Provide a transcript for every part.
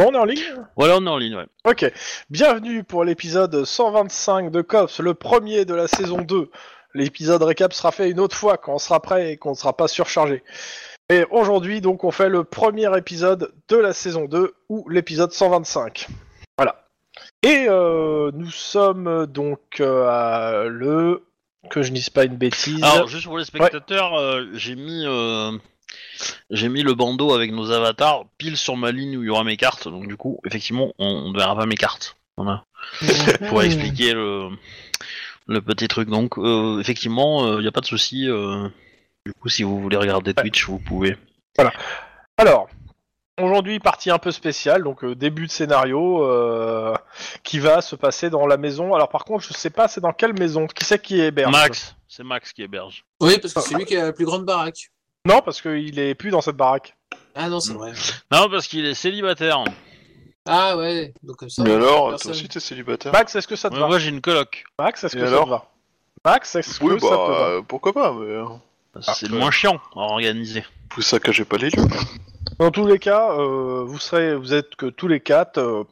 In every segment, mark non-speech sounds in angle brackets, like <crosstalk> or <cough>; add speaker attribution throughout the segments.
Speaker 1: on est en ligne
Speaker 2: Voilà, on est en ligne, ouais.
Speaker 1: Ok. Bienvenue pour l'épisode 125 de Cops, le premier de la saison 2. L'épisode récap sera fait une autre fois quand on sera prêt et qu'on ne sera pas surchargé. Et aujourd'hui, donc, on fait le premier épisode de la saison 2 ou l'épisode 125. Voilà. Et euh, nous sommes donc euh, à le. Que je dise pas une bêtise.
Speaker 2: Alors, juste pour les spectateurs, euh, j'ai mis euh, j'ai mis le bandeau avec nos avatars pile sur ma ligne où il y aura mes cartes. Donc du coup, effectivement, on on ne verra pas mes cartes. Voilà.
Speaker 1: <laughs>
Speaker 2: <laughs>
Speaker 1: Ah.
Speaker 2: Pour expliquer le le petit truc. Donc euh, effectivement, il n'y a pas de souci. euh, du coup, si vous voulez regarder Twitch, vous pouvez.
Speaker 1: Alors, aujourd'hui, partie un peu spéciale, donc euh, début de scénario euh, qui va se passer dans la maison. Alors, par contre, je sais pas c'est dans quelle maison, qui c'est qui héberge
Speaker 2: Max, c'est Max qui héberge.
Speaker 3: Oui, parce que c'est lui qui a la plus grande baraque.
Speaker 1: Non, parce qu'il est plus dans cette baraque.
Speaker 3: Ah non, c'est vrai.
Speaker 2: Non, parce qu'il est célibataire.
Speaker 3: Ah ouais, donc comme ça.
Speaker 4: Mais alors, toi
Speaker 3: personne.
Speaker 4: aussi t'es
Speaker 5: Bah,
Speaker 4: célibataire
Speaker 1: Max, est-ce que ça te
Speaker 2: Moi,
Speaker 1: va
Speaker 2: moi, j'ai une coloc.
Speaker 1: Max, est-ce
Speaker 4: Et
Speaker 1: que ça
Speaker 4: alors
Speaker 1: te va Max, est-ce que
Speaker 4: Oui,
Speaker 1: ça te
Speaker 4: bah,
Speaker 1: va
Speaker 5: hein.
Speaker 4: euh, pourquoi pas, mais... euh,
Speaker 2: C'est le
Speaker 4: ouais.
Speaker 2: moins chiant à organiser.
Speaker 4: Vous saccagez pas les lieux.
Speaker 1: Dans tous les cas, euh, vous serez, vous êtes que tous les quatre euh,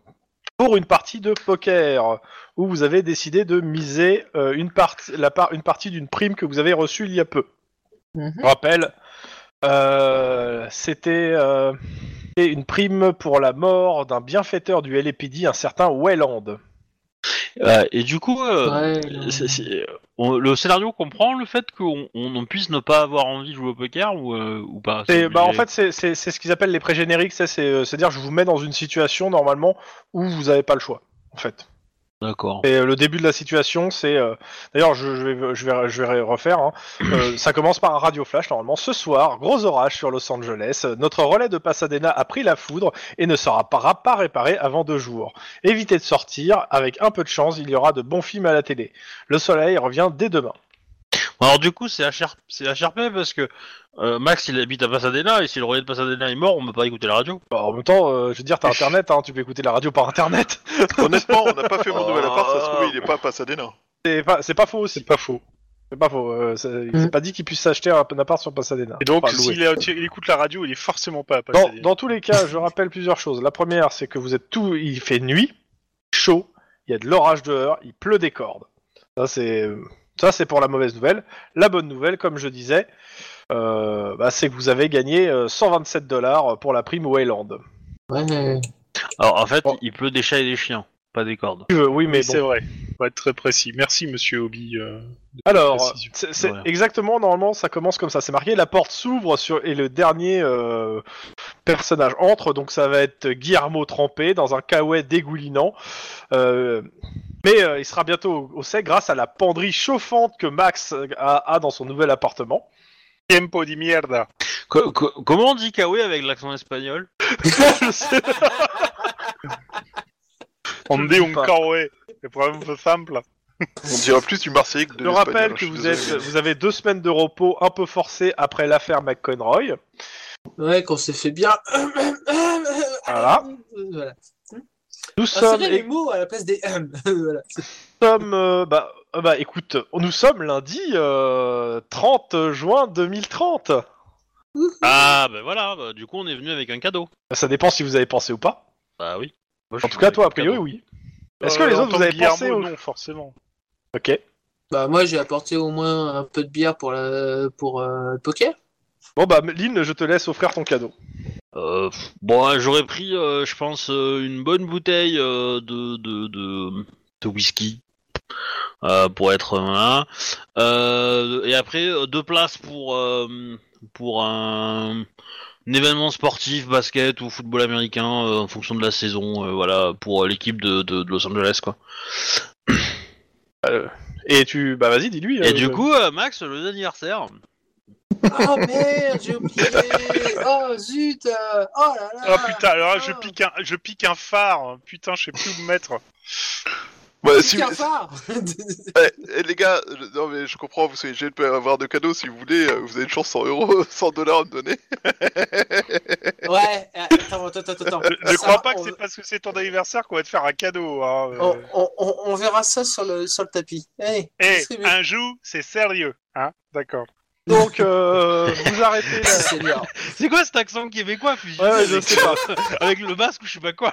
Speaker 1: pour une partie de poker où vous avez décidé de miser euh, une, partie, la par- une partie d'une prime que vous avez reçue il y a peu.
Speaker 6: Mhm.
Speaker 1: Je rappelle, euh, c'était euh, c'était une prime pour la mort d'un bienfaiteur du LAPD, un certain Wayland.
Speaker 2: Euh, et du coup, euh,
Speaker 3: Ouais,
Speaker 2: C'est- c'est- on- le scénario comprend le fait qu'on on- on puisse ne pas avoir envie de jouer au poker ou, euh, ou pas
Speaker 1: C'est-
Speaker 2: c'est
Speaker 1: bah, en
Speaker 2: obligé.
Speaker 1: fait, c'est c'est- c'est ce qu'ils appellent les pré-génériques, c'est- c'est- euh, c'est-à-dire je vous mets dans une situation normalement où vous n'avez pas le choix, en fait.
Speaker 2: D'accord.
Speaker 1: Et euh, le début de la situation, c'est. euh, D'ailleurs, je, je vais, je, vais, je vais refaire. hein. <coughs> Euh, ça commence par un radio flash, normalement. Ce soir, gros orage sur Los Angeles. Euh, Notre relais de Pasadena a pris la foudre et ne sera pas, pas réparé avant deux jours. Évitez de sortir. Avec un peu de chance, il y aura de bons films à la télé. Le soleil revient dès demain.
Speaker 2: Alors du coup, c'est HR c'est HRP parce que euh, Max il habite à Pasadena et si le relais de Pasadena est mort, on peut pas écouter la radio.
Speaker 1: Bah, en même temps, euh, je veux dire, t'as internet, hein, tu peux écouter la radio par internet. <laughs>
Speaker 4: Honnêtement, on n'a pas fait mon nouvel appart, ça se trouve, il est pas à Pasadena.
Speaker 1: C'est pas, c'est pas faux aussi. C'est pas faux. C'est pas faux. euh, c'est- il s'est pas dit qu'il puisse s'acheter un appart sur Pasadena.
Speaker 5: Et donc,
Speaker 1: Enfin, louer.
Speaker 5: s'il est- il écoute la radio, il est forcément pas à passer.
Speaker 1: Dans, dans tous les cas, je rappelle plusieurs choses. La première, c'est que vous êtes tout. Il fait nuit, chaud, il y a de l'orage dehors, il pleut des cordes. Ça, c'est. Ça, c'est pour la mauvaise nouvelle. La bonne nouvelle, comme je disais, euh, bah, c'est que vous avez gagné euh, 127 dollars pour la prime Wayland.
Speaker 3: Ouais.
Speaker 2: Alors en fait,
Speaker 1: Bon.
Speaker 2: il pleut des chats et des chiens, pas des cordes.
Speaker 1: Tu veux, Euh, Oui, mais
Speaker 5: Mais
Speaker 1: bon.
Speaker 5: c'est vrai. Faut être très précis. Merci, monsieur Hobby. euh.
Speaker 1: Alors,
Speaker 5: Précision.
Speaker 1: c'est c'est
Speaker 2: Voilà.
Speaker 1: exactement, normalement, ça commence comme ça. C'est marqué, la porte s'ouvre sur et le dernier euh, personnage entre, donc ça va être Guillermo trempé dans un caouet dégoulinant. Euh, mais euh, il sera bientôt au, au sec grâce à la penderie chauffante que Max euh, a, a dans son nouvel appartement.
Speaker 5: Tiempo di mierda.
Speaker 2: Co- co- comment on dit
Speaker 1: E
Speaker 2: Kawe avec l'accent espagnol
Speaker 1: Je sais
Speaker 5: On me dit un
Speaker 1: pas.
Speaker 5: carouet. Le problème, c'est simple.
Speaker 4: On dirait plus du Marseillais que
Speaker 1: Je
Speaker 4: de l'Espagnol,
Speaker 1: rappelle
Speaker 4: je
Speaker 1: que
Speaker 4: suis
Speaker 1: vous,
Speaker 4: désolé,
Speaker 1: êtes, vous avez deux semaines de repos un peu forcées après l'affaire McConroy.
Speaker 3: ouais, qu'on s'est fait bien. <coughs>
Speaker 1: Voilà.
Speaker 3: voilà.
Speaker 1: Nous
Speaker 3: Ah,
Speaker 1: sommes
Speaker 3: c'est les mots à la place des. <coughs> voilà.
Speaker 1: sommes, euh, bah, euh, bah, écoute, nous sommes lundi euh, 30 juin 2030.
Speaker 2: Ah bah voilà, bah, du coup on est venu avec un cadeau.
Speaker 1: Ça dépend si vous avez pensé ou pas.
Speaker 2: Bah oui. Moi, je
Speaker 1: En
Speaker 2: suis
Speaker 1: tout cas,
Speaker 2: venu
Speaker 1: toi, a
Speaker 2: avec un
Speaker 1: priori,
Speaker 2: cadeau.
Speaker 1: oui. Est-ce que les
Speaker 5: en
Speaker 1: autres,
Speaker 5: tant
Speaker 1: vous avez
Speaker 5: euh, Guillermo,
Speaker 1: pensé au-
Speaker 5: Non, forcément.
Speaker 1: Ok.
Speaker 3: Bah, moi, j'ai apporté au moins un peu de bière pour, la... pour euh, le poker.
Speaker 1: Bon, bah, Lynn, je te laisse offrir ton cadeau.
Speaker 2: Euh, pff, bon, ouais, j'aurais pris, euh, je pense, euh, une bonne bouteille euh, de, de, de, de whisky euh, pour être malin. Euh, et après, euh, deux places pour, euh, pour un, un événement sportif, basket ou football américain euh, en fonction de la saison. euh, voilà, pour euh, l'équipe de, de, de Los Angeles, quoi.
Speaker 1: Et tu. Bah, vas-y, dis-lui.
Speaker 2: Et
Speaker 1: euh,
Speaker 2: du
Speaker 1: je-
Speaker 2: coup, euh, Max, le
Speaker 5: <laughs>
Speaker 2: anniversaire.
Speaker 3: Oh merde, j'ai oublié. Oh zut. euh, Oh là là.
Speaker 5: Ah putain, alors là, je
Speaker 3: Ah.
Speaker 5: pique un, je pique un phare. hein. Putain, je sais plus où me mettre.
Speaker 1: <laughs>
Speaker 4: mais- Bah,
Speaker 3: C'est
Speaker 4: si-
Speaker 3: un
Speaker 5: <laughs>
Speaker 3: phare.
Speaker 4: eh, eh, les gars, je- non mais je comprends, vous soyez obligés de pas avoir de cadeaux si vous voulez, euh, vous avez une chance 100 euros, <laughs> 100 dollars à me donner.
Speaker 3: ouais, euh, attends, attends, attends. attends.
Speaker 5: Ne
Speaker 3: Ça
Speaker 5: crois
Speaker 3: va,
Speaker 5: pas que
Speaker 3: on-
Speaker 5: c'est parce que c'est ton anniversaire qu'on va te faire un cadeau. Hein.
Speaker 2: Oh.
Speaker 3: On, on- on- on verra ça sur le, sur le tapis. Allez,
Speaker 5: Eh,
Speaker 3: distribuez.
Speaker 5: un jour, c'est sérieux. Hein D'accord.
Speaker 1: Donc, euh, vous arrêtez la-
Speaker 3: <laughs> C'est bien.
Speaker 2: <laughs> C'est quoi cet accent québécois, fusil
Speaker 1: Ouais, ouais, je sais pas.
Speaker 2: Avec le basque ou je sais pas quoi.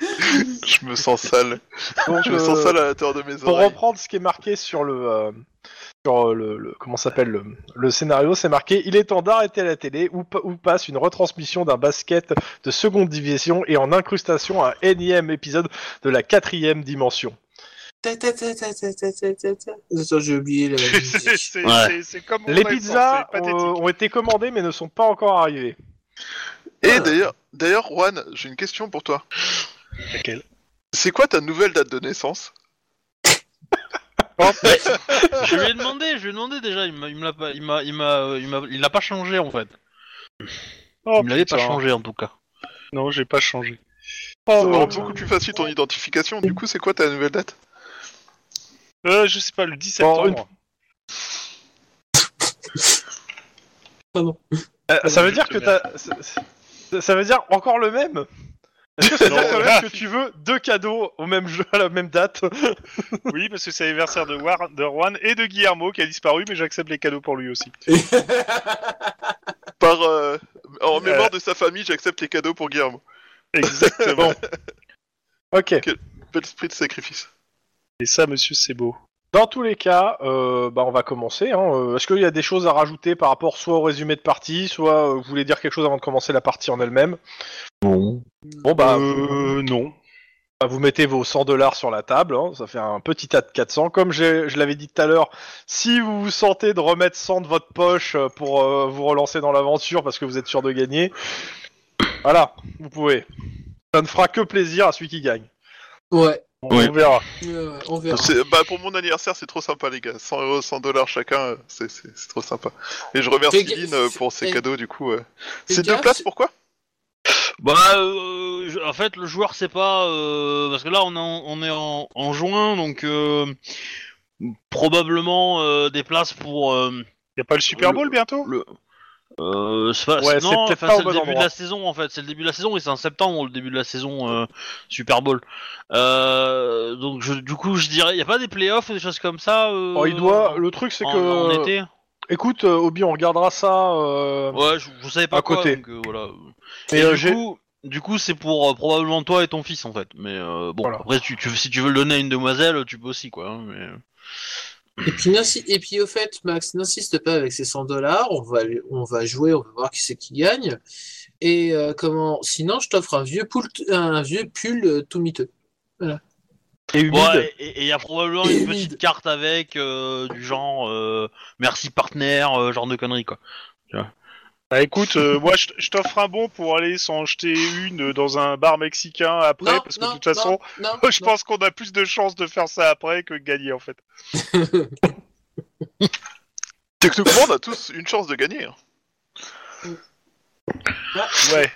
Speaker 4: Je me sens sale.
Speaker 1: Donc,
Speaker 4: Je me
Speaker 1: euh,
Speaker 4: sens sale à l'intérieur de mes
Speaker 1: Pour
Speaker 4: oreilles.
Speaker 1: reprendre ce qui est marqué sur le euh, sur euh, le, le- comment s'appelle le, le scénario, c'est marqué il est temps d'arrêter la télé ou, pa- ou passe une retransmission d'un basket de seconde division et en incrustation un énième épisode de la quatrième dimension.
Speaker 3: Ta, ta, ta, ta, ta, ta, ta, ta, ta. Attends, j'ai oublié
Speaker 5: <laughs>
Speaker 3: la
Speaker 5: C'est- c'est-
Speaker 3: musique.
Speaker 5: c'est-
Speaker 2: Ouais.
Speaker 5: c'est- c'est comme
Speaker 1: Les
Speaker 5: on a le sens,
Speaker 1: pizzas
Speaker 5: c'est
Speaker 1: ont,
Speaker 5: pathétique.
Speaker 1: ont été commandées mais ne sont pas encore arrivées.
Speaker 4: Et d'ailleurs, d'ailleurs, Juan, j'ai une question pour toi.
Speaker 5: Laquelle
Speaker 4: C'est quoi ta nouvelle date de naissance
Speaker 2: Je lui ai demandé, je lui ai demandé déjà, il m'a, il me l'a pas, il m'a, il m'a, euh, il m'a, il l'a pas changé en fait.
Speaker 5: Oh,
Speaker 2: il me l'avait pas
Speaker 5: putain.
Speaker 2: changé en tout cas.
Speaker 5: Non, j'ai pas changé.
Speaker 4: Ça
Speaker 1: Oh,
Speaker 4: rend
Speaker 1: putain.
Speaker 4: beaucoup plus facile ton identification. Du coup, c'est quoi ta nouvelle date
Speaker 5: Euh, je sais pas, le 10
Speaker 1: Bon,
Speaker 5: septembre.
Speaker 3: Pardon.
Speaker 1: Euh, ça
Speaker 5: non,
Speaker 1: veut
Speaker 5: je
Speaker 1: dire
Speaker 5: te
Speaker 1: que t'as ça- ça veut dire encore le même. Est-ce que ça veut
Speaker 5: Non.
Speaker 1: dire quand même que tu veux deux cadeaux au même jeu à la même date
Speaker 5: <laughs> Oui, parce que c'est l'anniversaire de, War... de Juan et de Guillermo qui a disparu, mais j'accepte les cadeaux pour lui aussi.
Speaker 4: <laughs> Par euh, en
Speaker 5: Euh.
Speaker 4: mémoire de sa famille, j'accepte les cadeaux pour Guillermo. <laughs>
Speaker 5: Exactement.
Speaker 1: Ok.
Speaker 4: Bel esprit de sacrifice.
Speaker 5: et ça, monsieur, c'est beau.
Speaker 1: Dans tous les cas, euh, bah, on va commencer. hein. Euh, Est-ce qu'il y a des choses à rajouter par rapport soit au résumé de partie, soit euh, vous voulez dire quelque chose avant de commencer la partie en elle-même
Speaker 2: Bon.
Speaker 1: Bon bah,
Speaker 5: euh, non.
Speaker 1: bah, vous mettez vos 100 dollars sur la table, hein. ça fait un petit tas de 400. Comme j'ai- je l'avais dit tout à l'heure, si vous vous sentez de remettre 100 de votre poche euh, pour euh, vous relancer dans l'aventure parce que vous êtes sûr de gagner, voilà, vous pouvez. Ça ne fera que plaisir à celui qui gagne.
Speaker 3: Ouais.
Speaker 1: On,
Speaker 2: Oui.
Speaker 1: on verra.
Speaker 3: Euh, on verra.
Speaker 4: C'est- Bah, pour mon anniversaire, c'est trop sympa, les gars. 100 euros, 100 dollars chacun, euh, c'est- c'est c'est trop sympa. Et je remercie
Speaker 3: Fais ga-
Speaker 4: Lynn euh, pour ses
Speaker 3: fais-
Speaker 4: cadeaux, du coup. euh.
Speaker 3: Fais
Speaker 4: C'est deux
Speaker 3: gaffe,
Speaker 4: places, pourquoi
Speaker 2: Bah, euh, je- en fait, le joueur sait pas euh, parce que là on est en, on est en, en juin, donc euh, probablement euh, des places pour. euh,
Speaker 5: Y a pas le Super
Speaker 2: Le-
Speaker 5: Bowl bientôt
Speaker 2: euh, c'est pas-
Speaker 1: Ouais,
Speaker 2: c'est-
Speaker 1: c'est
Speaker 2: non,
Speaker 1: peut-être
Speaker 2: enfin,
Speaker 1: pas au
Speaker 2: c'est le
Speaker 1: bon
Speaker 2: début de
Speaker 1: endroit.
Speaker 2: la saison en fait, c'est le début de la saison et c'est en septembre le début de la saison euh, Super Bowl. Euh, donc je- du coup je dirais, y a pas des playoffs ou des choses comme ça euh,
Speaker 1: Oh, il doit. Le truc c'est
Speaker 2: en,
Speaker 1: que.
Speaker 2: en été
Speaker 1: Écoute, euh, Obi, on regardera ça. euh,
Speaker 2: Ouais, je, je savais pas
Speaker 1: à
Speaker 2: quoi,
Speaker 1: côté.
Speaker 2: donc, euh, voilà.
Speaker 1: Et,
Speaker 2: Et,
Speaker 1: euh,
Speaker 2: du,
Speaker 1: j'ai-
Speaker 2: coup, du coup, c'est pour euh, probablement toi et ton fils en fait. Mais euh, bon,
Speaker 1: Voilà.
Speaker 2: après, tu, tu- si tu veux le donner à une demoiselle, tu peux aussi quoi. hein, mais-
Speaker 3: Et puis, n'insi- et puis au fait, Max, n'insiste pas avec ces 100 dollars. On va, aller- on va jouer, on va voir qui c'est qui gagne. Et euh, comment Sinon, je t'offre un vieux pull, un vieux pull euh, tout miteux.
Speaker 1: Et humide.
Speaker 2: Bon, et- et il y a probablement
Speaker 3: Et
Speaker 2: une
Speaker 3: humide.
Speaker 2: petite carte avec euh, du genre euh, merci partenaire, euh, genre de conneries quoi.
Speaker 5: Bah écoute, euh, moi je je t'offre un bon pour aller s'en jeter une dans un bar mexicain après,
Speaker 3: Non,
Speaker 5: parce que
Speaker 3: non,
Speaker 5: de toute façon,
Speaker 3: non, non,
Speaker 5: <laughs> je
Speaker 3: non.
Speaker 5: pense qu'on a plus de chances de faire ça après que de gagner
Speaker 4: <laughs>
Speaker 5: en fait.
Speaker 4: Techniquement, on a tous une chance de gagner. hein.
Speaker 5: Ouais.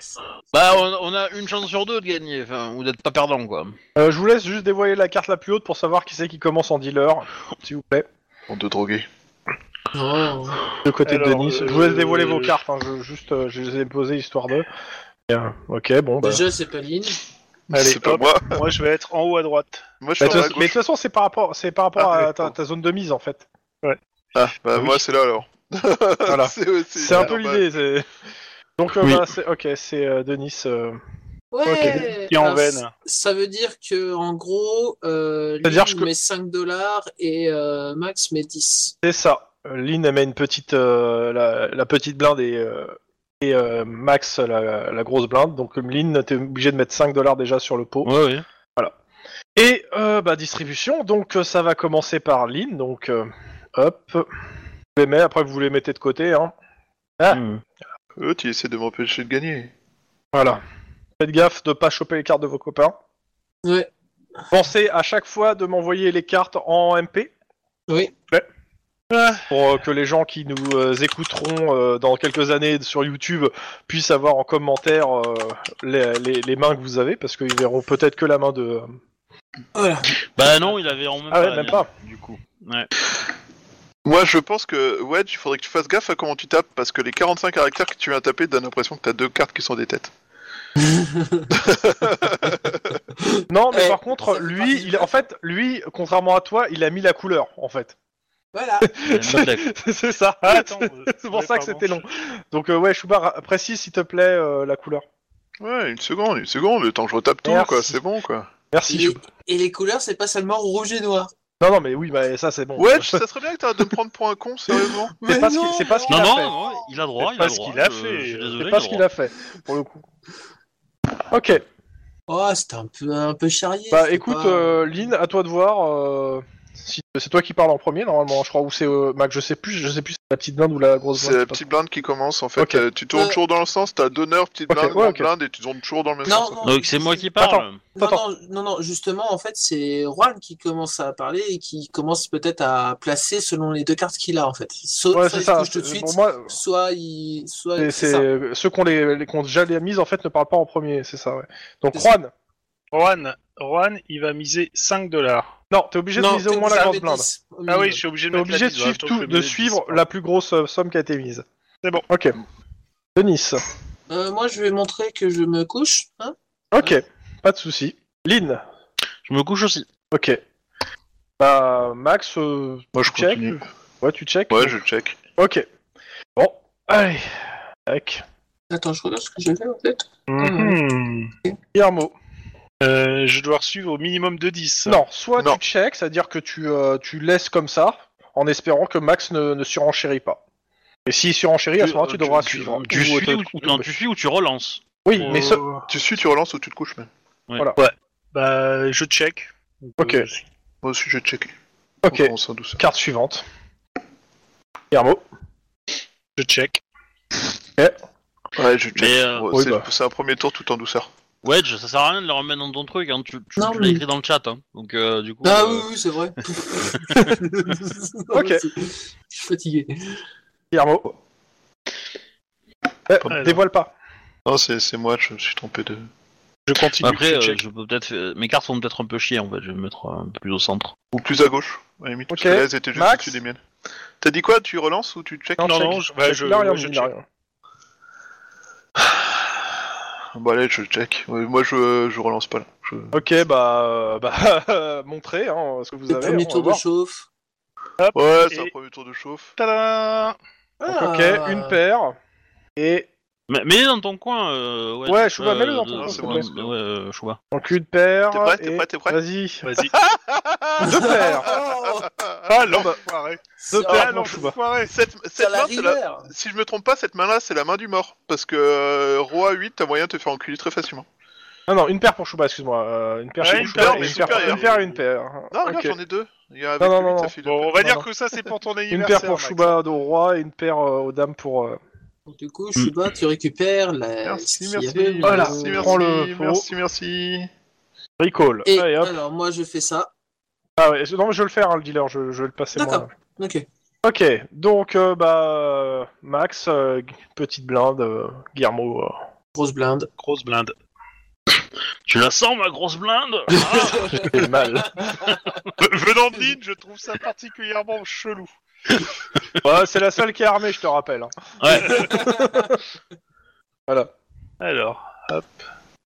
Speaker 2: Bah, on, on a une chance sur deux de gagner, enfin, ou d'être pas perdant quoi.
Speaker 1: Euh, je vous laisse juste dévoiler la carte la plus haute pour savoir qui c'est qui commence en dealer, s'il vous plaît.
Speaker 4: On de droguer.
Speaker 3: Non.
Speaker 1: De côté de
Speaker 5: Alors,
Speaker 1: Denis.
Speaker 5: euh,
Speaker 1: Je vous laisse dévoiler vos
Speaker 5: euh,
Speaker 1: cartes, hein, je, juste euh, je les ai posées histoire de. Bien. Ok, bon bah.
Speaker 3: Déjà, c'est pas Lynn.
Speaker 1: Allez,
Speaker 4: C'est pas
Speaker 1: hop.
Speaker 4: moi.
Speaker 5: Moi je vais être en haut à droite.
Speaker 4: Moi, je
Speaker 1: Bah,
Speaker 4: suis
Speaker 1: de
Speaker 4: en
Speaker 1: toute
Speaker 4: bas à
Speaker 1: façon- mais de
Speaker 4: gauche.
Speaker 1: toute façon, c'est par rapport, c'est par rapport
Speaker 5: Ah,
Speaker 1: à
Speaker 5: d'accord.
Speaker 1: ta, ta zone de mise en fait.
Speaker 4: Ah, bah,
Speaker 1: Oui.
Speaker 4: moi, c'est là alors.
Speaker 1: <laughs> Voilà.
Speaker 4: <laughs> c'est ouais, c'est-
Speaker 1: C'est un peu
Speaker 4: en
Speaker 5: bah.
Speaker 4: bas.
Speaker 1: l'idée. c'est- Donc, euh,
Speaker 2: Oui.
Speaker 1: bah, c'est- ok, c'est euh, Denis. euh,
Speaker 3: Ouais.
Speaker 5: Qui est en
Speaker 3: Alors,
Speaker 5: veine.
Speaker 3: c- Ça veut dire que en gros, euh,
Speaker 1: C'est-à-dire
Speaker 3: Lynn
Speaker 1: que-
Speaker 3: met 5 dollars et euh, Max met 10.
Speaker 1: C'est ça. Euh, Lynn elle met une petite, euh, la, la petite blinde et, euh, et euh, Max la, la grosse blinde. Donc, comme Lynn, t'es obligé de mettre 5 dollars déjà sur le pot.
Speaker 2: Ouais, ouais.
Speaker 1: Et euh, bah, distribution, donc euh, ça va commencer par Lynn, donc euh, hop, vous les mettez, après vous les mettez de côté, hein. Ah.
Speaker 4: Euh, tu essaies de m'empêcher de gagner.
Speaker 1: voilà. Faites gaffe de pas choper les cartes de vos copains.
Speaker 3: Ouais.
Speaker 1: Pensez à chaque fois de m'envoyer les cartes en MP
Speaker 3: Oui. Ah.
Speaker 1: pour euh, que les gens qui nous euh, écouteront euh, dans quelques années sur YouTube puissent avoir en commentaire euh, les, les- les mains que vous avez parce qu'ils verront peut-être que la main de.
Speaker 3: Voilà.
Speaker 2: Bah non, il avait en même
Speaker 1: Ah
Speaker 2: pas.
Speaker 1: ouais,
Speaker 2: la
Speaker 1: même
Speaker 2: mienne,
Speaker 1: pas.
Speaker 2: Du coup. Ouais.
Speaker 4: Moi, je pense que, ouais, il faudrait que tu fasses gaffe à comment tu tapes, parce que les 45 caractères que tu viens de taper donnent l'impression que t'as deux cartes qui sont des têtes.
Speaker 1: Non, mais
Speaker 3: Eh,
Speaker 1: par
Speaker 3: ça
Speaker 1: contre,
Speaker 3: fait
Speaker 1: lui,
Speaker 3: partie du
Speaker 1: il, en
Speaker 3: bluff.
Speaker 1: fait, <laughs> lui, contrairement à toi, il a mis la couleur en fait.
Speaker 3: Voilà.
Speaker 1: <laughs> c'est ça. Ah, c'est pour ça que c'était long. <laughs> Donc euh, ouais, Chouba, précise s'il te plaît euh, la couleur.
Speaker 4: Ouais, une seconde, une seconde, le temps que je retape tout,
Speaker 1: Merci.
Speaker 4: quoi, c'est bon, quoi.
Speaker 1: Merci.
Speaker 3: Et,
Speaker 1: Chouba.
Speaker 3: et les couleurs, c'est pas seulement rouge et noir.
Speaker 1: Non non mais oui bah ça c'est bon. <laughs>
Speaker 4: Wedge, ça serait bien que t'arrêtes de me prendre pour un con, sérieusement.
Speaker 1: C'est pas ce qu'il- c'est pas ce qu'il
Speaker 2: Non,
Speaker 1: a
Speaker 2: non,
Speaker 1: fait.
Speaker 2: non, il a droit,
Speaker 5: C'est
Speaker 2: il a
Speaker 5: pas ce
Speaker 2: droit.
Speaker 5: qu'il a
Speaker 2: je-
Speaker 5: fait.
Speaker 2: Je suis désolé,
Speaker 1: C'est
Speaker 2: il a
Speaker 1: pas ce qu'il
Speaker 2: droit.
Speaker 1: a fait pour le coup. Ok.
Speaker 3: Oh, c'était un peu, un peu charrié.
Speaker 1: Bah
Speaker 3: c'était
Speaker 1: écoute,
Speaker 3: pas-
Speaker 1: euh, Lynn, à toi de voir. euh, si, c'est toi qui parles en premier normalement, je crois, ou c'est euh, Mac, je sais plus, je sais plus si c'est la petite blinde ou la grosse blinde.
Speaker 4: C'est la
Speaker 1: je sais pas.
Speaker 4: petite blinde qui commence, en fait.
Speaker 1: Ok.
Speaker 4: Euh, tu tournes
Speaker 3: Euh.
Speaker 4: toujours dans le sens, t'as d'honneur, petite
Speaker 1: Ok,
Speaker 4: blinde,
Speaker 1: ouais,
Speaker 4: grande
Speaker 1: ok.
Speaker 4: blinde, et tu tournes toujours dans le même
Speaker 3: Non,
Speaker 4: sens.
Speaker 3: non,
Speaker 2: Donc c'est moi qui parle.
Speaker 1: Attends.
Speaker 3: Non,
Speaker 1: Attends.
Speaker 3: non, non, non, justement, en fait, c'est Juan qui commence à parler et qui commence peut-être à placer selon les deux cartes qu'il a, en fait. Soit,
Speaker 1: Ouais,
Speaker 3: soit
Speaker 1: c'est
Speaker 3: il se
Speaker 1: ça.
Speaker 3: touche tout de
Speaker 1: c'est-
Speaker 3: suite,
Speaker 1: pour moi,
Speaker 3: soit il. Soit...
Speaker 1: c'est-
Speaker 3: c'est ça.
Speaker 1: c'est- ceux qui ont, les, les- qui ont déjà les mises en fait ne parlent pas en premier, c'est ça. Ouais. Donc
Speaker 3: C'est ça.
Speaker 1: Juan,
Speaker 5: Juan, Juan, il va miser 5 dollars.
Speaker 1: non, t'es obligé
Speaker 3: Non,
Speaker 1: de miser au
Speaker 3: t'es
Speaker 1: moins la grosse
Speaker 3: obligé de
Speaker 1: blinde.
Speaker 3: dix, au
Speaker 5: Ah
Speaker 3: minimum.
Speaker 5: oui, je suis obligé de
Speaker 1: T'es
Speaker 5: mettre la
Speaker 1: obligé de
Speaker 3: hein,
Speaker 5: mise, ouais,
Speaker 1: suivre,
Speaker 5: donc
Speaker 1: tout,
Speaker 5: je
Speaker 1: de
Speaker 5: mets 10,
Speaker 1: suivre
Speaker 5: pardon.
Speaker 1: la plus grosse euh, somme qui a été mise.
Speaker 5: C'est bon.
Speaker 1: Ok. Denis.
Speaker 3: Euh, moi, je vais montrer que je me couche. Hein
Speaker 1: Ok. Pas de souci. Lynn.
Speaker 2: Je me couche aussi.
Speaker 1: Ok. Bah Max, euh,
Speaker 4: Moi, je
Speaker 1: tu check.
Speaker 4: continue.
Speaker 1: Ouais, tu check.
Speaker 4: Ouais, je check.
Speaker 1: Ok. Bon, allez. Tac.
Speaker 3: Attends, je regarde ce que j'ai fait, en fait.
Speaker 5: Mhm.
Speaker 1: Guillermo.
Speaker 5: Euh, je dois suivre au minimum de 10.
Speaker 1: Non, soit
Speaker 4: Non.
Speaker 1: tu check, c'est-à-dire que tu, euh, tu laisses comme ça, en espérant que Max ne, ne surenchérit pas. Et s'il surenchérit, à
Speaker 5: Euh,
Speaker 1: ce moment-là, tu devras suivre.
Speaker 2: Tu
Speaker 1: Ou
Speaker 2: suis
Speaker 1: te-
Speaker 2: ou
Speaker 1: ou
Speaker 2: tu-
Speaker 1: te-
Speaker 2: non, tu suis ou tu relances.
Speaker 1: Oui, mais ce...
Speaker 5: Euh,
Speaker 4: Tu suis, tu relances ou tu te couches, même.
Speaker 5: Bah, je check.
Speaker 1: Ok.
Speaker 5: Euh, je-
Speaker 4: Moi aussi, je check.
Speaker 1: Ok,
Speaker 4: On commence en douceur.
Speaker 1: carte suivante. Guillermo.
Speaker 5: Je check.
Speaker 4: Ouais, je check.
Speaker 2: Mais euh,
Speaker 4: Ouais,
Speaker 1: oui,
Speaker 4: c'est
Speaker 1: bah.
Speaker 4: c'est un premier tour tout en douceur.
Speaker 2: Wedge, ça sert à rien de le remettre dans ton truc, hein. tu, tu,
Speaker 3: Non,
Speaker 2: tu
Speaker 3: mais-
Speaker 2: l'as écrit dans le chat. Hein. Donc euh, du coup.
Speaker 3: Ah
Speaker 2: euh,
Speaker 3: oui, oui, c'est vrai.
Speaker 1: <laughs>
Speaker 3: <laughs>
Speaker 1: Ok.
Speaker 3: Je suis fatigué.
Speaker 1: Guillermo. Eh,
Speaker 5: Alors.
Speaker 1: dévoile pas.
Speaker 4: Non, c'est c'est moi, je me suis trompé de.
Speaker 5: Je continue.
Speaker 2: Après,
Speaker 5: je
Speaker 2: euh,
Speaker 5: check.
Speaker 2: je peux peut-être. faire- Mes cartes sont peut-être un peu chiées en fait. Je vais me mettre euh, un peu plus au centre.
Speaker 4: Ou plus à gauche, à la limite,
Speaker 1: Ok.
Speaker 4: parce que là, elles étaient juste
Speaker 1: Max
Speaker 4: au-dessus des miennes. T'as dit quoi Tu relances ou tu check
Speaker 5: Non,
Speaker 1: check.
Speaker 5: non, je- bah,
Speaker 1: Check.
Speaker 5: je-
Speaker 1: Il a rien
Speaker 5: ouais,
Speaker 1: mis,
Speaker 5: je
Speaker 1: il a
Speaker 5: check.
Speaker 1: rien.
Speaker 4: Bah, allez, je check. Ouais, moi, je, je relance pas là. Je-
Speaker 1: Ok, bah, euh, bah montrez hein, ce que vous
Speaker 3: Le
Speaker 1: avez. on
Speaker 3: premier
Speaker 1: va
Speaker 3: tour de
Speaker 1: voir.
Speaker 3: chauffe. <laughs>
Speaker 4: Ouais, c'est
Speaker 5: Et-
Speaker 4: un premier tour de chauffe.
Speaker 5: Tadam
Speaker 1: Donc, ok,
Speaker 3: Ah.
Speaker 1: une paire. Et
Speaker 2: Mais mets-les dans ton coin. Euh, Wedge.
Speaker 1: Ouais, Chouba,
Speaker 2: Euh,
Speaker 1: mets-les dans ton
Speaker 2: de-
Speaker 1: coin,
Speaker 2: de-
Speaker 1: s'il te
Speaker 4: plaît.
Speaker 2: Ouais, euh, Chouba.
Speaker 1: donc une paire.
Speaker 4: T'es prêt, t'es
Speaker 1: et-
Speaker 4: prêt, t'es prêt
Speaker 1: Vas-y.
Speaker 5: Vas-y.
Speaker 1: Deux paires.
Speaker 3: Oh
Speaker 5: Ah, l'enfoiré
Speaker 1: Deux
Speaker 3: Ça-
Speaker 1: paires,
Speaker 5: Ah,
Speaker 1: mon Chouba.
Speaker 5: l'enfoiré
Speaker 4: Ben Cette,
Speaker 3: ça
Speaker 4: cette
Speaker 3: la
Speaker 4: main, c'est la-
Speaker 3: rivière.
Speaker 4: Si je me trompe pas, cette main-là, c'est la main du mort. Parce que euh, Roi 8, t'as moyen de te faire enculer très facilement.
Speaker 1: Ah Non, non, une paire pour Chouba, excuse-moi. Euh, une paire
Speaker 5: Ouais,
Speaker 1: pour
Speaker 5: une
Speaker 1: Chouba,
Speaker 5: paire,
Speaker 1: et
Speaker 5: mais
Speaker 1: une, paire,
Speaker 4: supérieure.
Speaker 1: une paire et une paire.
Speaker 4: Non, regarde,
Speaker 1: Ok.
Speaker 4: j'en ai deux. Il y a avec
Speaker 1: Non, non,
Speaker 4: le huit,
Speaker 1: non,
Speaker 4: ça
Speaker 1: non.
Speaker 4: fait deux
Speaker 5: Bon, on
Speaker 4: paires.
Speaker 5: va dire
Speaker 1: non.
Speaker 5: que ça, c'est pour ton
Speaker 1: <laughs> Une
Speaker 5: anniversaire.
Speaker 1: paire pour
Speaker 5: Max.
Speaker 1: Chouba au roi et une paire euh, aux dames pour. euh,
Speaker 3: Donc, Du coup, Shuba, tu récupères la. ce
Speaker 4: Merci,
Speaker 3: qu'il y
Speaker 4: merci,
Speaker 3: avait,
Speaker 4: merci,
Speaker 1: Voilà.
Speaker 4: merci,
Speaker 1: Prends le
Speaker 4: merci,
Speaker 1: pot.
Speaker 4: merci, merci.
Speaker 1: Recall.
Speaker 3: Et euh,
Speaker 1: Allez, hop.
Speaker 3: alors, moi, je fais ça.
Speaker 1: Ah ouais, non, mais je vais le faire, hein, le dealer, je, je vais le passer moi.
Speaker 3: D'accord. Ok.
Speaker 1: Ok, donc, euh, bah. Max, euh, petite blinde, euh, Guillermo. euh.
Speaker 3: Grosse blinde.
Speaker 5: Grosse blinde.
Speaker 2: Tu la sens, ma grosse blinde Ah
Speaker 1: J'ai mal.
Speaker 5: <laughs> Venant de Lynn, je trouve ça particulièrement chelou.
Speaker 1: Ouais, c'est la seule qui est armée, je te rappelle. hein.
Speaker 2: Ouais.
Speaker 1: <laughs> Voilà.
Speaker 5: Alors, hop.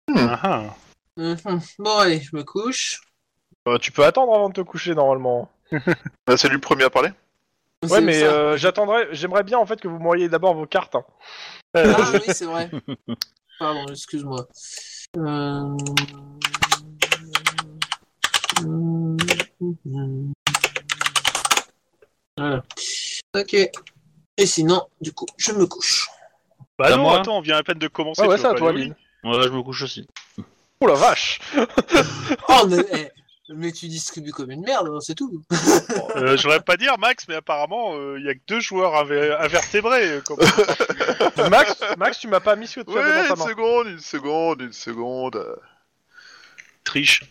Speaker 4: Hmm.
Speaker 5: Ah, ah.
Speaker 3: <laughs> Mhm. Bon, allez, je me couche.
Speaker 1: Euh, tu peux attendre avant de te coucher, normalement.
Speaker 4: Bah, c'est lui le premier à parler.
Speaker 1: Ouais,
Speaker 3: C'est
Speaker 1: mais
Speaker 3: ça.
Speaker 1: euh, j'attendrai. J'aimerais bien, en fait, que vous m'envoyiez d'abord vos cartes. hein.
Speaker 3: Ah oui, c'est vrai. Pardon, excuse-moi. Euh, mm, Voilà. Ok. Et sinon, du coup, je me couche.
Speaker 5: Bah
Speaker 2: À
Speaker 5: non,
Speaker 2: moi
Speaker 5: attends, on vient à peine de commencer.
Speaker 1: Ah ouais,
Speaker 5: tu
Speaker 1: ça,
Speaker 5: vas
Speaker 1: à
Speaker 5: pas
Speaker 1: toi,
Speaker 5: aller au
Speaker 1: Lynn.
Speaker 2: Ouais, je me couche aussi.
Speaker 1: Oh la vache
Speaker 3: Oh, mais, eh, mais tu distribues comme une merde, hein, c'est tout.
Speaker 5: lit. Euh, je voudrais pas dire, Max, mais apparemment, euh, il y a que deux joueurs inver- invertébrés. euh, <laughs> comme-
Speaker 1: Max, Max, tu m'as pas mis ce que tu
Speaker 4: Ouais,
Speaker 1: avais dans ta
Speaker 4: une
Speaker 1: main.
Speaker 4: seconde, une seconde, une seconde.
Speaker 5: Triche.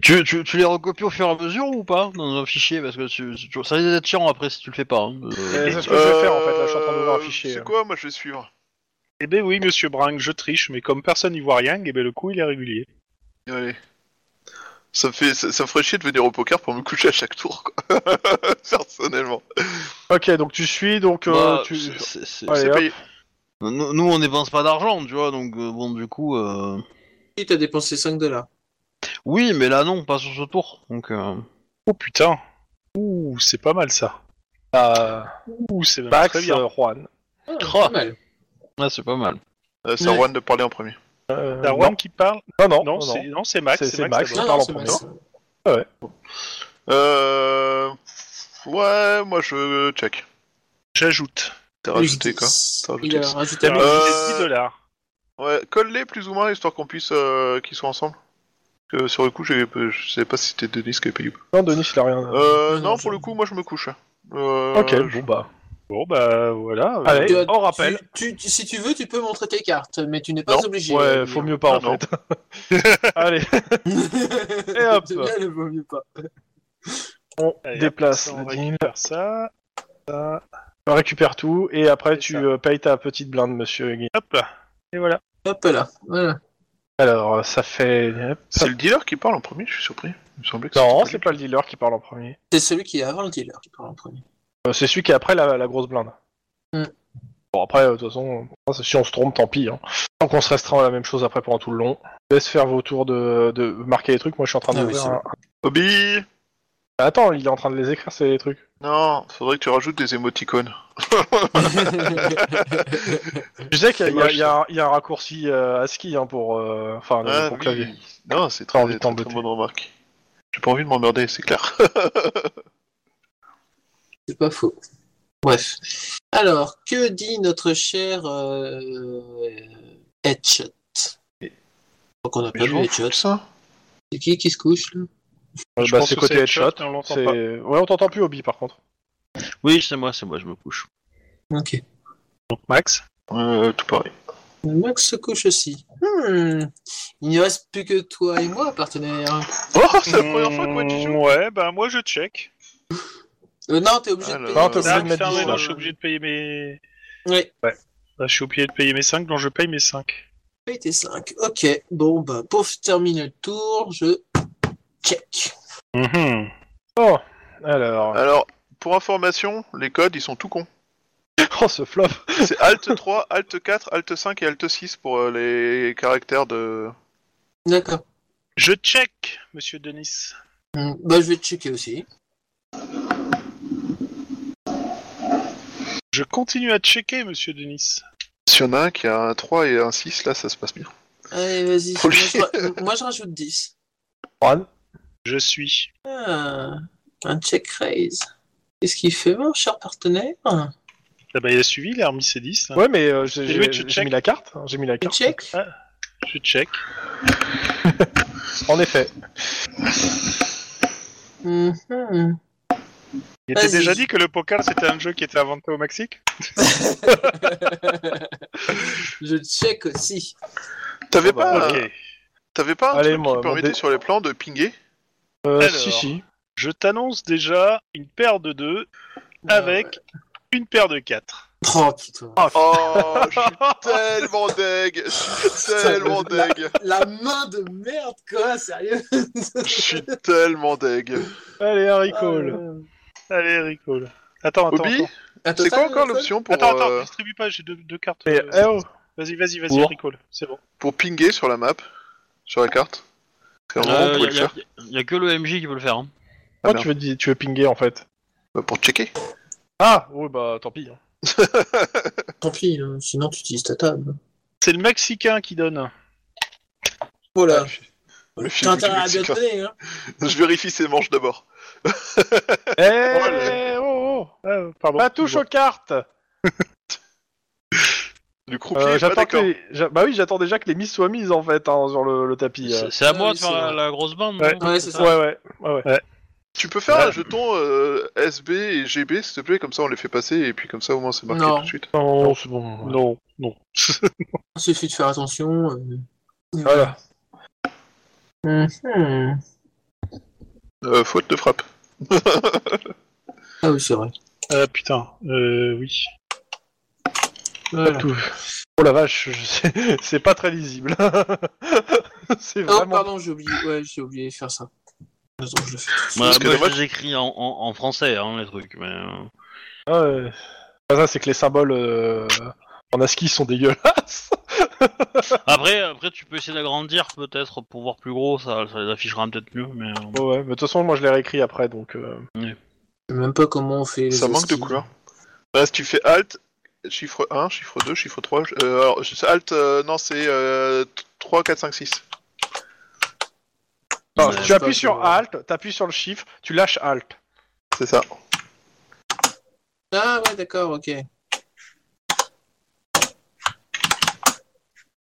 Speaker 2: Tu, tu, tu les recopies au fur et à mesure ou pas dans un fichier Parce que tu, tu- ça risque d'être chiant après si tu le fais pas. hein. Euh,
Speaker 1: Et C'est ce que je vais faire en fait, là je suis en train d'ouvrir un fichier.
Speaker 4: Euh, C'est quoi Moi, je vais suivre.
Speaker 5: Eh ben oui, monsieur Brink, je triche, mais comme personne n'y voit rien, eh ben le coup, il est régulier.
Speaker 4: Allez. Ça me, fait, ça, ça me ferait chier de venir au poker pour me coucher à chaque tour, quoi. <laughs> Personnellement.
Speaker 1: Ok, donc tu suis, donc euh,
Speaker 2: bah,
Speaker 1: tu...
Speaker 2: c'est- c'est- c'est-
Speaker 1: Allez,
Speaker 4: C'est
Speaker 1: hop.
Speaker 4: payé.
Speaker 2: Nous, nous, on dépense pas d'argent, tu vois, donc euh, bon, du coup. euh,
Speaker 3: Et t'as dépensé 5 dollars.
Speaker 2: Oui, mais là non, pas sur ce tour. Donc, euh,
Speaker 5: Oh putain. Ouh, c'est pas mal ça.
Speaker 1: Euh,
Speaker 5: Ouh, c'est même
Speaker 1: Bax,
Speaker 5: très bien.
Speaker 1: euh, Juan.
Speaker 3: Ah,
Speaker 2: Oh.
Speaker 3: pas mal.
Speaker 2: Ah, c'est pas mal.
Speaker 4: Euh, c'est
Speaker 3: Ouais.
Speaker 4: Erwan de parler en premier.
Speaker 1: Euh,
Speaker 5: T'as Juan qui parle
Speaker 1: non, non,
Speaker 5: Non,
Speaker 1: non,
Speaker 5: c'est
Speaker 1: non.
Speaker 5: non, c'est Max.
Speaker 1: C'est- c'est Max.
Speaker 5: d'abord.
Speaker 1: Ah,
Speaker 3: Non,
Speaker 1: parle
Speaker 3: non,
Speaker 1: en
Speaker 3: c'est
Speaker 1: premier.
Speaker 3: Max.
Speaker 4: Euh... Ouais, moi je check.
Speaker 5: J'ajoute.
Speaker 4: T'as rajouté quoi T'as
Speaker 3: Il
Speaker 4: rajouté
Speaker 3: a
Speaker 4: ça.
Speaker 3: rajouté
Speaker 5: T'as mis
Speaker 3: un-
Speaker 4: Euh,
Speaker 5: 10 dollars.
Speaker 4: Ouais, colle-les plus ou moins histoire qu'on puisse euh, qu'ils soient ensemble. Parce que sur le coup, j'ai- je sais pas si c'était Denis qui a payé.
Speaker 1: Non, Denis, il a rien.
Speaker 4: Euh,
Speaker 3: Non,
Speaker 4: non,
Speaker 3: je-
Speaker 4: pour le coup, moi je me couche. Euh,
Speaker 1: ok,
Speaker 4: je-
Speaker 1: bon bah.
Speaker 5: Bon, bah voilà. euh,
Speaker 1: Allez,
Speaker 3: Tu as-
Speaker 1: on rappelle.
Speaker 3: tu- tu- si tu veux, tu peux montrer tes cartes, mais tu n'es pas
Speaker 4: Non.
Speaker 3: obligé. Euh,
Speaker 1: Ouais,
Speaker 3: <laughs>
Speaker 1: faut mieux pas en
Speaker 4: Non, non.
Speaker 1: fait. <laughs> Allez,
Speaker 3: Et
Speaker 1: hop.
Speaker 3: vaut mieux pas.
Speaker 1: on
Speaker 5: allez,
Speaker 1: déplace le
Speaker 5: après ça, On
Speaker 1: deal,
Speaker 5: récupère ça.
Speaker 1: on récupère tout et après
Speaker 5: C'est
Speaker 1: tu
Speaker 5: ça.
Speaker 1: euh, payes ta petite blinde, monsieur Guy.
Speaker 5: Hop. Et voilà.
Speaker 3: Hop là, voilà.
Speaker 1: Alors, euh, ça fait.
Speaker 4: C'est le dealer qui parle en premier, je suis surpris. Il me semblait que
Speaker 1: Non,
Speaker 4: c'était
Speaker 1: c'est pas le dealer qui parle en premier.
Speaker 3: C'est celui qui est avant le dealer qui parle
Speaker 1: <laughs>
Speaker 3: en premier.
Speaker 1: Euh, c'est celui qui est après la, la grosse blinde.
Speaker 3: Hmm.
Speaker 1: Bon, après, euh, de toute façon, euh, si on se trompe, tant pis. Hein. Tant qu'on se restreint à la même chose après pendant tout le long. Laisse faire vos tours de, de marquer les trucs. Moi, je suis en train de.
Speaker 3: Ah oui, c'est
Speaker 1: un...
Speaker 4: Obi
Speaker 1: Attends, il est en train de les écrire, ces trucs.
Speaker 4: Non, faudrait que tu rajoutes des émoticônes.
Speaker 1: Tu sais qu'il y, a-
Speaker 4: C'est
Speaker 1: il y a-
Speaker 4: moche,
Speaker 1: il y a un- il y a un raccourci euh, ASCII hein, pour, euh, enfin,
Speaker 4: Ah,
Speaker 1: pour
Speaker 4: oui.
Speaker 1: clavier.
Speaker 4: Non, c'est
Speaker 1: T'as
Speaker 4: très,
Speaker 1: envie de
Speaker 4: très, très
Speaker 1: t'embêter.
Speaker 4: bonne remarque. J'ai pas envie de m'emmerder, c'est clair.
Speaker 3: C'est pas faux. Bref. Alors, que dit notre cher euh, Headshot Donc on a
Speaker 4: Mais
Speaker 3: pas
Speaker 4: je
Speaker 3: vu
Speaker 4: m'en fous
Speaker 3: Headshot.
Speaker 4: de ça.
Speaker 3: C'est qui qui se couche là
Speaker 1: Euh,
Speaker 5: Je
Speaker 1: bah,
Speaker 5: pense
Speaker 1: c'est
Speaker 5: que
Speaker 1: côté
Speaker 5: c'est
Speaker 1: headshot.
Speaker 5: headshot, mais on l'entend
Speaker 1: c'est-
Speaker 5: pas.
Speaker 1: Ouais, on t'entend plus, Obi, par contre.
Speaker 2: Oui, c'est moi, c'est moi, je me couche.
Speaker 3: Ok.
Speaker 5: Donc Max.
Speaker 4: Euh, tout pareil. <laughs>
Speaker 3: Max se couche aussi. Hmm. Il ne reste plus que toi et moi, partenaire.
Speaker 4: Oh, c'est la première fois que moi tu
Speaker 5: Mm,
Speaker 4: joues.
Speaker 1: Mmh.
Speaker 5: Ouais, bah moi je check.
Speaker 3: Euh, non, t'es obligé
Speaker 4: Alors,
Speaker 3: de payer.
Speaker 1: Non, t'es obligé
Speaker 5: Ah,
Speaker 1: de mettre
Speaker 5: putain,
Speaker 1: dix,
Speaker 5: ouais,
Speaker 1: là.
Speaker 5: non, je suis obligé de payer mes.
Speaker 3: Ouais,
Speaker 5: Là, je suis obligé de payer mes 5, donc je paye mes 5.
Speaker 3: paye tes 5. Ok, bon, bah, pour terminer le tour, je check.
Speaker 1: Oh, alors.
Speaker 4: <laughs> Alors, pour information, les codes ils sont tout cons.
Speaker 1: Oh, ce flop. <laughs>
Speaker 4: C'est Alt 3, Alt 4, Alt 5 et Alt 6 pour euh, les caractères de.
Speaker 3: D'accord.
Speaker 5: Je check, monsieur Denis.
Speaker 3: Hmm, Bah, je vais checker aussi.
Speaker 5: Je continue à checker, monsieur Denis.
Speaker 4: S'il y en a un qui a un 3 et un 6, là ça se passe bien.
Speaker 3: Allez, vas-y.
Speaker 4: Faut
Speaker 3: Moi,
Speaker 4: le
Speaker 3: je ra- moi, je rajoute 10.
Speaker 1: Juan,
Speaker 5: Je suis.
Speaker 3: Ah, un check raise. Qu'est-ce qu'il fait, mon cher partenaire
Speaker 5: Ah bah, il a suivi, il a remis ses 10. là.
Speaker 1: Ouais, mais euh, j'ai
Speaker 5: Et lui,
Speaker 1: j'ai-
Speaker 5: tu
Speaker 1: j'ai
Speaker 5: check
Speaker 1: mis la carte. hein, J'ai mis la
Speaker 3: Tu
Speaker 1: carte.
Speaker 3: check
Speaker 5: Je check.
Speaker 1: En effet.
Speaker 3: Mhm.
Speaker 5: Il était
Speaker 3: Vas-y.
Speaker 5: déjà dit que le poker c'était un jeu qui était inventé au Mexique
Speaker 3: Je check aussi.
Speaker 4: T'avais
Speaker 1: Ah bah,
Speaker 4: pas,
Speaker 5: Ok.
Speaker 4: t'avais pas un
Speaker 1: Allez,
Speaker 4: truc
Speaker 1: moi,
Speaker 4: qui
Speaker 1: mon
Speaker 4: permettait
Speaker 1: dé-
Speaker 4: sur les plans de pinguer
Speaker 1: Euh,
Speaker 5: Alors.
Speaker 1: si, si.
Speaker 5: Je t'annonce déjà une paire de 2
Speaker 4: Ah
Speaker 5: avec une paire de 4.
Speaker 3: Oh putain.
Speaker 1: Ah,
Speaker 4: Oh, je suis tellement deg Je suis tellement deg
Speaker 3: La main de merde, quoi, <laughs> sérieux
Speaker 4: Je suis tellement deg
Speaker 1: Allez, Harry Cole.
Speaker 3: Euh,
Speaker 5: Allez, Ricole. Attends, attends.
Speaker 4: Obi,
Speaker 5: attends.
Speaker 3: un
Speaker 4: c'est
Speaker 3: total,
Speaker 4: quoi encore
Speaker 3: un total
Speaker 4: l'option pour,
Speaker 5: attends, attends,
Speaker 4: euh,
Speaker 5: distribue pas, j'ai deux, deux cartes.
Speaker 1: Mais,
Speaker 5: euh,
Speaker 1: eh oh,
Speaker 5: Vas-y, vas-y, vas-y,
Speaker 2: Pour
Speaker 5: Ricole. C'est bon.
Speaker 4: pour pinguer sur la map Sur la carte C'est vraiment
Speaker 2: Euh,
Speaker 4: pour le
Speaker 2: y, a-
Speaker 4: faire
Speaker 2: y a- y a que le MJ qui peut le faire. hein.
Speaker 1: Moi,
Speaker 4: merde.
Speaker 1: tu veux, di- tu veux pinguer en fait.
Speaker 4: Bah, Pour checker <laughs>
Speaker 1: Ah, ouais, bah tant pis. hein.
Speaker 3: Tant pis, hein, sinon tu utilises ta table.
Speaker 5: C'est le Mexicain qui donne.
Speaker 3: Voilà.
Speaker 4: Le
Speaker 3: T'as
Speaker 4: film du
Speaker 3: intérêt à bien
Speaker 4: Mexicain.
Speaker 3: donner, hein
Speaker 4: Je vérifie ses manches d'abord.
Speaker 1: Eh,
Speaker 4: là
Speaker 1: oh, oh.
Speaker 5: Ah, pardon.
Speaker 1: Pas touche aux cartes.
Speaker 4: Le
Speaker 1: Euh,
Speaker 4: croupier est pas
Speaker 1: j'attends que
Speaker 4: ah, d'accord.
Speaker 1: les- j'a- Bah oui, j'attends déjà que les mises soient mises en fait hein, sur le, le tapis. euh.
Speaker 2: C'est c'est à
Speaker 3: Ah
Speaker 2: moi
Speaker 3: oui,
Speaker 2: de faire
Speaker 3: c'est
Speaker 2: la,
Speaker 3: vrai.
Speaker 2: la grosse bande.
Speaker 5: Ouais.
Speaker 2: non
Speaker 3: Ouais, c'est ça.
Speaker 1: Ouais, ouais, ouais, ouais.
Speaker 4: Tu peux
Speaker 1: Bah,
Speaker 4: faire un jeton euh, SB et GB s'il te plaît, comme ça on les fait passer et puis comme ça au moins c'est marqué
Speaker 3: Non.
Speaker 4: tout de suite.
Speaker 1: Non, c'est bon. ouais.
Speaker 5: Non, non.
Speaker 3: Il suffit de faire attention. euh, et
Speaker 1: Voilà.
Speaker 3: voilà. Mhm.
Speaker 4: Euh, faute de frappe.
Speaker 3: Ah oui, c'est vrai.
Speaker 5: Ah putain, euh, oui.
Speaker 3: Voilà.
Speaker 1: Tout. Oh la vache, je sais- <laughs> c'est pas très lisible. <laughs> c'est
Speaker 3: Oh,
Speaker 1: vraiment.
Speaker 3: pardon, j'ai oublié. Ouais, j'ai oublié de faire ça. Attends, je le fais. tout de
Speaker 2: Moi,
Speaker 4: Parce que
Speaker 2: Bah, moi,
Speaker 4: dommage-
Speaker 2: je les écris en, en- en français, hein, les trucs. Mais... euh,
Speaker 1: Ah, ouais. Ah, ça, c'est que les symboles euh, en ASCII sont dégueulasses. <laughs>
Speaker 2: Après, après, tu peux essayer d'agrandir peut-être pour voir plus gros, ça, ça les affichera peut-être mieux. Mais euh,
Speaker 1: Oh Ouais, ouais, mais de toute façon, moi je l'ai réécrit après, donc. euh,
Speaker 3: Je sais même pas comment on fait les
Speaker 4: Ça manque de
Speaker 3: esquives.
Speaker 4: couleurs. Là, si tu fais Alt, chiffre 1, chiffre 2, chiffre 3. euh, alors, je- Alt, euh, non, c'est euh, 3, 4, 5, 6.
Speaker 1: enfin,
Speaker 2: Ouais,
Speaker 1: tu appuies
Speaker 3: pas
Speaker 1: sur
Speaker 3: que-
Speaker 1: Alt, t'appuies sur le chiffre, tu lâches Alt.
Speaker 4: C'est ça.
Speaker 3: Ah ouais, d'accord, ok.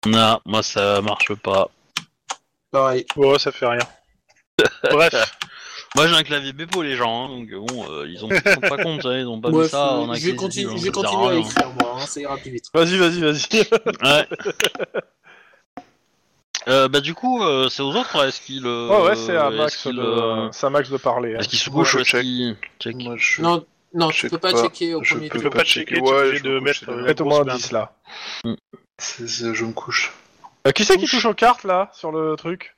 Speaker 2: non, moi ça marche pas.
Speaker 3: Pareil.
Speaker 5: Oh, ça fait rien. Bref.
Speaker 2: Moi j'ai un clavier Bepo les gens, hein, donc euh, bon, euh, ils ont ils sont pas compte, hein, ils ont pas
Speaker 3: Moi,
Speaker 2: mis ça. en
Speaker 3: je, je vais
Speaker 2: accessible,
Speaker 3: continuer,
Speaker 2: donc
Speaker 3: je vais
Speaker 2: ça sert à
Speaker 3: continuer à
Speaker 2: rien.
Speaker 3: écrire, moi, hein, ça ira plus vite.
Speaker 1: Vas-y, vas-y, vas-y.
Speaker 2: Ouais. <laughs> Euh, bah du coup, euh, c'est aux autres. Est-ce qu'ils euh,
Speaker 1: <laughs> Ouais, ouais, c'est à
Speaker 2: est-ce
Speaker 1: Max
Speaker 2: qu'ils,
Speaker 1: de,
Speaker 2: euh,
Speaker 1: c'est à Max de parler. hein.
Speaker 2: Est-ce qu'ils se
Speaker 4: Moi,
Speaker 2: couchent
Speaker 4: je
Speaker 2: ou est-ce
Speaker 4: check.
Speaker 2: qu'ils- check.
Speaker 4: Moi, je...
Speaker 3: Non, non, tu
Speaker 4: je
Speaker 3: peux
Speaker 4: sais
Speaker 3: pas,
Speaker 4: pas,
Speaker 3: checker au
Speaker 4: je
Speaker 3: premier
Speaker 4: peux
Speaker 3: tour.
Speaker 5: peux pas checker, tu es
Speaker 4: Ouais,
Speaker 5: obligé
Speaker 4: je me
Speaker 5: de
Speaker 4: couche,
Speaker 5: mettre
Speaker 4: c'est
Speaker 5: euh,
Speaker 1: Faites au moins
Speaker 5: grosse
Speaker 1: 10 là.
Speaker 4: C'est- euh, je me couche.
Speaker 1: Euh, qui c'est qui
Speaker 5: Touche.
Speaker 1: touche aux cartes là, sur le truc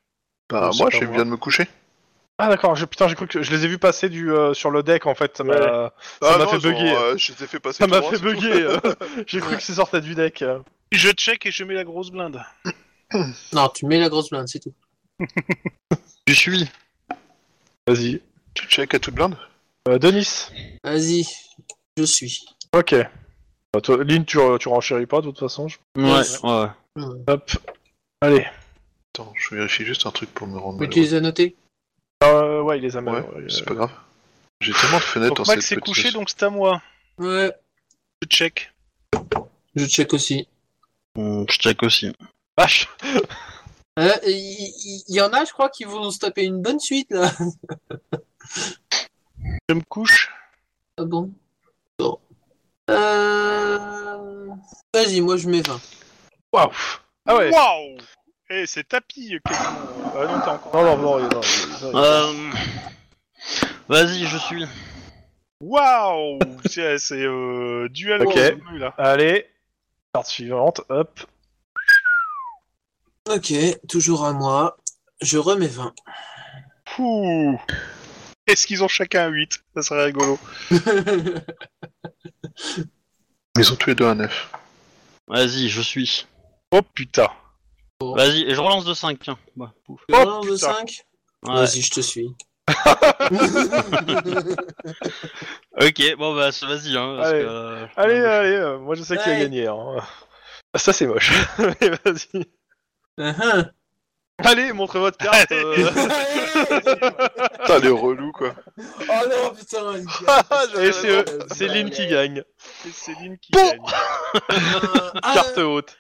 Speaker 4: Bah,
Speaker 5: Non, c'est
Speaker 4: moi,
Speaker 5: pas
Speaker 4: j'ai
Speaker 5: moi.
Speaker 4: bien de me coucher.
Speaker 1: Ah d'accord, je, putain, j'ai cru que je les ai vus passer du, euh, sur le deck en fait. Ça m'a, ça m'a
Speaker 4: non,
Speaker 1: fait
Speaker 4: genre,
Speaker 1: bugger.
Speaker 4: euh, je t'ai fait passer
Speaker 1: ça m'a
Speaker 4: trois,
Speaker 1: fait
Speaker 4: c'est tout.
Speaker 1: bugger. euh. <laughs> j'ai cru que ça sortait du deck. euh.
Speaker 5: blinde. Je check et je mets la grosse blinde.
Speaker 3: Non, tu mets la grosse blinde, c'est tout.
Speaker 2: Tu suis.
Speaker 1: Vas-y.
Speaker 4: Tu check à toute blinde
Speaker 1: Euh, Denis.
Speaker 3: Vas-y, je suis.
Speaker 1: Ok. Bah, toi, Lynn, tu, euh, tu renchéris pas de toute façon. je-
Speaker 2: Ouais,
Speaker 3: Ouais.
Speaker 2: ouais.
Speaker 1: Hop. Allez.
Speaker 4: Attends, je vérifie juste un truc pour me rendre.
Speaker 3: Mais tu les as notés
Speaker 1: Euh, ouais, il les a mal.
Speaker 4: malheureux.
Speaker 1: ouais,
Speaker 4: Ouais,
Speaker 1: euh,
Speaker 4: c'est pas grave. J'ai tellement de fenêtres
Speaker 5: Donc
Speaker 4: dans
Speaker 5: Max
Speaker 4: cette
Speaker 5: s'est
Speaker 4: petite
Speaker 5: couché, donc c'est à moi.
Speaker 3: Ouais,
Speaker 5: Je check.
Speaker 3: je check aussi.
Speaker 2: Hum, Je check aussi.
Speaker 1: vache.
Speaker 3: Euh, Il il- il y, en a, je crois, qui vont se taper une bonne suite, là.
Speaker 5: Je me couche.
Speaker 3: Ah bon Bon. Euh... Vas-y, moi, je mets 20.
Speaker 1: Waouh. Ah ouais.
Speaker 5: Waouh Eh, c'est tapis. euh, quasiment. Ah non, t'as encore.
Speaker 1: Non, non, non, non, non, non, non.
Speaker 2: Euh, Vas-y, je suis.
Speaker 5: Waouh C'est c'est, euh, duel
Speaker 1: Ok.
Speaker 5: Warzone, là.
Speaker 1: Allez. Carte suivante. Hop.
Speaker 3: Ok, toujours à moi. Je remets 20.
Speaker 5: Pouh. Est-ce qu'ils ont chacun un 8 Ça serait rigolo.
Speaker 4: Ils ont tous les deux un 9.
Speaker 2: Vas-y, je suis.
Speaker 5: Oh putain.
Speaker 2: Vas-y, et je relance de 5, tiens. Ouais, pouf.
Speaker 3: Tu relances de
Speaker 5: putain.
Speaker 3: 5
Speaker 2: Ouais.
Speaker 3: Vas-y, je te suis. <laughs> Uh-huh.
Speaker 2: Ok, bon bah c'est- vas-y. Hein, parce
Speaker 1: Allez.
Speaker 2: que, euh,
Speaker 1: Allez,
Speaker 2: je-
Speaker 1: allez. euh, moi, je sais qui a
Speaker 3: Ouais.
Speaker 1: gagné. hein. Ça, c'est moche. Mais vas-y.
Speaker 3: Uh-huh.
Speaker 1: Allez, montre votre carte. euh.
Speaker 4: Putain, les relous quoi.
Speaker 3: <laughs> oh non, putain il gagne.
Speaker 1: Et c'est eux, euh, c'est Lynn qui gagne.
Speaker 5: C'est Céline qui
Speaker 1: Bon.
Speaker 5: gagne.
Speaker 3: Euh, ah,
Speaker 1: Carte haute.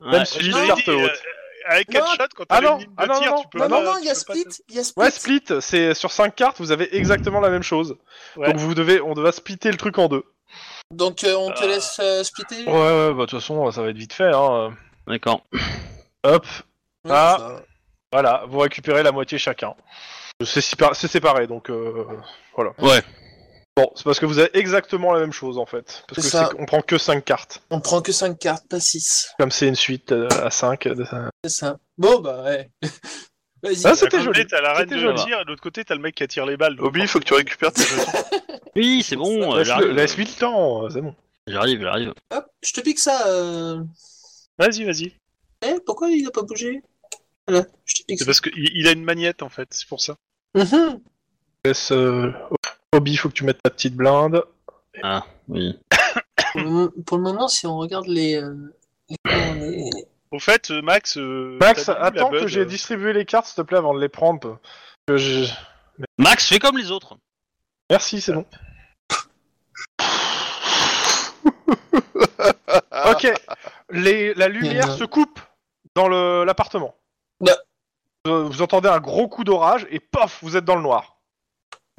Speaker 2: Ouais.
Speaker 1: Même suivi
Speaker 5: Je
Speaker 1: de
Speaker 5: l'ai
Speaker 1: carte
Speaker 5: dit, euh,
Speaker 1: haute.
Speaker 5: Avec
Speaker 3: Non.
Speaker 5: 4 shots, quand
Speaker 1: Ah
Speaker 5: t'as
Speaker 1: non,
Speaker 5: les mines
Speaker 1: ah non,
Speaker 5: de tir,
Speaker 1: non,
Speaker 5: tu peux
Speaker 3: Non, non,
Speaker 5: pas-
Speaker 3: non, il y a
Speaker 5: tu peux pas
Speaker 3: split,
Speaker 5: te-
Speaker 3: il y a split.
Speaker 1: Ouais, split. C'est sur 5 cartes, vous avez exactement la même chose.
Speaker 5: Ouais.
Speaker 1: Donc vous devez, on devait splitter le truc en deux.
Speaker 3: Donc euh,
Speaker 5: Ah.
Speaker 3: on te laisse euh, splitter
Speaker 1: Ouais, ouais, bah de toute façon, ça va être vite fait. Hein.
Speaker 2: D'accord.
Speaker 1: Hop,
Speaker 3: Ouais,
Speaker 1: Ah.
Speaker 3: ça va.
Speaker 1: voilà, vous récupérez la moitié chacun. C'est sépar- c'est séparé, donc euh, voilà.
Speaker 2: Ouais.
Speaker 1: Bon, c'est parce que vous avez exactement la même chose en fait. Parce que
Speaker 3: C'est ça.
Speaker 1: c'est- on prend que 5 cartes.
Speaker 3: On prend que 5 cartes, pas 6.
Speaker 1: Comme c'est une suite euh, à 5.
Speaker 3: C'est ça. Bon, bah ouais. <laughs> Vas-y.
Speaker 1: Ah, c'était
Speaker 5: D'un côté,
Speaker 1: joli.
Speaker 5: T'as la reine
Speaker 1: C'était
Speaker 5: de
Speaker 1: joli.
Speaker 5: tir, et de l'autre côté, t'as le mec qui attire les balles. donc
Speaker 4: Obi, il faut que tu récupères tes jetons.
Speaker 2: Oui, c'est bon. euh,
Speaker 1: Laisse-le
Speaker 2: J'arrive,
Speaker 1: laisse lui le temps, euh, c'est bon.
Speaker 2: j'arrive, j'arrive.
Speaker 3: Hop, je te pique ça. euh.
Speaker 5: Vas-y, vas-y.
Speaker 3: Eh, pourquoi il a pas bougé Voilà, je te pique
Speaker 5: C'est
Speaker 3: ça.
Speaker 5: parce qu'il il a une magnette en fait, c'est pour ça.
Speaker 3: Mhm.
Speaker 1: Laisse euh, Obi, faut que tu mettes ta petite blinde.
Speaker 5: Euh,
Speaker 2: Ah oui.
Speaker 3: Pour le mo- Pour le moment, si on regarde les. euh, les-
Speaker 5: Au fait, euh, Max. euh,
Speaker 1: Max,
Speaker 5: t'as dit, la
Speaker 1: attends que
Speaker 5: bonne,
Speaker 1: j'ai
Speaker 5: euh,
Speaker 1: distribué les cartes, s'il te plaît, avant de les prendre. Que je-
Speaker 2: Max, fais comme les autres.
Speaker 1: Merci, c'est bon. ok, Les- la
Speaker 3: Il y en
Speaker 1: lumière
Speaker 3: a.
Speaker 1: se coupe dans le- l'appartement.
Speaker 3: Ouais.
Speaker 1: Euh, Vous entendez un gros coup d'orage et pof, vous êtes dans le noir.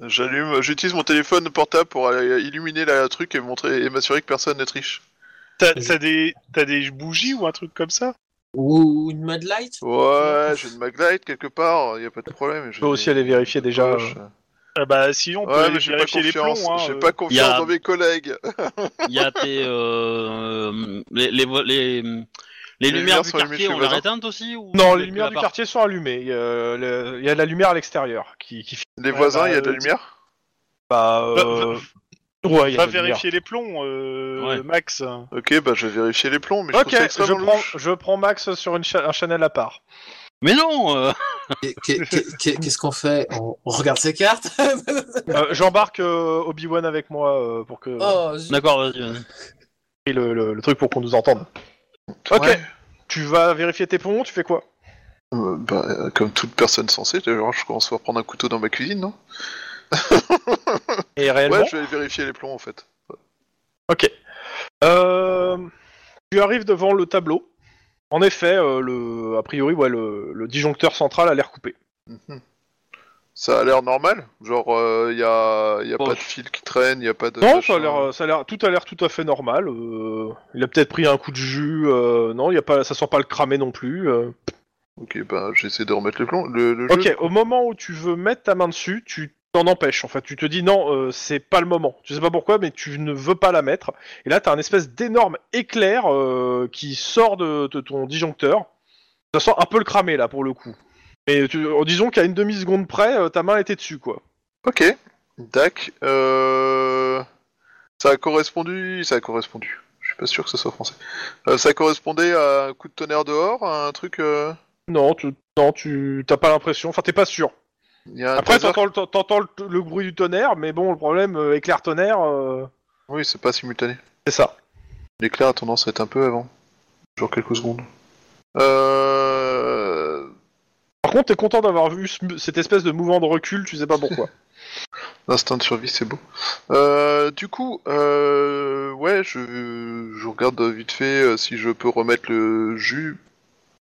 Speaker 4: J'allume, j'utilise mon téléphone portable pour aller illuminer la truc et montrer et m'assurer que personne ne triche.
Speaker 5: T'as t'as des, t'as des bougies ou un truc comme ça
Speaker 3: Ou une Mad Light
Speaker 4: Ouais, j'ai une maglite quelque part, y a pas de problème. Je
Speaker 1: peux aussi aller vérifier déjà, euh,
Speaker 5: Ah Bah, sinon, on peut
Speaker 4: Ouais,
Speaker 5: aller
Speaker 4: mais j'ai pas
Speaker 5: vérifier les
Speaker 4: confiance.
Speaker 5: plombs. hein,
Speaker 4: j'ai
Speaker 5: euh.
Speaker 4: pas confiance
Speaker 2: y a-
Speaker 4: dans mes collègues.
Speaker 2: Il y a
Speaker 1: <laughs>
Speaker 2: tes euh, les les vo- les, les lumières
Speaker 4: lumières
Speaker 2: du
Speaker 4: sont allumées
Speaker 2: quartier,
Speaker 4: chez
Speaker 2: on
Speaker 4: les
Speaker 2: les
Speaker 4: voisins.
Speaker 2: éteintes aussi ou
Speaker 1: Non,
Speaker 2: vous
Speaker 1: les
Speaker 2: êtes
Speaker 1: lumières
Speaker 2: que
Speaker 1: du
Speaker 2: là-bas
Speaker 1: quartier sont allumées. Il y a, le- il y a de la lumière à l'extérieur qui, qui fait
Speaker 4: Les
Speaker 5: Ouais,
Speaker 4: voisins,
Speaker 5: bah,
Speaker 4: il y a de la
Speaker 5: euh,
Speaker 4: lumière
Speaker 1: pas. euh,
Speaker 5: Va-
Speaker 1: Ouais, il y a de
Speaker 5: Va
Speaker 1: la lumière.
Speaker 5: vérifier les plombs, euh,
Speaker 2: Ouais.
Speaker 5: Max.
Speaker 4: Ok, bah je vais vérifier les plombs, mais je
Speaker 1: Ok,
Speaker 4: trouve ça
Speaker 1: je
Speaker 4: extrêmement
Speaker 1: prends,
Speaker 4: louche.
Speaker 1: je prends Max sur une cha- un channel à part.
Speaker 2: Mais non euh, <laughs>
Speaker 3: Et qu'est- qu'est- qu'est- Qu'est-ce qu'on fait on, on regarde ces cartes <laughs>
Speaker 1: Euh, J'embarque euh, Obi-Wan avec moi euh, pour que
Speaker 3: Oh, zut.
Speaker 2: D'accord, vas-y, vas-y.
Speaker 1: et le, le- le truc pour qu'on nous entende. Ok,
Speaker 4: Ouais.
Speaker 1: tu vas vérifier tes ponts, tu fais quoi
Speaker 4: Euh, bah, euh, comme toute personne sensée, d'ailleurs, je commence par prendre un couteau dans ma cuisine, non
Speaker 1: Et réellement,
Speaker 4: Ouais, je vais aller vérifier les plombs en fait.
Speaker 1: Euh, tu arrives devant le tableau. En effet, euh, le, a priori, ouais, le, le disjoncteur central a l'air coupé.
Speaker 4: Mhm. Ça a l'air normal Genre, il y a, y a
Speaker 2: Oh.
Speaker 4: pas de fil qui traîne, il y a pas de.
Speaker 1: Non, ça a
Speaker 4: machin.
Speaker 1: l'air, euh, ça a l'air, tout a l'air tout à fait normal. euh, il a peut-être pris un coup de jus. euh, non, il y a pas, ça sent pas le cramer non plus. euh.
Speaker 4: Ok, bah j'essaie de remettre les plombs. Le, le jeu-
Speaker 1: Ok, au moment où tu veux mettre ta main dessus, tu t'en empêches. En fait, tu te dis non, euh, c'est pas le moment. Tu sais pas pourquoi, mais tu ne veux pas la mettre. Et là, t'as un espèce d'énorme éclair euh, qui sort de, de ton disjoncteur. Ça sent un peu le cramé là pour le coup. Mais tu- disons qu'à une demi seconde près, euh, ta main était dessus quoi.
Speaker 4: Ok, Dac. Euh... Ça a correspondu. Ça a correspondu. Je suis pas sûr que ce soit français. Euh, ça correspondait à un coup de tonnerre dehors, à un truc. euh,
Speaker 1: Non, tu, non, tu t'as pas l'impression. Enfin, t'es pas sûr.
Speaker 4: Il y a un
Speaker 1: Après,
Speaker 4: tonnerre-
Speaker 1: t'entends, le- t'entends le, le bruit du tonnerre, mais bon, le problème, euh, éclair tonnerre, euh,
Speaker 4: Oui, c'est pas simultané.
Speaker 1: c'est ça.
Speaker 4: L'éclair a tendance à être un peu avant. Genre quelques secondes. Euh...
Speaker 1: Par contre, t'es content d'avoir vu ce- cette espèce de mouvement de recul. Tu sais pas pourquoi.
Speaker 4: L'instinct de survie, c'est beau. Euh, du coup, euh, ouais, je, je regarde vite fait euh, si je peux remettre le jus.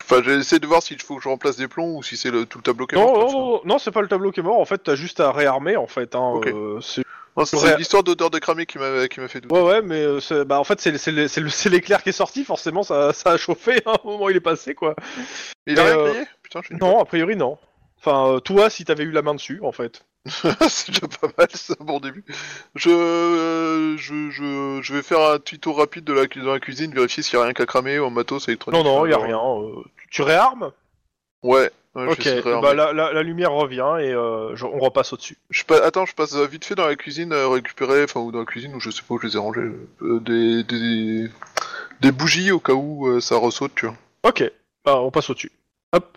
Speaker 4: Enfin, j'essaie de voir s'il faut que je remplace des plombs ou si c'est le, tout le tableau qui est
Speaker 1: Non,
Speaker 4: mort,
Speaker 1: non,
Speaker 4: quoi.
Speaker 1: non, non, c'est pas le tableau qui est mort. En fait, t'as juste à réarmer. En fait, hein,
Speaker 4: Ok.
Speaker 1: euh, c'est-
Speaker 4: Non, c'est
Speaker 1: Ouais.
Speaker 4: l'histoire d'odeur de cramé qui m'a qui m'a fait douter.
Speaker 1: ouais, ouais, mais euh, c'est- bah, en fait, c'est le- c'est le- c'est le- c'est l'éclair qui est sorti. Forcément, ça, ça a chauffé. hein, au moment où il est passé, quoi.
Speaker 4: Il a
Speaker 1: Mais,
Speaker 4: rien
Speaker 1: euh,
Speaker 4: grillé Putain, j'ai une
Speaker 1: Non, a priori, non. Enfin, euh, toi, si t'avais eu la main dessus, en fait.
Speaker 4: peur. <laughs> c'est déjà pas mal, c'est un bon début. Je, euh, je, je, je vais faire un petit tour rapide de la, cu- dans la cuisine, vérifier s'il y a rien qu'à cramer en matos électronique.
Speaker 1: Non, non, y a
Speaker 4: Euh,
Speaker 1: rien. euh, tu, tu réarmes
Speaker 4: Ouais. ouais,
Speaker 1: Ok.
Speaker 4: j'essaierai de
Speaker 1: bah,
Speaker 4: remettre.
Speaker 1: la, la- la lumière revient et euh, je- on repasse au-dessus.
Speaker 4: Je pa- Attends, je passe euh, vite fait dans la cuisine euh, récupérer, enfin, ou dans la cuisine où je sais pas où je les ai rangés, euh, des, des, des bougies au cas où euh, ça ressaute, tu vois.
Speaker 1: Ok. Bah, on passe au-dessus.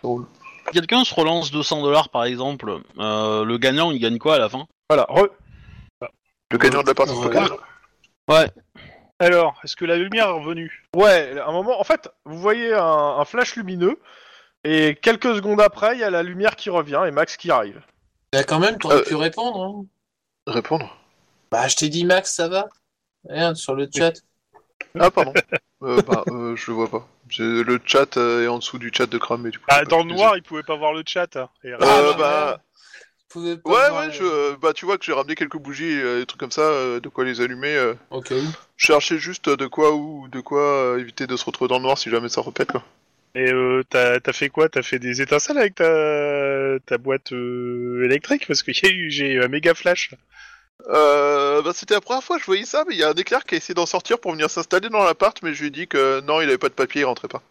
Speaker 2: Si Quelqu'un se relance 200 dollars par exemple, euh, le gagnant il gagne quoi à la fin
Speaker 1: Voilà. re-
Speaker 4: Le gagnant de la partie.
Speaker 3: Ouais.
Speaker 4: poker.
Speaker 5: Alors, est-ce que la lumière est revenue
Speaker 1: Ouais. À un moment, en fait, vous voyez un, un flash lumineux et quelques secondes après, il y a la lumière qui revient et Max qui arrive.
Speaker 3: Bah, quand même, t'aurais
Speaker 4: Euh.
Speaker 3: pu répondre. hein.
Speaker 4: Répondre
Speaker 3: Bah, je t'ai dit, Max, ça va Rien, sur le chat.
Speaker 4: Ah, <laughs> pardon. euh, bah, euh, je le vois pas. J'ai- Le chat euh, est en dessous du chat de cramé, du coup.
Speaker 5: Ah,
Speaker 4: je-
Speaker 5: Dans le
Speaker 4: désolé.
Speaker 5: noir, il pouvait pas voir le chat. hein. Et-
Speaker 3: Ah,
Speaker 4: Euh,
Speaker 3: non,
Speaker 4: bah.
Speaker 3: Vous pouvez pas
Speaker 4: Ouais,
Speaker 3: voir
Speaker 4: ouais,
Speaker 3: le-
Speaker 4: je, euh, bah, tu vois que j'ai ramené quelques bougies, et des trucs comme ça, euh, de quoi les allumer. euh.
Speaker 3: Ok.
Speaker 4: Je cherchais juste euh, de quoi ou de quoi euh, éviter de se retrouver dans le noir si jamais ça repète, quoi.
Speaker 5: Et euh, t'as t'as fait quoi T'as fait des étincelles avec ta, ta boîte euh, électrique Parce que <laughs> y a eu- j'ai eu un méga flash.
Speaker 4: Euh, bah, c'était la première fois que je voyais ça, mais il y a un éclair qui a essayé d'en sortir pour venir s'installer dans l'appart, mais je lui ai dit que euh, non, il avait pas de papier, il rentrait pas.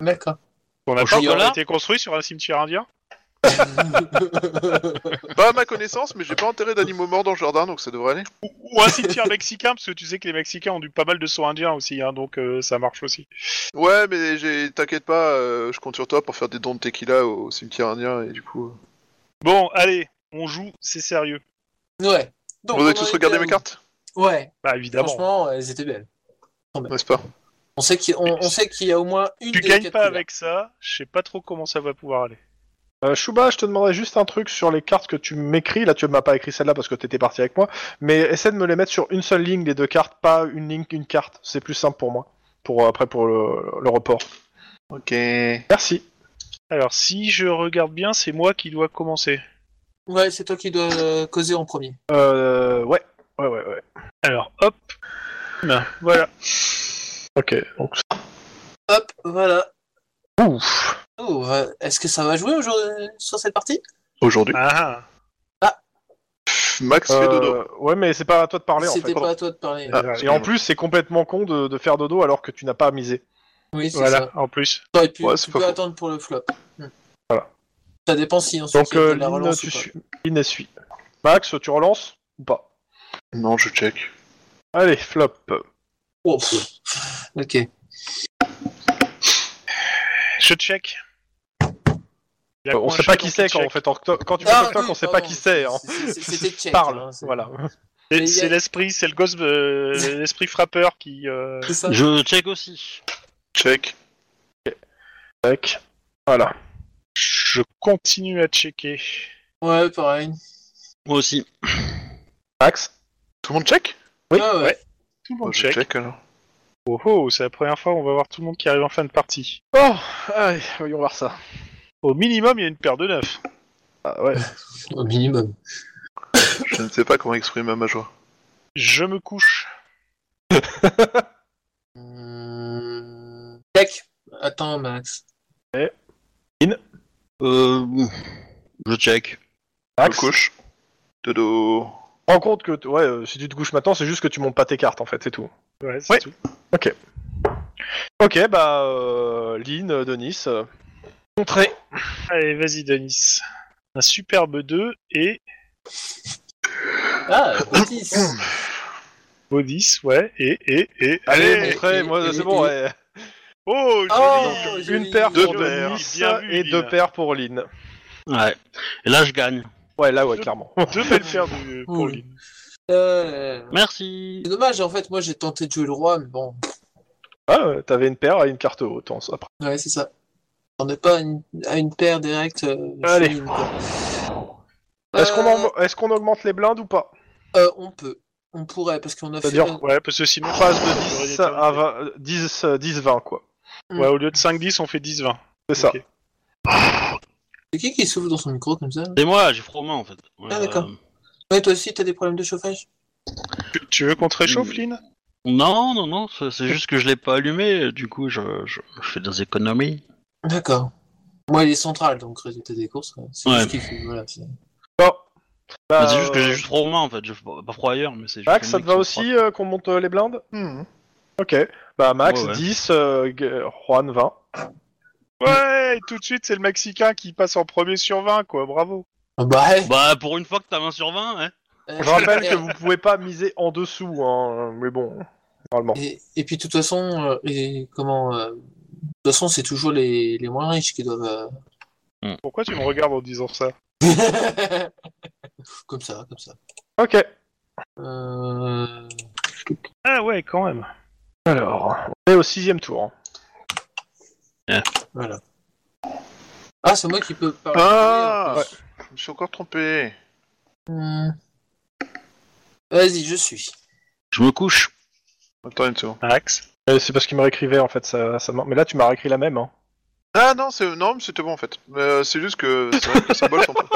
Speaker 3: D'accord. <laughs>
Speaker 5: Ton
Speaker 2: appart,
Speaker 5: appart
Speaker 2: il a
Speaker 5: a été construit sur un cimetière indien
Speaker 4: pas à ma connaissance, mais j'ai pas enterré d'animaux morts dans le jardin, donc ça devrait aller.
Speaker 5: ou, ou un cimetière mexicain, parce que tu sais que les Mexicains ont du pas mal de soins indiens aussi, hein, donc euh, ça marche aussi.
Speaker 4: Ouais, mais j'ai- t'inquiète pas, euh, je compte sur toi pour faire des dons de tequila au cimetière indien, et du coup... euh,
Speaker 5: Bon, allez, on joue, c'est sérieux.
Speaker 3: ouais. Donc,
Speaker 4: Vous
Speaker 3: on
Speaker 4: avez
Speaker 3: en
Speaker 4: tous
Speaker 3: était
Speaker 4: regardé
Speaker 3: où
Speaker 4: mes cartes,
Speaker 3: Ouais,
Speaker 5: Bah évidemment.
Speaker 3: franchement, elles étaient belles.
Speaker 4: n'est-ce pas
Speaker 3: On sait qu'il on, on sait qu'il y a au moins une
Speaker 5: Tu
Speaker 3: des
Speaker 5: gagnes
Speaker 3: quatre
Speaker 5: pas
Speaker 3: couleurs.
Speaker 5: avec ça, je sais pas trop comment ça va pouvoir aller.
Speaker 1: Euh, Chouba, je te demanderais juste un truc sur les cartes que tu m'écris. Là, tu m'as pas écrit celle-là parce que t'étais parti avec moi. Mais essaie de me les mettre sur une seule ligne, les deux cartes, pas une ligne, une carte. C'est plus simple pour moi. Pour euh, après pour le, le report.
Speaker 4: Ok...
Speaker 1: Merci.
Speaker 5: Alors, si je regarde bien, c'est moi qui dois commencer.
Speaker 3: Ouais, c'est toi qui dois euh, causer en premier.
Speaker 1: Euh, ouais. Ouais, ouais, ouais.
Speaker 5: Alors, hop. Ben, Voilà.
Speaker 1: Ok. Donc,
Speaker 3: Hop, voilà.
Speaker 1: ouf.
Speaker 3: Oh, euh, Est-ce que ça va jouer aujourd'hui sur cette partie
Speaker 4: Aujourd'hui.
Speaker 5: Ah,
Speaker 4: Pff, Max fait dodo.
Speaker 1: Euh, ouais, mais c'est pas à toi de parler en
Speaker 3: C'était
Speaker 1: fait.
Speaker 3: pas à toi de parler.
Speaker 4: Ah,
Speaker 1: Et en plus, c'est complètement con de, de faire dodo alors que tu n'as pas à miser.
Speaker 3: oui, c'est
Speaker 5: voilà,
Speaker 3: ça.
Speaker 5: en plus.
Speaker 3: T'aurais pu,
Speaker 4: Ouais, c'est
Speaker 3: tu
Speaker 4: pas
Speaker 3: peux
Speaker 4: faux.
Speaker 3: attendre pour le flop. Hmm.
Speaker 1: Voilà.
Speaker 3: Ça dépend si ensuite
Speaker 1: Donc,
Speaker 3: il y a de
Speaker 1: euh,
Speaker 3: la
Speaker 1: Lynn,
Speaker 3: relance
Speaker 1: tu
Speaker 3: ou pas.
Speaker 1: suis- Lynn essuie. Max, tu relances ou pas
Speaker 4: Non, je check.
Speaker 1: Allez, flop.
Speaker 3: Oh, pff. <laughs> ok.
Speaker 5: Je check. Il y a
Speaker 1: on
Speaker 5: quoi,
Speaker 1: sait
Speaker 5: un
Speaker 1: pas
Speaker 5: chat,
Speaker 1: qui
Speaker 5: donc
Speaker 1: c'est
Speaker 5: tu
Speaker 1: quand on
Speaker 5: check.
Speaker 1: fait Torque- quand tu fais
Speaker 3: Ah oui,
Speaker 1: Torque Talk, on sait pas
Speaker 3: pardon.
Speaker 1: qui c'est. Hein.
Speaker 3: C'est-
Speaker 1: <laughs>
Speaker 3: c'est- C'était check.
Speaker 1: Parle,
Speaker 3: hein, c'est-
Speaker 1: voilà.
Speaker 3: Mais
Speaker 5: C'est
Speaker 3: il y a-
Speaker 5: c'est l'esprit, c'est le gosse, euh, l'esprit frappeur qui. euh,
Speaker 3: C'est ça.
Speaker 2: Je check aussi.
Speaker 4: Check.
Speaker 1: Tac. Voilà.
Speaker 5: Je continue à checker.
Speaker 3: Ouais, pareil.
Speaker 2: Moi aussi.
Speaker 1: Max.
Speaker 4: Tout le monde check
Speaker 1: Oui,
Speaker 3: Ah ouais.
Speaker 5: ouais. Tout le
Speaker 4: Moi,
Speaker 5: monde
Speaker 4: Je
Speaker 5: check.
Speaker 4: check alors.
Speaker 5: Oh oh, c'est la première fois où on va voir tout le monde qui arrive en fin de partie.
Speaker 1: Oh, allez, voyons voir ça.
Speaker 5: Au minimum, il y a une paire de neuf.
Speaker 1: Ah, ouais.
Speaker 3: Au minimum.
Speaker 4: Je ne sais pas comment exprimer ma joie.
Speaker 5: Je me couche.
Speaker 3: Hmm, Check. Attends, Max.
Speaker 2: Euh, je check.
Speaker 4: Je
Speaker 1: Max.
Speaker 4: couche. Dodo.
Speaker 1: Rends compte que t- ouais, euh, si tu te couches maintenant, c'est juste que tu montes pas tes cartes en fait, c'est tout.
Speaker 5: Ouais, c'est
Speaker 1: Ouais.
Speaker 5: tout.
Speaker 1: Ok, bah, euh, Lynn, euh, Denis. euh, Montrez.
Speaker 5: Allez, vas-y, Denis. Un superbe 2 et
Speaker 3: Ah, Otis.
Speaker 5: beau 10, ouais, et, et, et.
Speaker 1: Allez,
Speaker 3: Allez,
Speaker 1: montrez.
Speaker 3: et-
Speaker 1: Moi,
Speaker 3: et-
Speaker 1: c'est
Speaker 3: et-
Speaker 1: bon.
Speaker 3: et-
Speaker 1: ouais.
Speaker 5: Oh, joli
Speaker 3: Oh,
Speaker 5: donc,
Speaker 3: joli.
Speaker 1: Une paire
Speaker 4: Deux
Speaker 1: pour
Speaker 5: paires.
Speaker 1: Denis
Speaker 5: Bien vu,
Speaker 1: et
Speaker 5: Lynn.
Speaker 1: deux paires pour Lynn.
Speaker 2: Ouais. Et là, je gagne.
Speaker 1: Ouais, là, ouais, clairement. <laughs>
Speaker 5: Deux belles paires de pour
Speaker 3: Cool.
Speaker 5: Lynn.
Speaker 3: Euh,
Speaker 2: Merci.
Speaker 3: C'est dommage, en fait, moi j'ai tenté de jouer le roi, mais bon.
Speaker 1: Ah, euh, t'avais une paire et une carte haute en- après.
Speaker 3: Ouais, c'est ça. On est pas à une, à une paire directe. euh,
Speaker 1: Allez.
Speaker 3: féminine, quoi.
Speaker 1: Est-ce qu'on
Speaker 3: Euh,
Speaker 1: en- est-ce qu'on augmente les blindes ou pas
Speaker 3: euh, On peut. On pourrait, parce qu'on a fait.
Speaker 1: C'est-à-dire
Speaker 3: un-
Speaker 5: Ouais, parce que sinon,
Speaker 1: On passe de
Speaker 5: ça aurait
Speaker 1: 10
Speaker 5: été
Speaker 1: à
Speaker 5: terminé.
Speaker 1: 20, 10, euh, 10, 20 quoi.
Speaker 5: Ouais, au lieu de 5-10, on fait 10-20.
Speaker 1: C'est ça.
Speaker 5: Ok.
Speaker 3: C'est qui qui souffle dans son micro comme ça là
Speaker 2: C'est moi, j'ai froid aux mains en fait. Euh,
Speaker 3: Ah, d'accord. Ouais, toi aussi, t'as des problèmes de chauffage
Speaker 5: Tu- Tu veux qu'on te réchauffe,
Speaker 1: Mmh.
Speaker 5: Lynn
Speaker 2: Non, non, non, c'est c'est juste que je l'ai pas allumé, du coup je, je, je fais des économies.
Speaker 3: D'accord. Moi, il est central, donc résultat des courses. quoi. C'est
Speaker 2: Ouais.
Speaker 3: juste qu'il fait- voilà, c'est-
Speaker 1: Bon. Bah,
Speaker 2: Mais c'est juste que j'ai
Speaker 1: euh,
Speaker 2: juste froid aux mains en fait, je pas pas froid ailleurs, mais c'est juste.
Speaker 1: Max,
Speaker 2: aux
Speaker 1: ça
Speaker 2: mains
Speaker 1: te va
Speaker 2: qui sont
Speaker 1: aussi euh, qu'on monte euh, les blindes
Speaker 4: Hmm.
Speaker 1: Ok. Bah Max,
Speaker 2: Ouais, ouais.
Speaker 1: 10, euh, G- Juan, 20.
Speaker 5: Ouais, tout de suite, c'est le Mexicain qui passe en premier sur 20, quoi, bravo.
Speaker 3: Ah Bah, ouais.
Speaker 2: froides. Bah pour une fois que t'as 20 sur 20, hein.
Speaker 3: Euh,
Speaker 1: Je
Speaker 3: <laughs>
Speaker 1: rappelle
Speaker 3: et-
Speaker 1: que vous pouvez pas miser en dessous, hein, mais bon, normalement.
Speaker 3: Et, et puis, de toute façon, euh, et comment. euh, de toute façon, c'est toujours les, les moins riches qui doivent. euh,
Speaker 5: Pourquoi tu me regardes en disant ça
Speaker 3: euh, <laughs> comme ça, comme ça.
Speaker 1: Ok.
Speaker 3: Euh...
Speaker 5: Ah ouais, quand même.
Speaker 1: Alors, on est au sixième tour. hein.
Speaker 3: Voilà. Ah, c'est moi qui peux parler.
Speaker 4: Ah
Speaker 3: en
Speaker 4: ouais.
Speaker 3: plus.
Speaker 4: Je me suis encore trompé.
Speaker 3: Hmm. Vas-y, je suis.
Speaker 2: Je me couche.
Speaker 4: Attends une seconde.
Speaker 5: Max
Speaker 1: Euh, C'est parce qu'il me réécrivait en fait, ça, ça m'a- mais là tu m'as réécrit la même. Hein.
Speaker 4: Ah non, c'est non, mais c'était bon en fait. Euh, c'est juste que c'est vrai que les symboles sont <laughs> pas.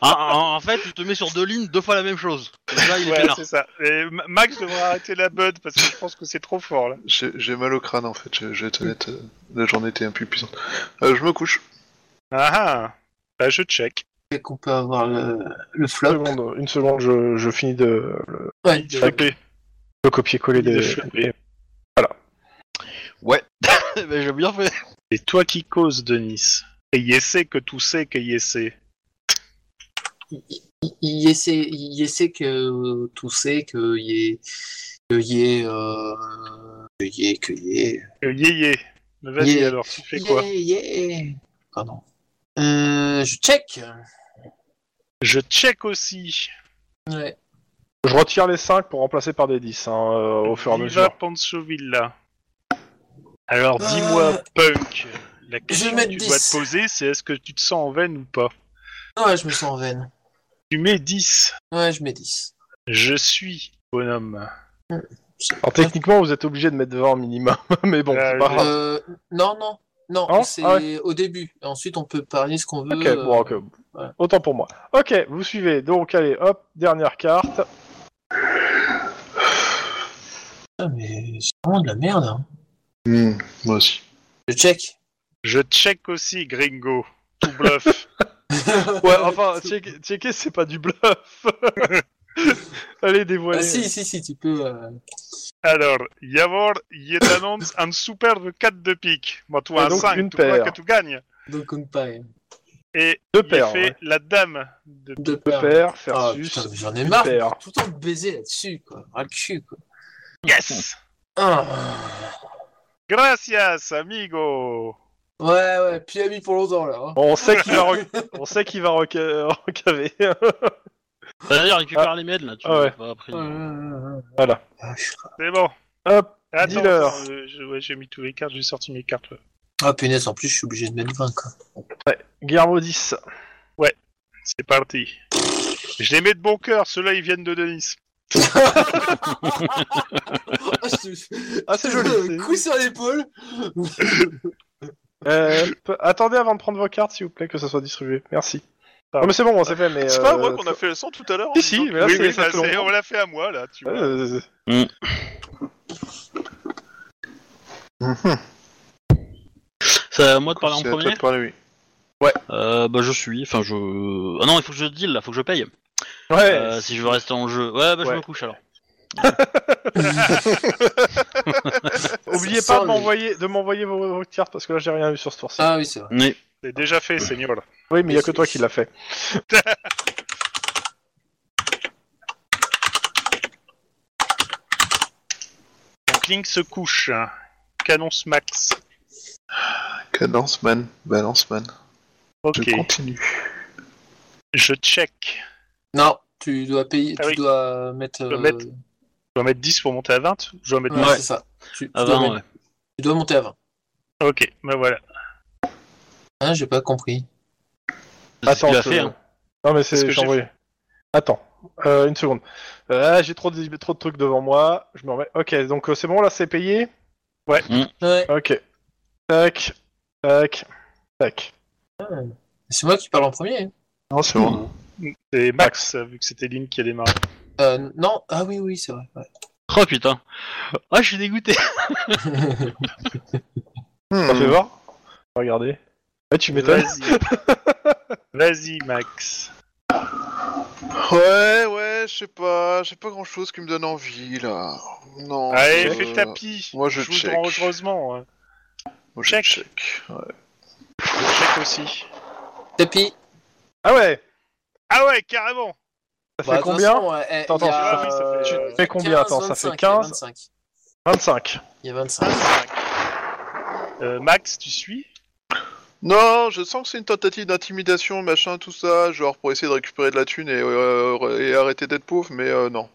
Speaker 2: Ah, en, en fait, il te met sur deux lignes deux fois la même chose. Et là, il est
Speaker 5: Ouais,
Speaker 2: peinard.
Speaker 5: c'est ça. Et Ma- Max devrait arrêter la bud parce que je pense que c'est trop fort, là.
Speaker 4: J'ai j'ai mal au crâne en fait. Je, je vais être honnête. euh, La journée était un peu épuisante. Euh, je me couche.
Speaker 5: Ah ah Bah, je check.
Speaker 3: Et qu'on peut avoir le, le
Speaker 1: Une
Speaker 3: flop.
Speaker 1: seconde, une seconde je, je finis de,
Speaker 3: Ouais.
Speaker 5: Flopper.
Speaker 1: de copier-coller
Speaker 5: De
Speaker 1: des.
Speaker 5: flopper.
Speaker 2: Ouais. Mais j'ai bien fait.
Speaker 5: C'est toi qui causes, Denis. Et y essaie que tout sait que y essaie.
Speaker 3: Il, il essaie, il essaie que euh, tout sait, qu'il y ait. Que y ait. Euh... Que y ait. Que y ait.
Speaker 5: Euh, Yé yé. Mais Vas-y
Speaker 3: Yé.
Speaker 5: alors, tu fais quoi
Speaker 3: Yeah, yeah. Pardon. Euh, je check.
Speaker 5: Je check aussi.
Speaker 3: Ouais.
Speaker 1: Je retire les 5 pour remplacer par des 10 hein, euh, au fur et à
Speaker 5: Viva
Speaker 1: mesure.
Speaker 5: Pansovilla. Alors
Speaker 3: Euh,
Speaker 5: dis-moi, Punk, la
Speaker 3: vais
Speaker 5: question que
Speaker 3: mettre
Speaker 5: tu
Speaker 3: 10.
Speaker 5: dois te poser, c'est est-ce que tu te sens en veine ou pas
Speaker 3: Ouais, je me sens en veine.
Speaker 5: Tu mets 10.
Speaker 3: Ouais, je mets 10.
Speaker 5: Je suis, bonhomme.
Speaker 1: Alors techniquement vous êtes obligé de mettre 20 minimum, <laughs> mais bon,
Speaker 5: Euh,
Speaker 1: c'est pas grave.
Speaker 3: Euh, non, non, non,
Speaker 1: Ah. Non
Speaker 3: c'est
Speaker 1: Ah
Speaker 3: au début. Ensuite, on peut parier ce qu'on veut.
Speaker 1: Ok,
Speaker 3: euh,
Speaker 1: bon, ok.
Speaker 3: ouais.
Speaker 1: Autant pour moi. Ok, vous suivez. Donc, allez, hop, dernière
Speaker 3: <laughs>
Speaker 1: carte.
Speaker 3: putain, Ah, mais c'est vraiment de la merde. hein.
Speaker 4: Hmm, moi aussi.
Speaker 3: Je check.
Speaker 5: Je check aussi, gringo. Tout
Speaker 1: <laughs>
Speaker 5: bluff.
Speaker 1: Ouais, enfin, check- checker, c'est pas du bluff. <laughs> allez, dévoiler.
Speaker 3: Ah, si, si, si, tu peux. euh,
Speaker 5: alors, Yavor, il t'annonce un superbe 4 de pique. Moi,
Speaker 1: Et
Speaker 5: toi, un
Speaker 1: donc,
Speaker 5: 5,
Speaker 1: une
Speaker 5: tu crois
Speaker 1: paire.
Speaker 5: que tu gagnes.
Speaker 3: Donc, on paye.
Speaker 5: Et
Speaker 1: Deux
Speaker 5: il a
Speaker 1: paires.
Speaker 5: fait
Speaker 1: ouais.
Speaker 5: la dame de
Speaker 3: Deux
Speaker 1: Deux
Speaker 3: paires.
Speaker 1: paires
Speaker 3: Ah,
Speaker 1: versus
Speaker 3: putain, mais j'en ai
Speaker 1: une
Speaker 3: marre.
Speaker 1: paire.
Speaker 3: Tout le temps de baiser là-dessus, quoi. Ras le cul, quoi.
Speaker 1: <laughs>
Speaker 5: Yes
Speaker 3: Ah.
Speaker 5: Gracias, amigo
Speaker 3: Ouais, ouais, puis ami pour longtemps là. hein.
Speaker 1: Bon, on sait qu'il va,
Speaker 3: <laughs>
Speaker 1: rec- on sait qu'il va reca- recaver. <laughs>
Speaker 2: D'ailleurs, récupère les meds là, tu
Speaker 1: Ah
Speaker 2: vois,
Speaker 1: ouais.
Speaker 2: pas après.
Speaker 3: Ouais, ouais, ouais, ouais.
Speaker 1: Voilà.
Speaker 3: Ah, je-
Speaker 5: C'est bon.
Speaker 1: Hop,
Speaker 5: Attends,
Speaker 1: Dealer.
Speaker 5: attends, euh, je- ouais, j'ai mis tous les cartes, j'ai sorti mes cartes. ouais.
Speaker 3: Ah punaise, en plus je suis obligé de mettre 20 quoi.
Speaker 1: Guillermo 10.
Speaker 5: C'est parti. Je les mets de bon cœur, ceux-là ils viennent de Denis.
Speaker 3: <laughs> Ah, je-
Speaker 1: Ah, c'est joli,
Speaker 3: <laughs>
Speaker 1: c'est-
Speaker 3: Coup sur l'épaule.
Speaker 1: Euh, p- attendez avant de prendre vos cartes, s'il vous plaît, que ça soit distribué. Merci. Non, mais c'est bon, on s'est fait, mais.
Speaker 4: C'est pas à
Speaker 1: euh,
Speaker 4: moi qu'on a fait le son tout à l'heure en
Speaker 1: Si, si,
Speaker 4: disant
Speaker 1: mais là,
Speaker 5: oui,
Speaker 1: c'est-
Speaker 5: oui,
Speaker 1: ça
Speaker 5: bah,
Speaker 1: fait
Speaker 5: c'est-
Speaker 1: longtemps.
Speaker 5: on l'a fait à moi là, tu vois.
Speaker 1: Euh,
Speaker 2: C'est à moi de
Speaker 4: que-
Speaker 2: parler en
Speaker 4: C'est à toi
Speaker 2: premier
Speaker 4: de parler, oui.
Speaker 2: euh, Bah, je suis, enfin, je. Ah non, il faut que je deal là, faut que je paye.
Speaker 1: Ouais.
Speaker 2: Euh, si je veux rester en jeu. Ouais, bah, je
Speaker 1: Ouais.
Speaker 2: me couche alors.
Speaker 1: Oubliez
Speaker 3: Ça
Speaker 1: pas de
Speaker 3: sent le-
Speaker 1: m'envoyer, de m'envoyer vos, vos cartes parce que là j'ai rien vu sur ce tour-ci.
Speaker 3: Ah oui, c'est vrai.
Speaker 2: Mais
Speaker 5: C'est déjà fait, c'est mieux là.
Speaker 1: oui, mais il y a que toi qui l'as fait.
Speaker 5: Donc Link se couche. hein. Canonce Max.
Speaker 4: Cadence man, balance man.
Speaker 5: Ok,
Speaker 4: Je continue.
Speaker 5: je check.
Speaker 3: Non, tu dois payer,
Speaker 5: Ah
Speaker 3: tu
Speaker 5: oui.
Speaker 3: dois mettre. euh,
Speaker 5: dois mettre- Je dois mettre 10 pour monter à 20 Je dois mettre
Speaker 3: Ouais,
Speaker 2: Ouais.
Speaker 3: c'est ça. Tu, tu
Speaker 2: Ah,
Speaker 3: dois
Speaker 2: bah,
Speaker 3: mettre-
Speaker 2: ouais.
Speaker 3: tu dois monter à 20.
Speaker 5: Ok, bah voilà.
Speaker 3: Hein, j'ai pas compris.
Speaker 2: C'est ce qu'il a
Speaker 1: je-
Speaker 2: fait, hein.
Speaker 1: Non mais
Speaker 5: C'est ce
Speaker 1: c'est
Speaker 5: que
Speaker 1: j'ai
Speaker 5: j'ai
Speaker 1: envoyé. Attends, euh, une seconde. Euh, ah, j'ai trop de trop de trucs devant moi. Je me remets. Ok, donc euh, c'est bon là, c'est payé.
Speaker 3: Ouais.
Speaker 1: Ok. Tac, tac, tac.
Speaker 3: C'est moi qui parle en premier. hein.
Speaker 4: Non, c'est bon.
Speaker 5: C'est Max, euh, vu que c'était Link qui a démarré.
Speaker 3: Euh, non, ah oui, oui, c'est vrai. <laughs> ouais.
Speaker 2: Oh putain. Ah, je suis dégoûté. <laughs>
Speaker 1: Ça fait
Speaker 4: Hmm.
Speaker 1: voir. Regardez. Ouais, tu m'étonnes.
Speaker 5: Vas-y. Vas-y, Max.
Speaker 4: Ouais, ouais, je sais pas, j'ai pas grand chose qui me donne envie là. Non.
Speaker 5: Allez,
Speaker 4: euh,
Speaker 5: fais le tapis.
Speaker 4: moi, je
Speaker 5: vous le
Speaker 4: check.
Speaker 5: rends heureusement. hein.
Speaker 4: moi, je
Speaker 5: Check.
Speaker 4: check. Ouais.
Speaker 5: Je check aussi.
Speaker 3: Tapis.
Speaker 1: Ah ouais.
Speaker 5: Ah ouais, carrément.
Speaker 1: Ça fait
Speaker 3: Bah, de toute
Speaker 1: combien
Speaker 3: façon, ouais, eh,
Speaker 1: Attends,
Speaker 3: il y a,
Speaker 5: attends, ah oui, ça fait-
Speaker 3: euh,
Speaker 5: tu
Speaker 1: fais combien, attends, ça fait 15.
Speaker 3: 25,
Speaker 1: 25.
Speaker 3: Il y a 25.
Speaker 5: Euh, Max, tu suis
Speaker 4: Non, je sens que c'est une tentative d'intimidation, machin, tout ça, genre pour essayer de récupérer de la thune et, euh, et arrêter d'être pauvre, mais euh, non.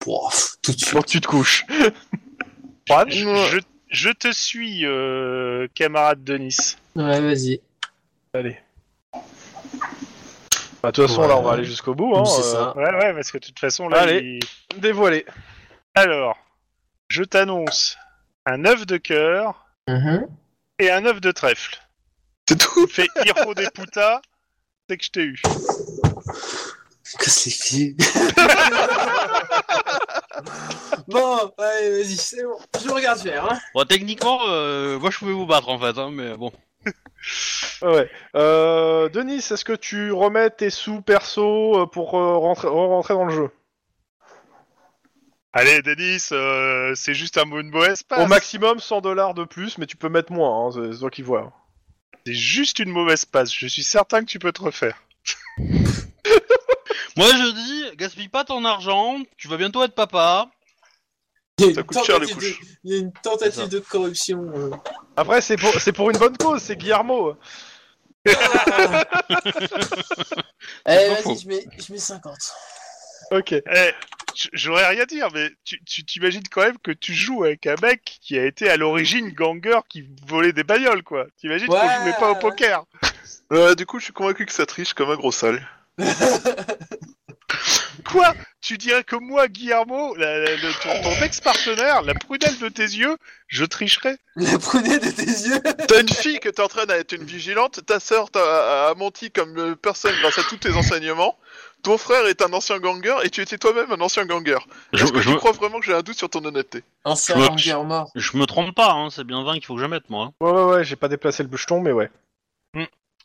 Speaker 3: Pouah, tout de suite.
Speaker 1: Donc tu te couches.
Speaker 5: je,
Speaker 1: Juan
Speaker 5: je, je te suis, euh, camarade Denis.
Speaker 3: Ouais, vas-y.
Speaker 1: Allez. Bah, de toute façon,
Speaker 3: Ouais.
Speaker 1: là, on va aller jusqu'au bout. Hein,
Speaker 3: c'est
Speaker 1: euh,
Speaker 3: ça.
Speaker 5: Ouais, ouais, parce que de toute façon, là,
Speaker 1: Allez.
Speaker 5: il-
Speaker 1: Dévoilé.
Speaker 5: Alors, je t'annonce un œuf de cœur
Speaker 3: Mhm.
Speaker 5: et un œuf de trèfle.
Speaker 4: C'est tout
Speaker 1: <laughs>
Speaker 5: Tu fais Hiro des Putas, c'est que je t'ai eu.
Speaker 3: Casse les
Speaker 2: <laughs>
Speaker 3: pieds. bon, allez, vas-y, c'est bon. Je vous regarde faire. Hein.
Speaker 2: Bon, techniquement, euh, moi je pouvais vous battre en fait, hein, mais bon.
Speaker 1: Ouais. Euh, Denis, est-ce que tu remets tes sous perso euh, pour euh, rentrer, rentrer dans le jeu
Speaker 5: Allez, Denis, euh, c'est juste un mot une mauvaise passe.
Speaker 1: Au maximum 100 dollars de plus, mais tu peux mettre moins, hein, c'est c'est toi qui vois.
Speaker 5: C'est juste une mauvaise passe. Je suis certain que tu peux te refaire.
Speaker 2: Moi je dis, gaspille pas ton argent, tu vas bientôt être papa.
Speaker 3: Il y a une
Speaker 4: Ça coûte cher, les
Speaker 3: tentative de-
Speaker 4: couches.
Speaker 3: il y a une
Speaker 2: C'est
Speaker 3: tentative
Speaker 2: ça.
Speaker 3: de corruption. euh.
Speaker 1: Après, c'est pour, c'est pour une bonne cause, c'est Guillermo.
Speaker 3: Allez,
Speaker 2: pas
Speaker 3: Eh, vas-y,
Speaker 2: faux.
Speaker 3: je mets, je mets 50.
Speaker 1: Ok.
Speaker 5: Eh, j- j'aurais rien à dire, mais tu tu t'imagines quand même que tu joues avec un mec qui a été à l'origine ganger qui volait des bagnoles, quoi. T'imagines qu'on
Speaker 3: Ouais.
Speaker 5: jouait pas au poker.
Speaker 4: Euh, Du coup, je suis convaincu que ça triche comme un gros sale.
Speaker 5: Quoi Tu dirais que moi, Guillermo, la- la- le- ton, ton ex-partenaire, la prunelle de tes yeux, je tricherais
Speaker 3: La prunelle de tes yeux.
Speaker 4: T'as une fille que t'entraînes à être une vigilante, ta sœur t'a a- a menti comme euh, personne grâce à tous tes enseignements, ton frère est un ancien ganger et tu étais toi-même un ancien ganger.
Speaker 2: Je,
Speaker 4: Est-ce que
Speaker 2: je
Speaker 4: tu
Speaker 2: me,
Speaker 4: crois vraiment que j'ai un doute sur ton honnêteté
Speaker 3: Ancien
Speaker 2: Je me-
Speaker 3: Ranger mort.
Speaker 2: je me trompe pas, hein, c'est bien 20 qu'il faut que je mette moi.
Speaker 1: Ouais, ouais, ouais, j'ai pas déplacé le boucheton, mais ouais.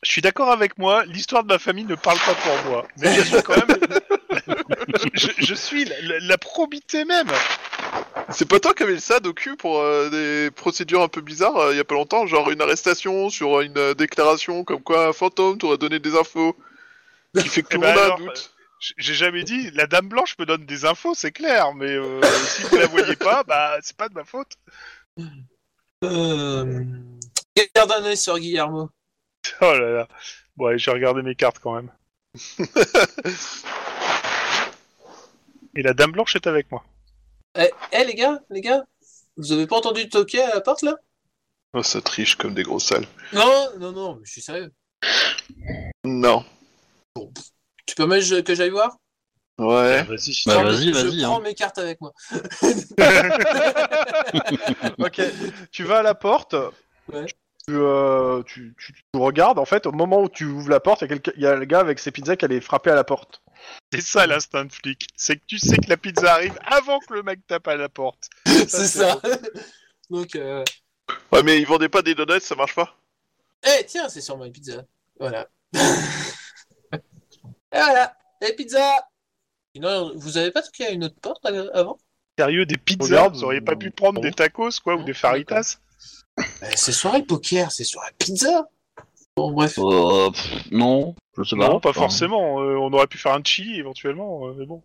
Speaker 5: Je suis d'accord avec moi, l'histoire de ma famille ne parle pas pour moi. Mais je suis quand même. <laughs> je, je suis la- la- la probité même
Speaker 4: C'est pas toi qui avais le SAD au cul pour euh, des procédures un peu bizarres euh, il y a pas longtemps, genre une arrestation sur une euh, déclaration comme quoi un fantôme t'aurait donné des infos qui fait que
Speaker 5: Eh
Speaker 4: tout le
Speaker 5: ben
Speaker 4: monde a un
Speaker 5: alors,
Speaker 4: doute.
Speaker 5: j- j'ai jamais dit la dame blanche me donne des infos, c'est clair, mais euh, si vous la voyez pas, bah c'est pas de ma faute.
Speaker 3: Euh... Garde un œil sur Guillermo.
Speaker 5: Oh là là. Bon, allez, j'ai regardé mes cartes quand <laughs> même. Et la dame blanche est avec moi.
Speaker 3: Eh, eh, les gars, les gars, vous avez pas entendu toquer à la porte là
Speaker 4: Oh, ça triche comme des gros sales.
Speaker 3: Non, non, non, mais je suis sérieux.
Speaker 4: Non.
Speaker 3: Tu permets je- que j'aille voir
Speaker 4: Ouais.
Speaker 5: Vas-y.
Speaker 2: Bah,
Speaker 3: Prends-
Speaker 2: vas-y, vas-y,
Speaker 3: Je prends
Speaker 2: hein.
Speaker 3: mes cartes
Speaker 2: <laughs>
Speaker 3: avec moi.
Speaker 1: Ok, tu vas à la porte.
Speaker 3: Ouais.
Speaker 1: Tu, euh, tu, tu- tu regardes, en fait, au moment où tu ouvres la porte, il y a quelqu'un- il y, a le gars avec ses pizzas qui allait frapper à la porte.
Speaker 5: C'est ça l'instinct de flic. C'est que tu sais que la pizza arrive avant que le mec tape à la porte.
Speaker 3: C'est ça. <laughs> Donc, euh...
Speaker 4: Ouais, mais ils vendaient pas des donuts, ça marche pas
Speaker 3: eh tiens, c'est sur ma pizza. Voilà. <laughs> Et voilà, les pizzas. Non, vous avez pas toqué à une autre porte là, avant
Speaker 5: Sérieux, des pizzas
Speaker 1: Regarde,
Speaker 5: Vous auriez pas pu
Speaker 1: euh,
Speaker 5: prendre
Speaker 1: bon.
Speaker 5: des tacos, quoi, ou des faritas
Speaker 3: Eh, C'est soirée poker, c'est soirée pizza. Bon, bref.
Speaker 2: Euh, pff, non, je sais pas.
Speaker 5: Non, pas
Speaker 2: Enfin,
Speaker 5: forcément. euh, on aurait pu faire un chili éventuellement, euh, mais bon.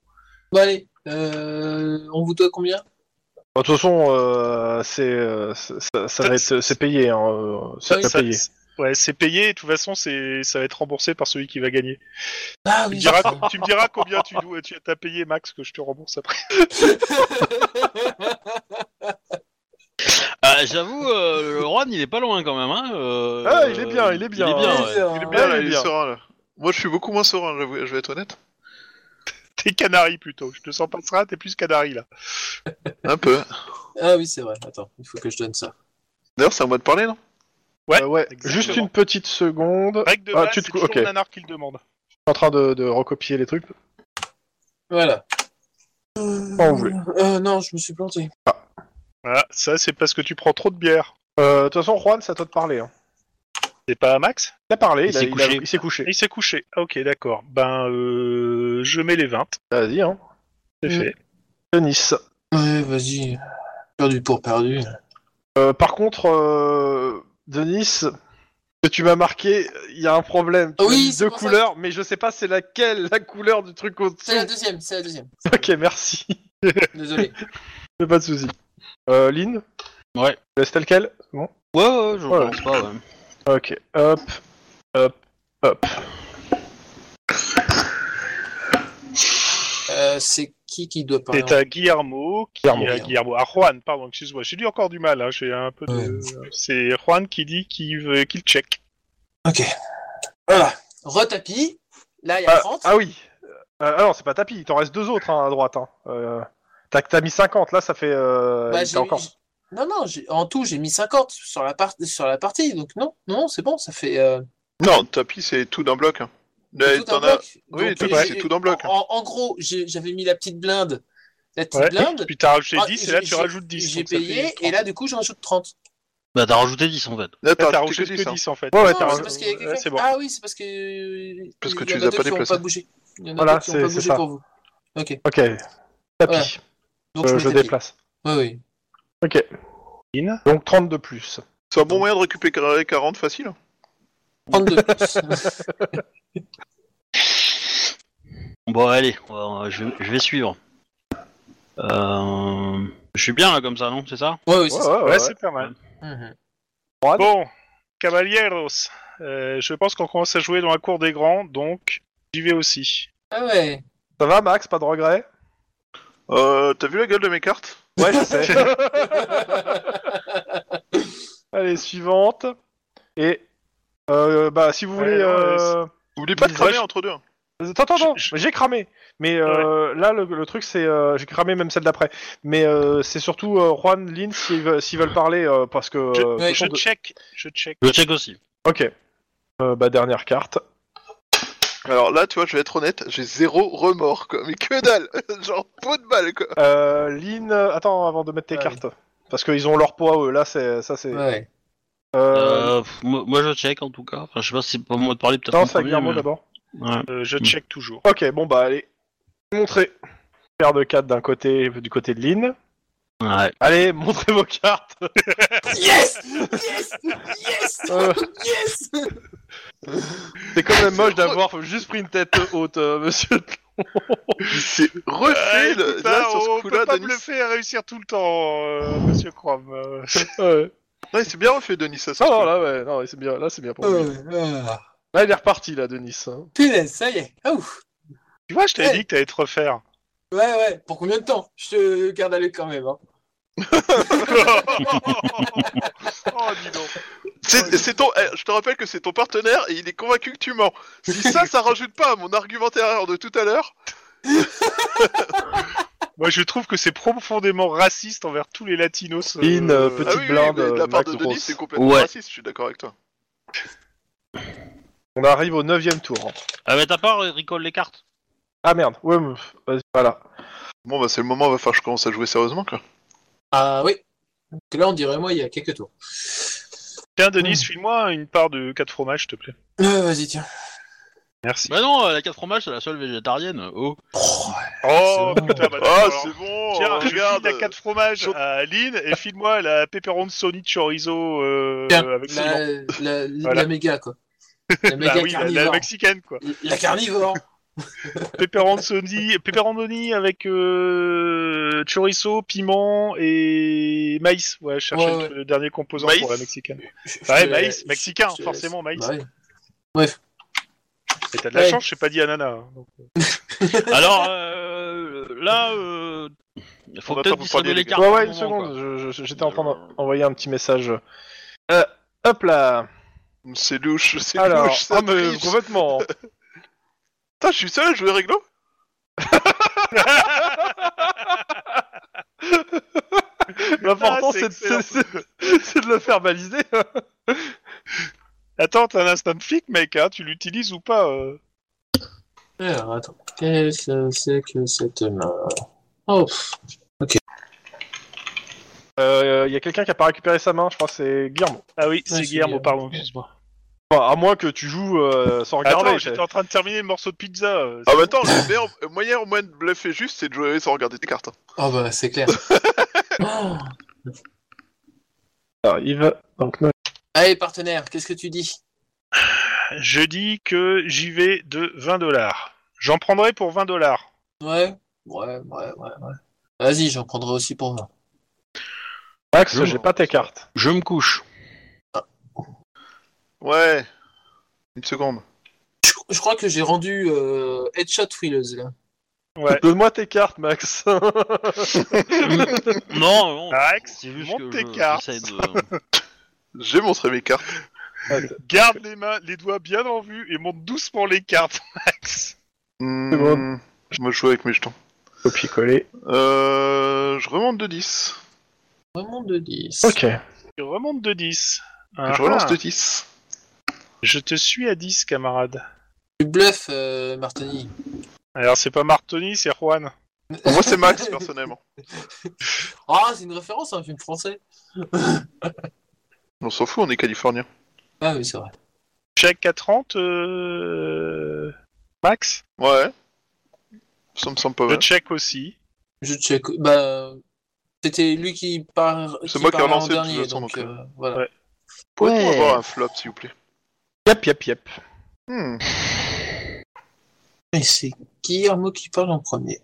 Speaker 3: Bon, allez, euh, on vous doit combien
Speaker 1: Bah, De toute façon, euh, c'est euh, c'est- ça, ça va être c'est payé. Hein, euh, c'est
Speaker 3: Oui,
Speaker 1: pas
Speaker 5: Ça-
Speaker 1: payé.
Speaker 5: c'est- Ouais, c'est payé. et De toute façon, c'est ça va être remboursé par celui qui va gagner.
Speaker 3: Ah
Speaker 5: Tu me
Speaker 3: oui,
Speaker 5: diras, tu me diras combien tu dois, tu as payé Max que je te rembourse après. <laughs>
Speaker 2: Ah, J'avoue, euh, le Juan, il est pas loin quand même. Hein, euh,
Speaker 1: Ah, il est bien, il est bien,
Speaker 2: Il est bien,
Speaker 1: hein.
Speaker 3: Ah,
Speaker 2: ouais.
Speaker 4: Il est
Speaker 1: Ouais,
Speaker 4: bien là,
Speaker 1: il est
Speaker 4: il est
Speaker 1: bien.
Speaker 4: serein là. Moi je suis beaucoup moins serein, j'avoue, je vais être honnête.
Speaker 5: T'es canari plutôt. Je te sens pas sera, t'es plus canari là.
Speaker 4: Un peu.
Speaker 3: Ah oui, c'est vrai. Attends, il faut que je donne ça.
Speaker 4: D'ailleurs, c'est à moi de parler, non
Speaker 5: Ouais,
Speaker 1: Euh, ouais.
Speaker 5: exactement.
Speaker 1: Juste une petite seconde.
Speaker 5: Règle de
Speaker 1: Ah,
Speaker 5: base,
Speaker 1: tu te
Speaker 5: c'est
Speaker 1: cou-
Speaker 5: toujours
Speaker 1: ok.
Speaker 5: nanar qui le demande.
Speaker 1: Je suis en train de, de recopier les trucs.
Speaker 3: Voilà.
Speaker 1: Quand vous voulez.
Speaker 3: Euh, non, je me suis planté.
Speaker 5: Voilà, Ah, ça c'est parce que tu prends trop de bière.
Speaker 1: Euh, De toute façon, Juan, c'est à toi de parler. Hein.
Speaker 5: C'est pas à Max
Speaker 1: Il a parlé,
Speaker 2: Il
Speaker 1: il a-
Speaker 2: s'est
Speaker 1: il a-
Speaker 2: couché.
Speaker 1: il s'est couché.
Speaker 5: Il s'est couché. Ah, Ok, d'accord. Ben, euh, je mets les 20.
Speaker 1: Vas-y, hein.
Speaker 5: C'est
Speaker 3: Mm.
Speaker 5: fait.
Speaker 1: Denis.
Speaker 3: Ouais, vas-y. Perdu pour perdu.
Speaker 1: Euh, par contre, euh, Denis, ce que tu m'as marqué, il y a un problème. Tu
Speaker 3: Ah
Speaker 1: as
Speaker 3: oui,
Speaker 1: mis
Speaker 3: c'est
Speaker 1: deux
Speaker 3: pour ça.
Speaker 1: couleurs, mais je sais pas c'est laquelle, la couleur du truc au-dessus.
Speaker 3: C'est la deuxième, c'est la deuxième.
Speaker 1: Ok, merci. <laughs>
Speaker 3: Désolé.
Speaker 1: pas de soucis. Euh, Lynn
Speaker 2: Ouais.
Speaker 1: Laisse tel quel C'est bon
Speaker 2: Ouais, ouais, je
Speaker 1: Voilà.
Speaker 2: pense pas, ouais.
Speaker 1: Ok, hop, hop, hop.
Speaker 3: Euh, c'est qui qui doit parler
Speaker 5: C'est à Guillermo, qui
Speaker 1: Guillermo.
Speaker 5: à Guillermo, à Juan, pardon, excuse-moi, j'ai dit encore du mal, hein, j'ai un peu de... C'est Juan qui dit qu'il veut qu'il check.
Speaker 3: Ok. Voilà. Retapis. Là, il y a
Speaker 1: Ah,
Speaker 3: 30.
Speaker 1: ah oui euh, Alors, c'est pas tapis, il t'en reste deux autres hein, à droite. Hein. Euh, T'as t'as mis 50, là ça fait. Euh,
Speaker 3: Bah,
Speaker 1: il
Speaker 3: j'ai-
Speaker 1: t'a encore.
Speaker 3: j'ai- Non, non, j'ai- en tout, j'ai mis 50 sur la, part... sur la partie. Donc, non, non, c'est bon, ça fait. euh,
Speaker 4: Non, tapis c'est tout d'un bloc. hein. Là,
Speaker 3: tout un
Speaker 4: t'en as-
Speaker 3: bloc.
Speaker 4: Oui,
Speaker 3: Donc,
Speaker 4: tout-
Speaker 3: j'ai-
Speaker 4: c'est tout d'un bloc.
Speaker 3: En, en gros, j'ai- j'avais mis la petite blinde. La petite
Speaker 5: Ouais.
Speaker 3: blinde.
Speaker 5: Puis t'as rajouté
Speaker 3: Ah,
Speaker 5: 10
Speaker 3: j'ai-
Speaker 5: et là tu
Speaker 3: j'ai-
Speaker 5: rajoutes 10.
Speaker 3: J'ai
Speaker 5: donc ça fait
Speaker 3: payé
Speaker 5: 30.
Speaker 3: et là, du coup, j'en rajoute 30.
Speaker 2: Bah, t'as rajouté 10 en fait.
Speaker 4: Là,
Speaker 5: Là, t'as
Speaker 4: rajouté
Speaker 5: rajouté
Speaker 4: que
Speaker 5: que
Speaker 4: 10, hein.
Speaker 5: 10 en fait.
Speaker 1: Ouais, ouais,
Speaker 3: Non,
Speaker 1: t'as Euh,
Speaker 3: c'est
Speaker 1: raison.
Speaker 3: parce qu'il y a quelqu'un-
Speaker 5: Ouais, c'est bon.
Speaker 3: Ah oui, c'est parce que. euh,
Speaker 4: Parce
Speaker 3: il
Speaker 4: que
Speaker 3: y
Speaker 4: tu
Speaker 3: en
Speaker 4: les
Speaker 3: a
Speaker 4: as
Speaker 3: deux
Speaker 4: pas
Speaker 3: qui ont
Speaker 4: déplacés.
Speaker 3: pas bougé. Il y en a
Speaker 1: Voilà,
Speaker 3: deux qui ont
Speaker 1: c'est-
Speaker 3: pas
Speaker 1: c'est
Speaker 3: bougé
Speaker 1: ça.
Speaker 3: pour vous. Ok.
Speaker 1: Ok, tapis.
Speaker 3: Ah, Donc
Speaker 1: Euh,
Speaker 3: je,
Speaker 1: je
Speaker 3: mets tapis.
Speaker 1: déplace.
Speaker 3: Oui, oui.
Speaker 1: Ok,
Speaker 5: In.
Speaker 1: donc 30 de plus.
Speaker 4: C'est un bon moyen de récupérer 40 facile. hein.
Speaker 1: <laughs>
Speaker 3: 32 plus.
Speaker 2: Bon, allez, on va- on va- je, vais- je vais suivre. Euh, Je suis bien là comme ça, non C'est ça
Speaker 3: ouais, oui, c'est ça.
Speaker 5: Ouais, c'est pas mal.
Speaker 3: Mhm.
Speaker 1: Juan
Speaker 5: Bon, caballeros, euh, je pense qu'on commence à jouer dans la cour des grands, donc j'y vais aussi.
Speaker 3: Ah ouais.
Speaker 1: Ça va, Max Pas de regrets
Speaker 4: Euh, t'as vu la gueule de mes cartes
Speaker 1: Ouais, je sais.
Speaker 5: <laughs>
Speaker 1: Allez, suivante. Et euh, bah si vous
Speaker 5: Ouais,
Speaker 1: voulez.
Speaker 5: non,
Speaker 1: euh,
Speaker 4: Oublie pas de
Speaker 1: Ouais,
Speaker 4: cramer
Speaker 1: je-
Speaker 4: entre deux. hein.
Speaker 1: Attends, attends, attends,
Speaker 5: Je-
Speaker 1: j'ai cramé. Mais euh, là, le, le truc, c'est. euh, j'ai cramé même celle d'après. Mais euh, c'est surtout euh, Juan, Lynn, s'ils veulent, s'ils veulent parler, euh, parce que.
Speaker 5: Je-
Speaker 1: euh,
Speaker 3: ouais,
Speaker 1: ce
Speaker 5: Je
Speaker 1: sont de-
Speaker 5: check, je check.
Speaker 2: Je check aussi.
Speaker 1: Ok. Euh, bah, dernière carte.
Speaker 4: Alors là, tu vois, je vais être honnête, j'ai zéro remords, quoi. Mais que dalle <laughs> Genre, peau de balle, quoi.
Speaker 1: Euh, Lynn, euh, attends, avant de mettre tes
Speaker 3: Ouais.
Speaker 1: cartes. Parce qu'ils ont leur poids, eux. Là, c'est, ça, c'est.
Speaker 3: Ouais.
Speaker 1: Euh,
Speaker 2: Euh, pff, moi, moi, je check en tout cas. Enfin, je sais pas si c'est pas moi de parler peut-être.
Speaker 1: non,
Speaker 2: en
Speaker 1: c'est à
Speaker 2: premier,
Speaker 1: Guillermo
Speaker 2: mais-
Speaker 1: d'abord.
Speaker 2: Ouais.
Speaker 5: Euh, je
Speaker 1: Hmm.
Speaker 5: check toujours.
Speaker 1: Ok, bon, bah, allez. Montrez. Paire de cartes d'un côté, du côté de Lynn.
Speaker 2: Ouais.
Speaker 1: Allez, <laughs> montrez vos cartes.
Speaker 3: Yes Yes Yes
Speaker 1: Euh,
Speaker 3: Yes
Speaker 2: <laughs>
Speaker 1: c'est quand même moche d'avoir juste pris une tête haute, euh, monsieur.
Speaker 4: Il s'est refait
Speaker 5: Ah,
Speaker 4: le-
Speaker 5: écoute,
Speaker 4: là,
Speaker 5: hein,
Speaker 4: sur
Speaker 5: on
Speaker 4: ce
Speaker 5: peut
Speaker 4: coup-là,
Speaker 5: pas
Speaker 4: Denis.
Speaker 5: bluffer à réussir tout le temps, euh, Monsieur Chrome. euh.
Speaker 1: Ouais.
Speaker 4: Non, il s'est bien refait, Denis. Ça,
Speaker 1: Ah non, là, ouais, non, c'est bien, là, c'est bien pour lui. Là, il est reparti, là, Denis. hein.
Speaker 3: Punaise, ça y est. Ah ouf.
Speaker 5: Tu vois, je t'avais
Speaker 3: Ouais.
Speaker 5: dit que t'allais te
Speaker 4: <laughs>
Speaker 5: refaire.
Speaker 3: Ouais, ouais. Pour combien de temps Je te garde à l'œil quand même. Hein.
Speaker 5: oh, dis donc.
Speaker 4: C'est c'est ton. eh, Je te rappelle que c'est ton partenaire et il est convaincu que tu mens. Si ça, ça rajoute pas à mon argumentaire de tout à
Speaker 1: <laughs>
Speaker 4: l'heure.
Speaker 5: Moi, je trouve que c'est profondément raciste envers tous les latinos. euh,
Speaker 1: In, euh, petit-
Speaker 4: Ah
Speaker 1: Petite
Speaker 4: oui, oui,
Speaker 1: blinde,
Speaker 4: mais de la
Speaker 1: euh,
Speaker 4: part
Speaker 1: Max
Speaker 4: de Denis,
Speaker 1: Gross.
Speaker 4: c'est complètement
Speaker 2: Ouais.
Speaker 4: raciste. Je suis d'accord avec toi.
Speaker 1: On arrive au neuvième tour.
Speaker 2: Ah, mais t'as pas Ricole les cartes
Speaker 1: Ah merde, ouais, mais- vas-y, voilà.
Speaker 4: Bon, bah c'est le moment. Va falloir que je commence à jouer sérieusement, quoi.
Speaker 3: Ah oui. Que là, on dirait moi il y a quelques tours.
Speaker 5: Tiens,
Speaker 4: mm.
Speaker 5: Denis, file-moi une part de 4 fromages, s'il te plaît.
Speaker 3: Euh, Vas-y, tiens.
Speaker 5: Merci.
Speaker 2: Bah non, euh, la 4 fromages, c'est la seule végétarienne. Oh.
Speaker 5: Euh, Oh,
Speaker 3: C'est bon.
Speaker 5: putain, bah
Speaker 4: Ah,
Speaker 5: d'accord, alors.
Speaker 4: c'est bon.
Speaker 5: Tiens,
Speaker 4: euh,
Speaker 5: je file
Speaker 4: regarde.
Speaker 5: la 4 fromages
Speaker 4: chaud.
Speaker 5: à Aline et file-moi la pepperoni Sony chorizo euh,
Speaker 3: Tiens,
Speaker 5: avec
Speaker 3: La,
Speaker 5: piment.
Speaker 3: la, la
Speaker 5: Voilà.
Speaker 3: méga,
Speaker 5: <laughs>
Speaker 3: quoi. La méga
Speaker 5: Bah oui, la, la
Speaker 3: carnivore.
Speaker 5: mexicaine, quoi.
Speaker 3: La carnivore.
Speaker 5: Pepperoni, pepperoni avec euh, chorizo, piment et maïs. Ouais, je cherchais
Speaker 3: Ouais,
Speaker 5: le,
Speaker 3: ouais.
Speaker 5: tr- le dernier
Speaker 2: Bah,
Speaker 5: composant
Speaker 4: Maïs
Speaker 5: pour la mexicaine.
Speaker 3: Je- je
Speaker 5: Bah ouais,
Speaker 3: te-
Speaker 5: maïs,
Speaker 3: je-
Speaker 5: mexicain,
Speaker 3: je te
Speaker 5: forcément,
Speaker 3: laisse.
Speaker 5: maïs.
Speaker 3: Bah ouais.
Speaker 5: Et t'as de la
Speaker 3: Ouais.
Speaker 5: chance, j'ai pas dit ananas. hein, donc.
Speaker 2: Alors,
Speaker 5: <laughs>
Speaker 2: euh, là, euh, faut
Speaker 4: On
Speaker 2: peut-être
Speaker 4: attend pour
Speaker 2: distribuer les
Speaker 4: parler, les gars.
Speaker 2: cartes.
Speaker 1: Ouais,
Speaker 2: pour
Speaker 1: ouais,
Speaker 2: le
Speaker 1: une
Speaker 2: moment,
Speaker 1: seconde,
Speaker 2: quoi. Euh.
Speaker 1: je- je- j'étais en train d'envoyer un petit message. Euh, hop là
Speaker 4: C'est louche. C'est
Speaker 1: Alors,
Speaker 4: louche. Ça
Speaker 1: ah, mais
Speaker 4: triche.
Speaker 1: complètement
Speaker 4: Putain, je suis seul à jouer réglo.
Speaker 1: L'important,
Speaker 5: Ah,
Speaker 1: c'est
Speaker 5: c'est
Speaker 1: de- c'est c'est- c'est de le faire baliser.
Speaker 5: Attends, t'as un instant flic, mec, hein, tu l'utilises ou pas euh
Speaker 3: Alors, attends. Qu'est-ce que c'est que cette main Oh, pff,
Speaker 1: Euh, Il y a quelqu'un qui a pas récupéré sa main, je crois que c'est Guillermo.
Speaker 5: Ah oui,
Speaker 3: c'est
Speaker 5: c'est Guillermo,
Speaker 3: Guillermo.
Speaker 5: pardon, excuse-moi.
Speaker 1: Enfin, à moins que tu joues euh, sans regarder.
Speaker 5: Attends,
Speaker 1: c'est-
Speaker 5: Ah, j'étais en train de terminer le morceau de pizza. euh,
Speaker 4: Ah bah
Speaker 5: c'est bon.
Speaker 4: attends, le meilleur le moyen, moyen de bluffer juste, c'est de jouer sans regarder tes cartes.
Speaker 3: oh bah, c'est
Speaker 5: <laughs>
Speaker 3: clair. Oh.
Speaker 1: Alors, il va- Donc, non.
Speaker 3: Allez, partenaire, qu'est-ce que tu dis
Speaker 5: Je dis que j'y vais de 20 dollars. J'en prendrai pour 20 dollars.
Speaker 3: Ouais, ouais, ouais, ouais, ouais. Vas-y, j'en prendrai aussi pour moi.
Speaker 1: Max,
Speaker 2: Je-
Speaker 1: j'ai pas tes cartes.
Speaker 2: Je me couche.
Speaker 4: Ouais. Une seconde.
Speaker 3: Je, je crois que j'ai rendu euh, Headshot Wheelers, là.
Speaker 5: Ouais.
Speaker 1: Donne-moi tes cartes, Max.
Speaker 2: non, non.
Speaker 5: Max,
Speaker 2: C'est juste
Speaker 5: Ah, monte
Speaker 2: que
Speaker 5: tes
Speaker 2: je-
Speaker 5: cartes.
Speaker 2: j'essaie de-
Speaker 4: J'ai montré mes cartes.
Speaker 5: Garde les mains, les doigts bien en vue et monte doucement les cartes, <laughs> Max.
Speaker 4: Hmm,
Speaker 1: C'est bon.
Speaker 4: Moi je joue avec mes jetons.
Speaker 1: <laughs> Copier-coller.
Speaker 4: Euh, je remonte de 10.
Speaker 3: Vraiment de 10.
Speaker 1: Ok.
Speaker 5: Tu remontes de 10.
Speaker 4: je relance
Speaker 5: Ah,
Speaker 4: de 10.
Speaker 5: Je te suis à 10, camarade.
Speaker 3: Tu bluffes, euh, Martini.
Speaker 5: Alors, c'est pas Martoni, c'est Juan.
Speaker 4: Pour moi c'est Max personnellement.
Speaker 3: Ah, c'est une référence à un film français.
Speaker 4: On s'en fout, on est californien.
Speaker 3: Ah oui, c'est vrai.
Speaker 5: Chaque à 30, euh, Max
Speaker 4: Ouais. Ça me semble pas
Speaker 5: Je
Speaker 4: mal.
Speaker 5: check aussi.
Speaker 3: Je check. Bah, c'était lui qui part.
Speaker 4: C'est moi qui ai
Speaker 3: parlait en
Speaker 4: relancé, de toute
Speaker 3: dernier,
Speaker 4: façon,
Speaker 3: donc,
Speaker 4: donc,
Speaker 3: euh, voilà.
Speaker 5: ouais.
Speaker 4: Pourrait-on avoir un flop s'il vous plaît
Speaker 1: Yep, yep, yep.
Speaker 4: Hmm.
Speaker 3: Et c'est Guillermo qui parle en premier.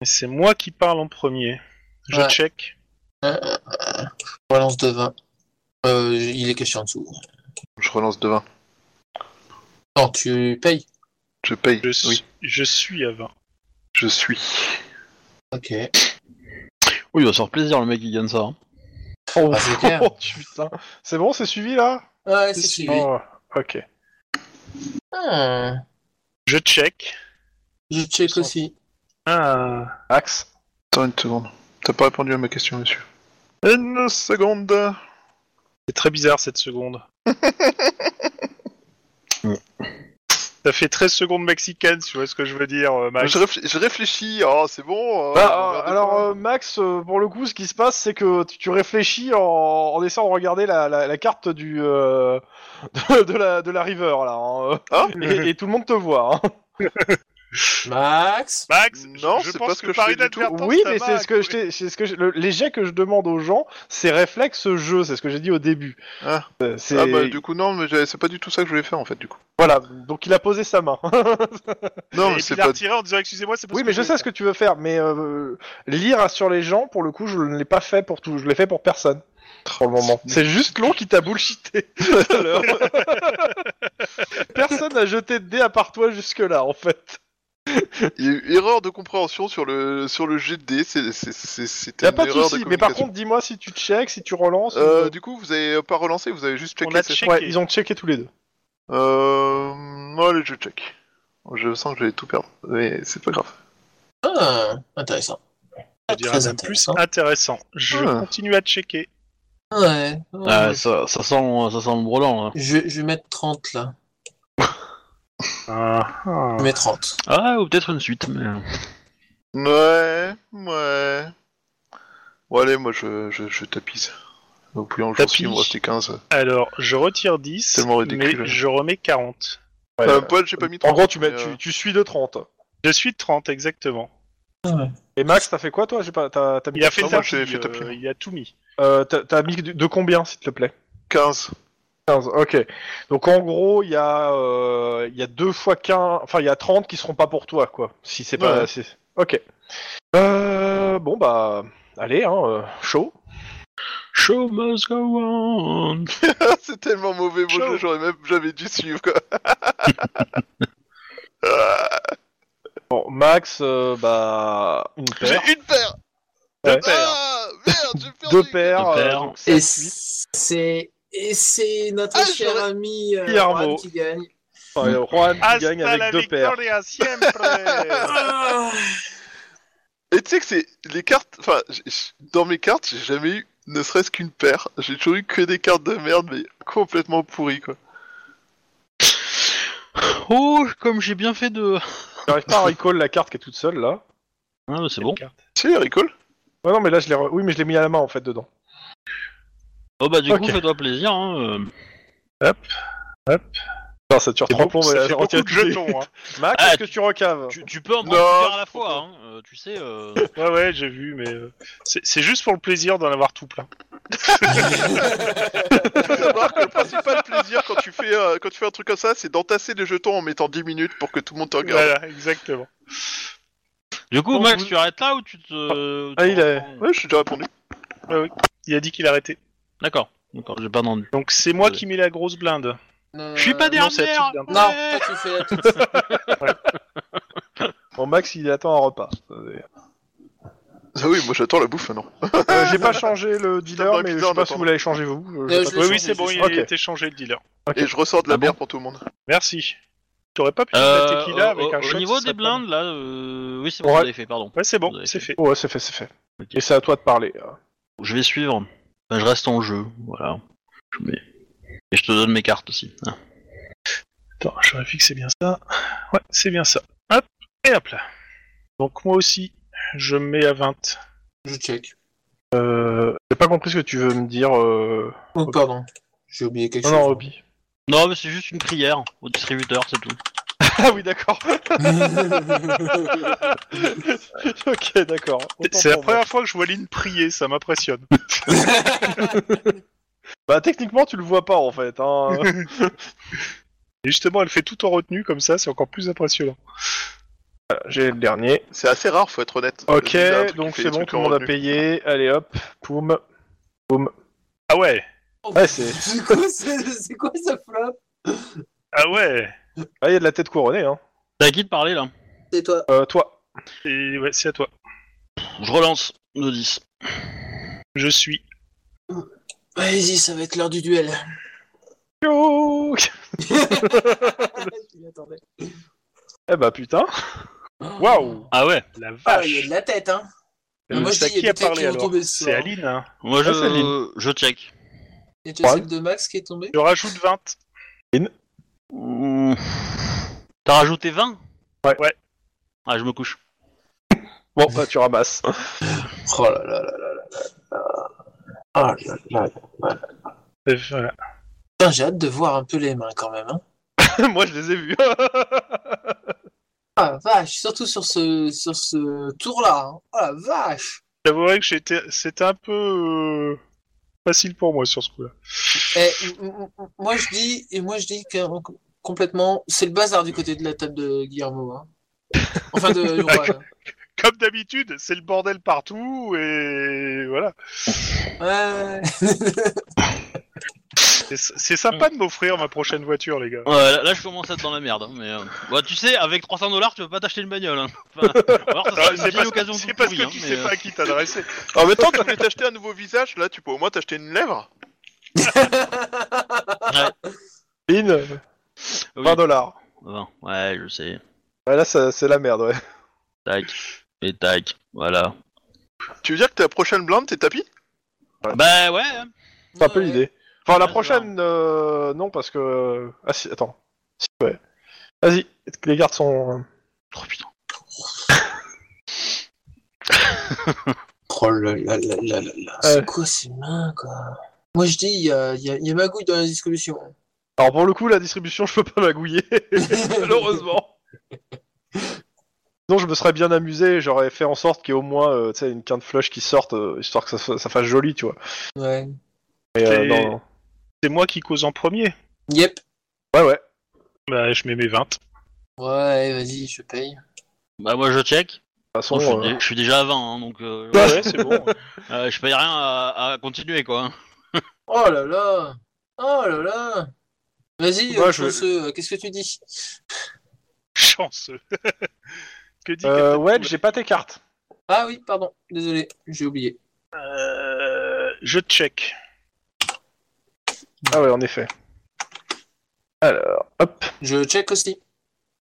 Speaker 5: Et C'est moi qui parle en premier. Je
Speaker 3: Ouais.
Speaker 5: check.
Speaker 3: Relance de 20. Euh, il est caché en dessous.
Speaker 4: Je relance de 20.
Speaker 3: Non, tu payes.
Speaker 4: Je paye.
Speaker 5: Je suis,
Speaker 4: Oui.
Speaker 5: je suis à 20.
Speaker 4: Je suis.
Speaker 3: Ok.
Speaker 2: Oui, il va se faire plaisir le mec qui gagne ça. hein.
Speaker 1: Oh,
Speaker 3: Ah,
Speaker 4: <laughs>
Speaker 3: c'est clair.
Speaker 1: oh, putain. C'est bon, c'est suivi là
Speaker 3: Ouais, c'est suivi.
Speaker 1: Oh, Ok.
Speaker 3: Ah,
Speaker 5: Je check.
Speaker 3: je check aussi.
Speaker 5: Ah.
Speaker 1: Max.
Speaker 4: Attends une seconde. T'as pas répondu à ma question monsieur. Une seconde.
Speaker 5: C'est très bizarre cette
Speaker 1: <laughs>
Speaker 5: seconde. Ça fait 13 secondes mexicaines, tu vois ce que je veux dire, euh, Max.
Speaker 4: Je, réfl- je réfléchis. Oh c'est bon. euh,
Speaker 1: Bah,
Speaker 4: regardez
Speaker 1: alors,
Speaker 4: pas.
Speaker 1: euh, Max, euh, pour le coup, ce qui se passe, c'est que tu, tu réfléchis en, en essayant de regarder la, la- la carte du, euh, <laughs> de, de la, de la river, là. hein.
Speaker 4: Ah <laughs>
Speaker 1: et, et tout le monde te voit. hein.
Speaker 3: Max
Speaker 5: Max,
Speaker 4: Non,
Speaker 5: je, je
Speaker 4: c'est
Speaker 5: pense
Speaker 4: pas ce
Speaker 5: que,
Speaker 4: que je
Speaker 5: par
Speaker 4: fais du tout.
Speaker 5: inadvertance,
Speaker 1: Oui,
Speaker 5: ta
Speaker 1: mais
Speaker 5: main
Speaker 1: c'est
Speaker 5: a
Speaker 1: ce que je
Speaker 5: couru.
Speaker 1: t'ai- c'est ce que je- le- les jets que je demande aux gens, c'est réflexe jeu, c'est ce que j'ai dit au début.
Speaker 4: Ah.
Speaker 1: Euh, c'est-
Speaker 4: Ah bah du coup non, mais j'avais- c'est pas du tout ça que je voulais faire en fait du coup.
Speaker 1: Voilà, donc il a posé sa main. <laughs>
Speaker 4: Non,
Speaker 5: Et
Speaker 4: mais
Speaker 5: puis
Speaker 4: c'est
Speaker 5: il a
Speaker 4: pas.
Speaker 5: retiré en disant excusez-moi, c'est pas
Speaker 1: oui,
Speaker 5: que
Speaker 1: mais je
Speaker 5: voulais
Speaker 1: sais ce que tu veux faire, mais euh, lire sur les gens, pour le coup, je ne l'ai pas fait pour tout, je l'ai fait pour personne. Pour le moment. C'est juste l'on qui t'a
Speaker 4: <laughs>
Speaker 1: bullshité tout à l'heure. <laughs> Personne n'a jeté de dés à part toi jusque-là, en fait.
Speaker 4: Il y a eu erreur de compréhension sur le sur le jet de dés, c'est c'est- c'est- c'était
Speaker 1: Y'a
Speaker 4: une
Speaker 1: pas de
Speaker 4: erreur
Speaker 1: souci.
Speaker 4: de
Speaker 1: Mais par
Speaker 4: communication.
Speaker 1: contre, dis-moi si tu checks, si tu relances.
Speaker 4: Euh,
Speaker 1: ou-
Speaker 4: du coup, vous avez pas relancé, vous avez juste checké.
Speaker 5: On a
Speaker 4: c'est-
Speaker 5: checké.
Speaker 1: Ouais, ils ont checké tous les deux.
Speaker 4: Euh... non, allez, je check. Je sens que je vais tout perdre, mais c'est pas grave.
Speaker 3: Ah, intéressant.
Speaker 5: Je dirais
Speaker 3: Très
Speaker 5: même plus
Speaker 4: hein.
Speaker 3: intéressant.
Speaker 5: intéressant. Je
Speaker 4: Ah.
Speaker 5: continue à checker.
Speaker 3: Ouais. ouais.
Speaker 2: Ah, ça, ça sent, ça sent le brelan. hein. Là.
Speaker 3: Je, je vais mettre 30 là. Je mets 30.
Speaker 2: Ah, ou peut-être une suite. Mais...
Speaker 4: Ouais, ouais. Bon, allez, moi, je, je, je tapise. Au plus, en jour,
Speaker 5: Tapis.
Speaker 4: il me restait
Speaker 1: Euh,
Speaker 4: 15.
Speaker 5: Alors, je retire 10,
Speaker 4: Tellement ridicule.
Speaker 5: mais je remets 40.
Speaker 1: Ouais,
Speaker 4: Euh,
Speaker 1: euh,
Speaker 4: Paul, j'ai pas mis
Speaker 1: en
Speaker 4: 30.
Speaker 1: gros, tu, mets-
Speaker 4: mais, euh,
Speaker 1: tu, tu suis de 30.
Speaker 5: Je suis 30, exactement.
Speaker 1: Et Max, t'as fait quoi toi J'ai pas, t'as, t'as mis,
Speaker 5: Il a fait
Speaker 4: Non,
Speaker 5: ça,
Speaker 4: moi, j'ai fait tapis.
Speaker 5: il a tout mis.
Speaker 1: euh, t'as- t'as mis de, de combien, s'il te plaît
Speaker 4: 15.
Speaker 1: 15, ok. Donc en gros, il y, a, euh, il y a deux fois 15, enfin il y a 30 qui seront pas pour toi, quoi. Si c'est pas.
Speaker 4: Ouais.
Speaker 1: si- Ok. Euh, bon bah, allez, hein, euh, chaud.
Speaker 2: Show must go on.
Speaker 4: <laughs> c'est tellement mauvais, mon
Speaker 5: Chaud.
Speaker 4: jeu, j'aurais même jamais dû suivre, quoi.
Speaker 1: Bon, Max, euh, bah, une
Speaker 4: J'ai
Speaker 1: paire.
Speaker 4: une paire.
Speaker 1: Ouais.
Speaker 4: Ah, merde, j'ai perdu.
Speaker 1: Deux paires.
Speaker 2: Deux
Speaker 1: euh,
Speaker 2: paires.
Speaker 1: donc
Speaker 3: Et
Speaker 1: sept, huit.
Speaker 3: c'est et c'est notre
Speaker 4: Ah,
Speaker 3: cher
Speaker 4: j'aurais-
Speaker 3: ami euh,
Speaker 1: Guillermo.
Speaker 3: Juan qui gagne.
Speaker 1: Enfin, euh, Juan qui
Speaker 5: Hasta
Speaker 1: gagne avec
Speaker 5: la
Speaker 1: deux paires. <laughs>
Speaker 5: victoria siempre
Speaker 3: Ah,
Speaker 4: Et tu sais que c'est les cartes. Enfin, j- j- dans mes cartes, j'ai jamais eu ne serait-ce qu'une paire. J'ai toujours eu que des cartes de merde, mais complètement pourries, quoi.
Speaker 2: Oh, comme j'ai bien fait de.
Speaker 1: J'arrive pas à recall la carte qui est toute seule là.
Speaker 2: Ah, mais c'est bon.
Speaker 4: Tu sais, Ricole
Speaker 1: Ouais, non, mais là je l'ai. re- Oui, mais je l'ai mis à la main en fait dedans.
Speaker 2: Oh bah du
Speaker 1: Ok.
Speaker 2: coup, fais-toi plaisir. Hein. euh.
Speaker 1: Putain, ça tire
Speaker 5: C'est
Speaker 1: trois
Speaker 5: beaucoup-
Speaker 1: plombs.
Speaker 5: ça
Speaker 1: mais
Speaker 5: fait
Speaker 1: je
Speaker 5: beaucoup
Speaker 1: retiens
Speaker 5: de
Speaker 1: tous les-
Speaker 5: jetons. hein.
Speaker 1: <laughs> Max,
Speaker 2: Ah,
Speaker 1: est-ce que tu recaves
Speaker 2: Tu, tu peux en
Speaker 4: Non,
Speaker 2: prendre une paire à la
Speaker 4: je
Speaker 2: fois, hein. euh, tu sais. <laughs> euh.
Speaker 5: Ouais, ouais, j'ai vu, mais euh, c'est c'est juste pour le plaisir d'en avoir tout plein.
Speaker 4: <laughs> faut savoir que le principal plaisir quand tu fais, euh, quand tu fais un truc comme ça, c'est d'entasser les jetons en mettant 10 minutes pour que tout le monde te regarde.
Speaker 5: Voilà, exactement.
Speaker 2: Du coup,
Speaker 1: Bon,
Speaker 2: Max,
Speaker 1: vous-
Speaker 2: tu arrêtes là ou tu te.
Speaker 1: Ah,
Speaker 2: tu
Speaker 1: il est-
Speaker 2: reprends
Speaker 4: Ouais, je suis déjà répondu.
Speaker 5: Il a dit qu'il arrêtait.
Speaker 2: D'accord, d'accord, j'ai pas entendu.
Speaker 5: Donc c'est moi
Speaker 2: Ouais.
Speaker 5: qui mets la grosse blinde.
Speaker 3: non,
Speaker 2: Je suis pas
Speaker 3: Ah,
Speaker 5: non, c'est la
Speaker 2: dernière.
Speaker 5: petite
Speaker 3: Euh, Non,
Speaker 2: ouais.
Speaker 3: toi, tu fais la toute.
Speaker 1: Bon, Max, il attend un repas. Euh,
Speaker 4: Ah oui, moi j'attends la bouffe non
Speaker 1: j'ai pas changé le
Speaker 4: Putain,
Speaker 1: dealer, mais je
Speaker 4: bizarre,
Speaker 1: sais pas si
Speaker 4: attends.
Speaker 1: vous l'avez changé vous. Euh, j'ai
Speaker 3: Euh, je
Speaker 1: pas-
Speaker 3: l'ai
Speaker 5: Oui, oui,
Speaker 3: changé,
Speaker 5: c'est bon,
Speaker 3: je
Speaker 5: il
Speaker 1: l'ai changé.
Speaker 5: est échangé le dealer.
Speaker 4: Et je ressors de la
Speaker 2: Ah bon
Speaker 4: bière pour tout le monde.
Speaker 5: Merci. T'aurais pas pu
Speaker 2: Euh,
Speaker 5: mettre la tequila avec
Speaker 2: au,
Speaker 5: un
Speaker 2: au
Speaker 5: shot,
Speaker 2: niveau
Speaker 5: ça serait
Speaker 2: des
Speaker 5: pas
Speaker 2: blindes, là, euh, oui, c'est bon,
Speaker 1: Ouais.
Speaker 2: vous avez fait, pardon.
Speaker 5: mal. Ouais, c'est
Speaker 2: Vous
Speaker 5: bon,
Speaker 2: avez
Speaker 5: c'est
Speaker 2: fait.
Speaker 5: fait.
Speaker 1: Oh, ouais, c'est fait, c'est fait. Et c'est à toi de parler. euh.
Speaker 2: Je vais suivre. Enfin, je reste en jeu, voilà. Je mets- Et je te donne mes cartes aussi. Ah.
Speaker 5: Attends, je vérifie que c'est bien ça. Ouais, c'est bien ça. Hop, et hop là. Donc moi aussi, je mets à 20.
Speaker 3: Je check.
Speaker 1: Euh, j'ai pas compris ce que tu veux me dire. Euh...
Speaker 3: Oh, pardon. J'ai oublié quelque
Speaker 1: Non, non, Obi.
Speaker 5: <laughs>
Speaker 2: Non, mais c'est juste une prière au distributeur, c'est tout.
Speaker 1: Ah oui, d'accord.
Speaker 3: chose.
Speaker 1: <laughs> ok, d'accord. Autant
Speaker 5: C'est la
Speaker 1: pour moi.
Speaker 5: première fois que je vois Lynn prier, ça m'impressionne.
Speaker 1: Bah, techniquement, tu le vois pas en fait.
Speaker 5: <laughs>
Speaker 1: Hein.
Speaker 5: Et justement, elle fait tout en retenue comme ça, c'est encore plus impressionnant.
Speaker 1: j'ai le dernier.
Speaker 4: C'est assez rare, faut être honnête. Euh,
Speaker 1: Ok,
Speaker 4: J'ai un truc
Speaker 1: donc
Speaker 4: qui fait
Speaker 1: c'est
Speaker 4: des
Speaker 1: bon,
Speaker 4: trucs
Speaker 1: tout le monde a
Speaker 4: retenus.
Speaker 1: payé. Allez hop, poum.
Speaker 5: Ah ouais
Speaker 1: Ouais, c'est.
Speaker 3: Oh, C'est <laughs> quoi, ce- c'est quoi ce flop
Speaker 5: Ah ouais
Speaker 1: Ah, il y a de la tête couronnée. Hein.
Speaker 2: T'as à qui de parler, là
Speaker 3: C'est toi.
Speaker 1: Euh, toi.
Speaker 5: Et ouais, c'est à toi.
Speaker 2: Je relance le 10.
Speaker 5: Je suis.
Speaker 3: Vas-y, ça va être l'heure du duel.
Speaker 1: Yo
Speaker 3: Je m'y attendais.
Speaker 1: eh bah putain. Waouh.
Speaker 2: Ah ouais
Speaker 5: La
Speaker 3: Ah,
Speaker 5: vache
Speaker 3: il y a de la tête, hein
Speaker 5: Euh,
Speaker 3: Moi, je
Speaker 5: c'est à
Speaker 3: dis, il y a
Speaker 5: qui a
Speaker 3: des têtes
Speaker 5: parlé
Speaker 3: qui vont
Speaker 5: alors
Speaker 3: tomber ce
Speaker 5: C'est
Speaker 3: soir.
Speaker 5: Aline, hein.
Speaker 2: Moi, je,
Speaker 1: Ah, c'est Lynn.
Speaker 2: je check.
Speaker 3: Il y a déjà
Speaker 1: Ouais.
Speaker 3: celle de Max qui est tombée
Speaker 5: Je rajoute 20.
Speaker 2: Mmh. T'as rajouté 20
Speaker 1: Ouais.
Speaker 5: Ouais.
Speaker 2: Ah, je me couche.
Speaker 1: Bon, bah tu ramasses.
Speaker 3: Oh là là là là là là là. Oh là là.
Speaker 5: Euh, voilà. <laughs>
Speaker 3: Putain, j'ai hâte de voir un peu les mains quand même. Hein.
Speaker 1: Moi, je les ai vus.
Speaker 3: Ah, la vache, surtout sur ce, sur ce tour-là. hein. Oh la vache
Speaker 5: J'avouerais que j'étais, c'était un peu euh, facile pour moi sur ce coup-là.
Speaker 3: Eh, m- m- m- moi je dis et moi je dis que euh, complètement, c'est le bazar du côté de la table de Guillermo. hein. Enfin de hein. du roi,
Speaker 1: <laughs>
Speaker 3: là.
Speaker 5: Comme d'habitude, c'est le bordel partout et voilà.
Speaker 3: Ouais.
Speaker 5: C'est, c'est sympa de m'offrir ma prochaine
Speaker 2: <laughs>
Speaker 5: voiture, les gars.
Speaker 2: Ouais, là, là, je commence à être dans la merde. hein, Mais euh, bah, tu sais, avec 300 dollars, tu peux pas t'acheter une bagnole. hein. Enfin, ou alors, ça sera
Speaker 5: Ah,
Speaker 2: une
Speaker 5: c'est
Speaker 2: vieille
Speaker 5: parce,
Speaker 2: occasion
Speaker 5: c'est
Speaker 2: toute
Speaker 5: parce
Speaker 2: pourrie,
Speaker 5: que
Speaker 2: hein,
Speaker 5: tu
Speaker 2: mais,
Speaker 5: sais
Speaker 2: euh,
Speaker 5: pas à qui t'adresser.
Speaker 4: En même temps, tu voulais t'acheter un nouveau visage, là, tu peux au moins t'acheter une lèvre.
Speaker 1: Lynn, 20 dollars.
Speaker 2: euh, Bon, ouais, je sais.
Speaker 1: Ouais, là, ça- c'est la merde, ouais.
Speaker 2: Tac. Et tac. Voilà.
Speaker 4: Tu veux dire que ta prochaine blinde, c'est tapis
Speaker 2: Bah ouais. hein.
Speaker 1: C'est un peu
Speaker 3: Ouais.
Speaker 1: l'idée. Enfin,
Speaker 5: Ah,
Speaker 1: la
Speaker 2: Ouais,
Speaker 1: prochaine, euh, non, parce que. Ah si, attends. Si, ouais. Vas-y, les cartes sont.
Speaker 2: Oh putain.
Speaker 3: Oh là là là là là là.
Speaker 1: Ouais.
Speaker 3: C'est quoi ces mains, quoi Moi je dis, il y a, il y a- il y a magouille dans la distribution.
Speaker 1: Alors, pour le coup, la distribution, je peux pas <laughs> magouiller, malheureusement. Non, je me serais bien amusé, j'aurais fait en sorte qu'il y ait au moins euh, tu sais, une quinte flush qui sorte, euh, histoire que ça, fa- ça fasse joli, tu vois.
Speaker 3: Ouais.
Speaker 1: Mais, euh,
Speaker 5: Et-
Speaker 1: non.
Speaker 5: C'est moi qui cause en premier.
Speaker 3: Yep.
Speaker 1: Ouais, ouais.
Speaker 5: Bah, je mets mes 20.
Speaker 3: Ouais, vas-y, je paye.
Speaker 2: Bah moi je check.
Speaker 1: De toute façon,
Speaker 2: je, suis
Speaker 1: euh,
Speaker 2: dé- je suis déjà à 20, hein, donc euh,
Speaker 1: Ouais,
Speaker 5: ouais, c'est bon.
Speaker 2: <laughs> euh, je paye rien à, à continuer quoi. hein.
Speaker 3: Oh là là Oh là là Vas-y,
Speaker 1: Moi,
Speaker 3: euh,
Speaker 1: je-
Speaker 3: chanceux, euh, qu'est-ce que tu dis
Speaker 5: <laughs> Chanceux. <laughs> que dit
Speaker 1: euh, ouais, j'ai pas tes cartes.
Speaker 3: Ah oui, pardon, désolé, j'ai oublié.
Speaker 5: Euh, Je check.
Speaker 1: Ah ouais, en effet. Alors, hop.
Speaker 3: Je check aussi.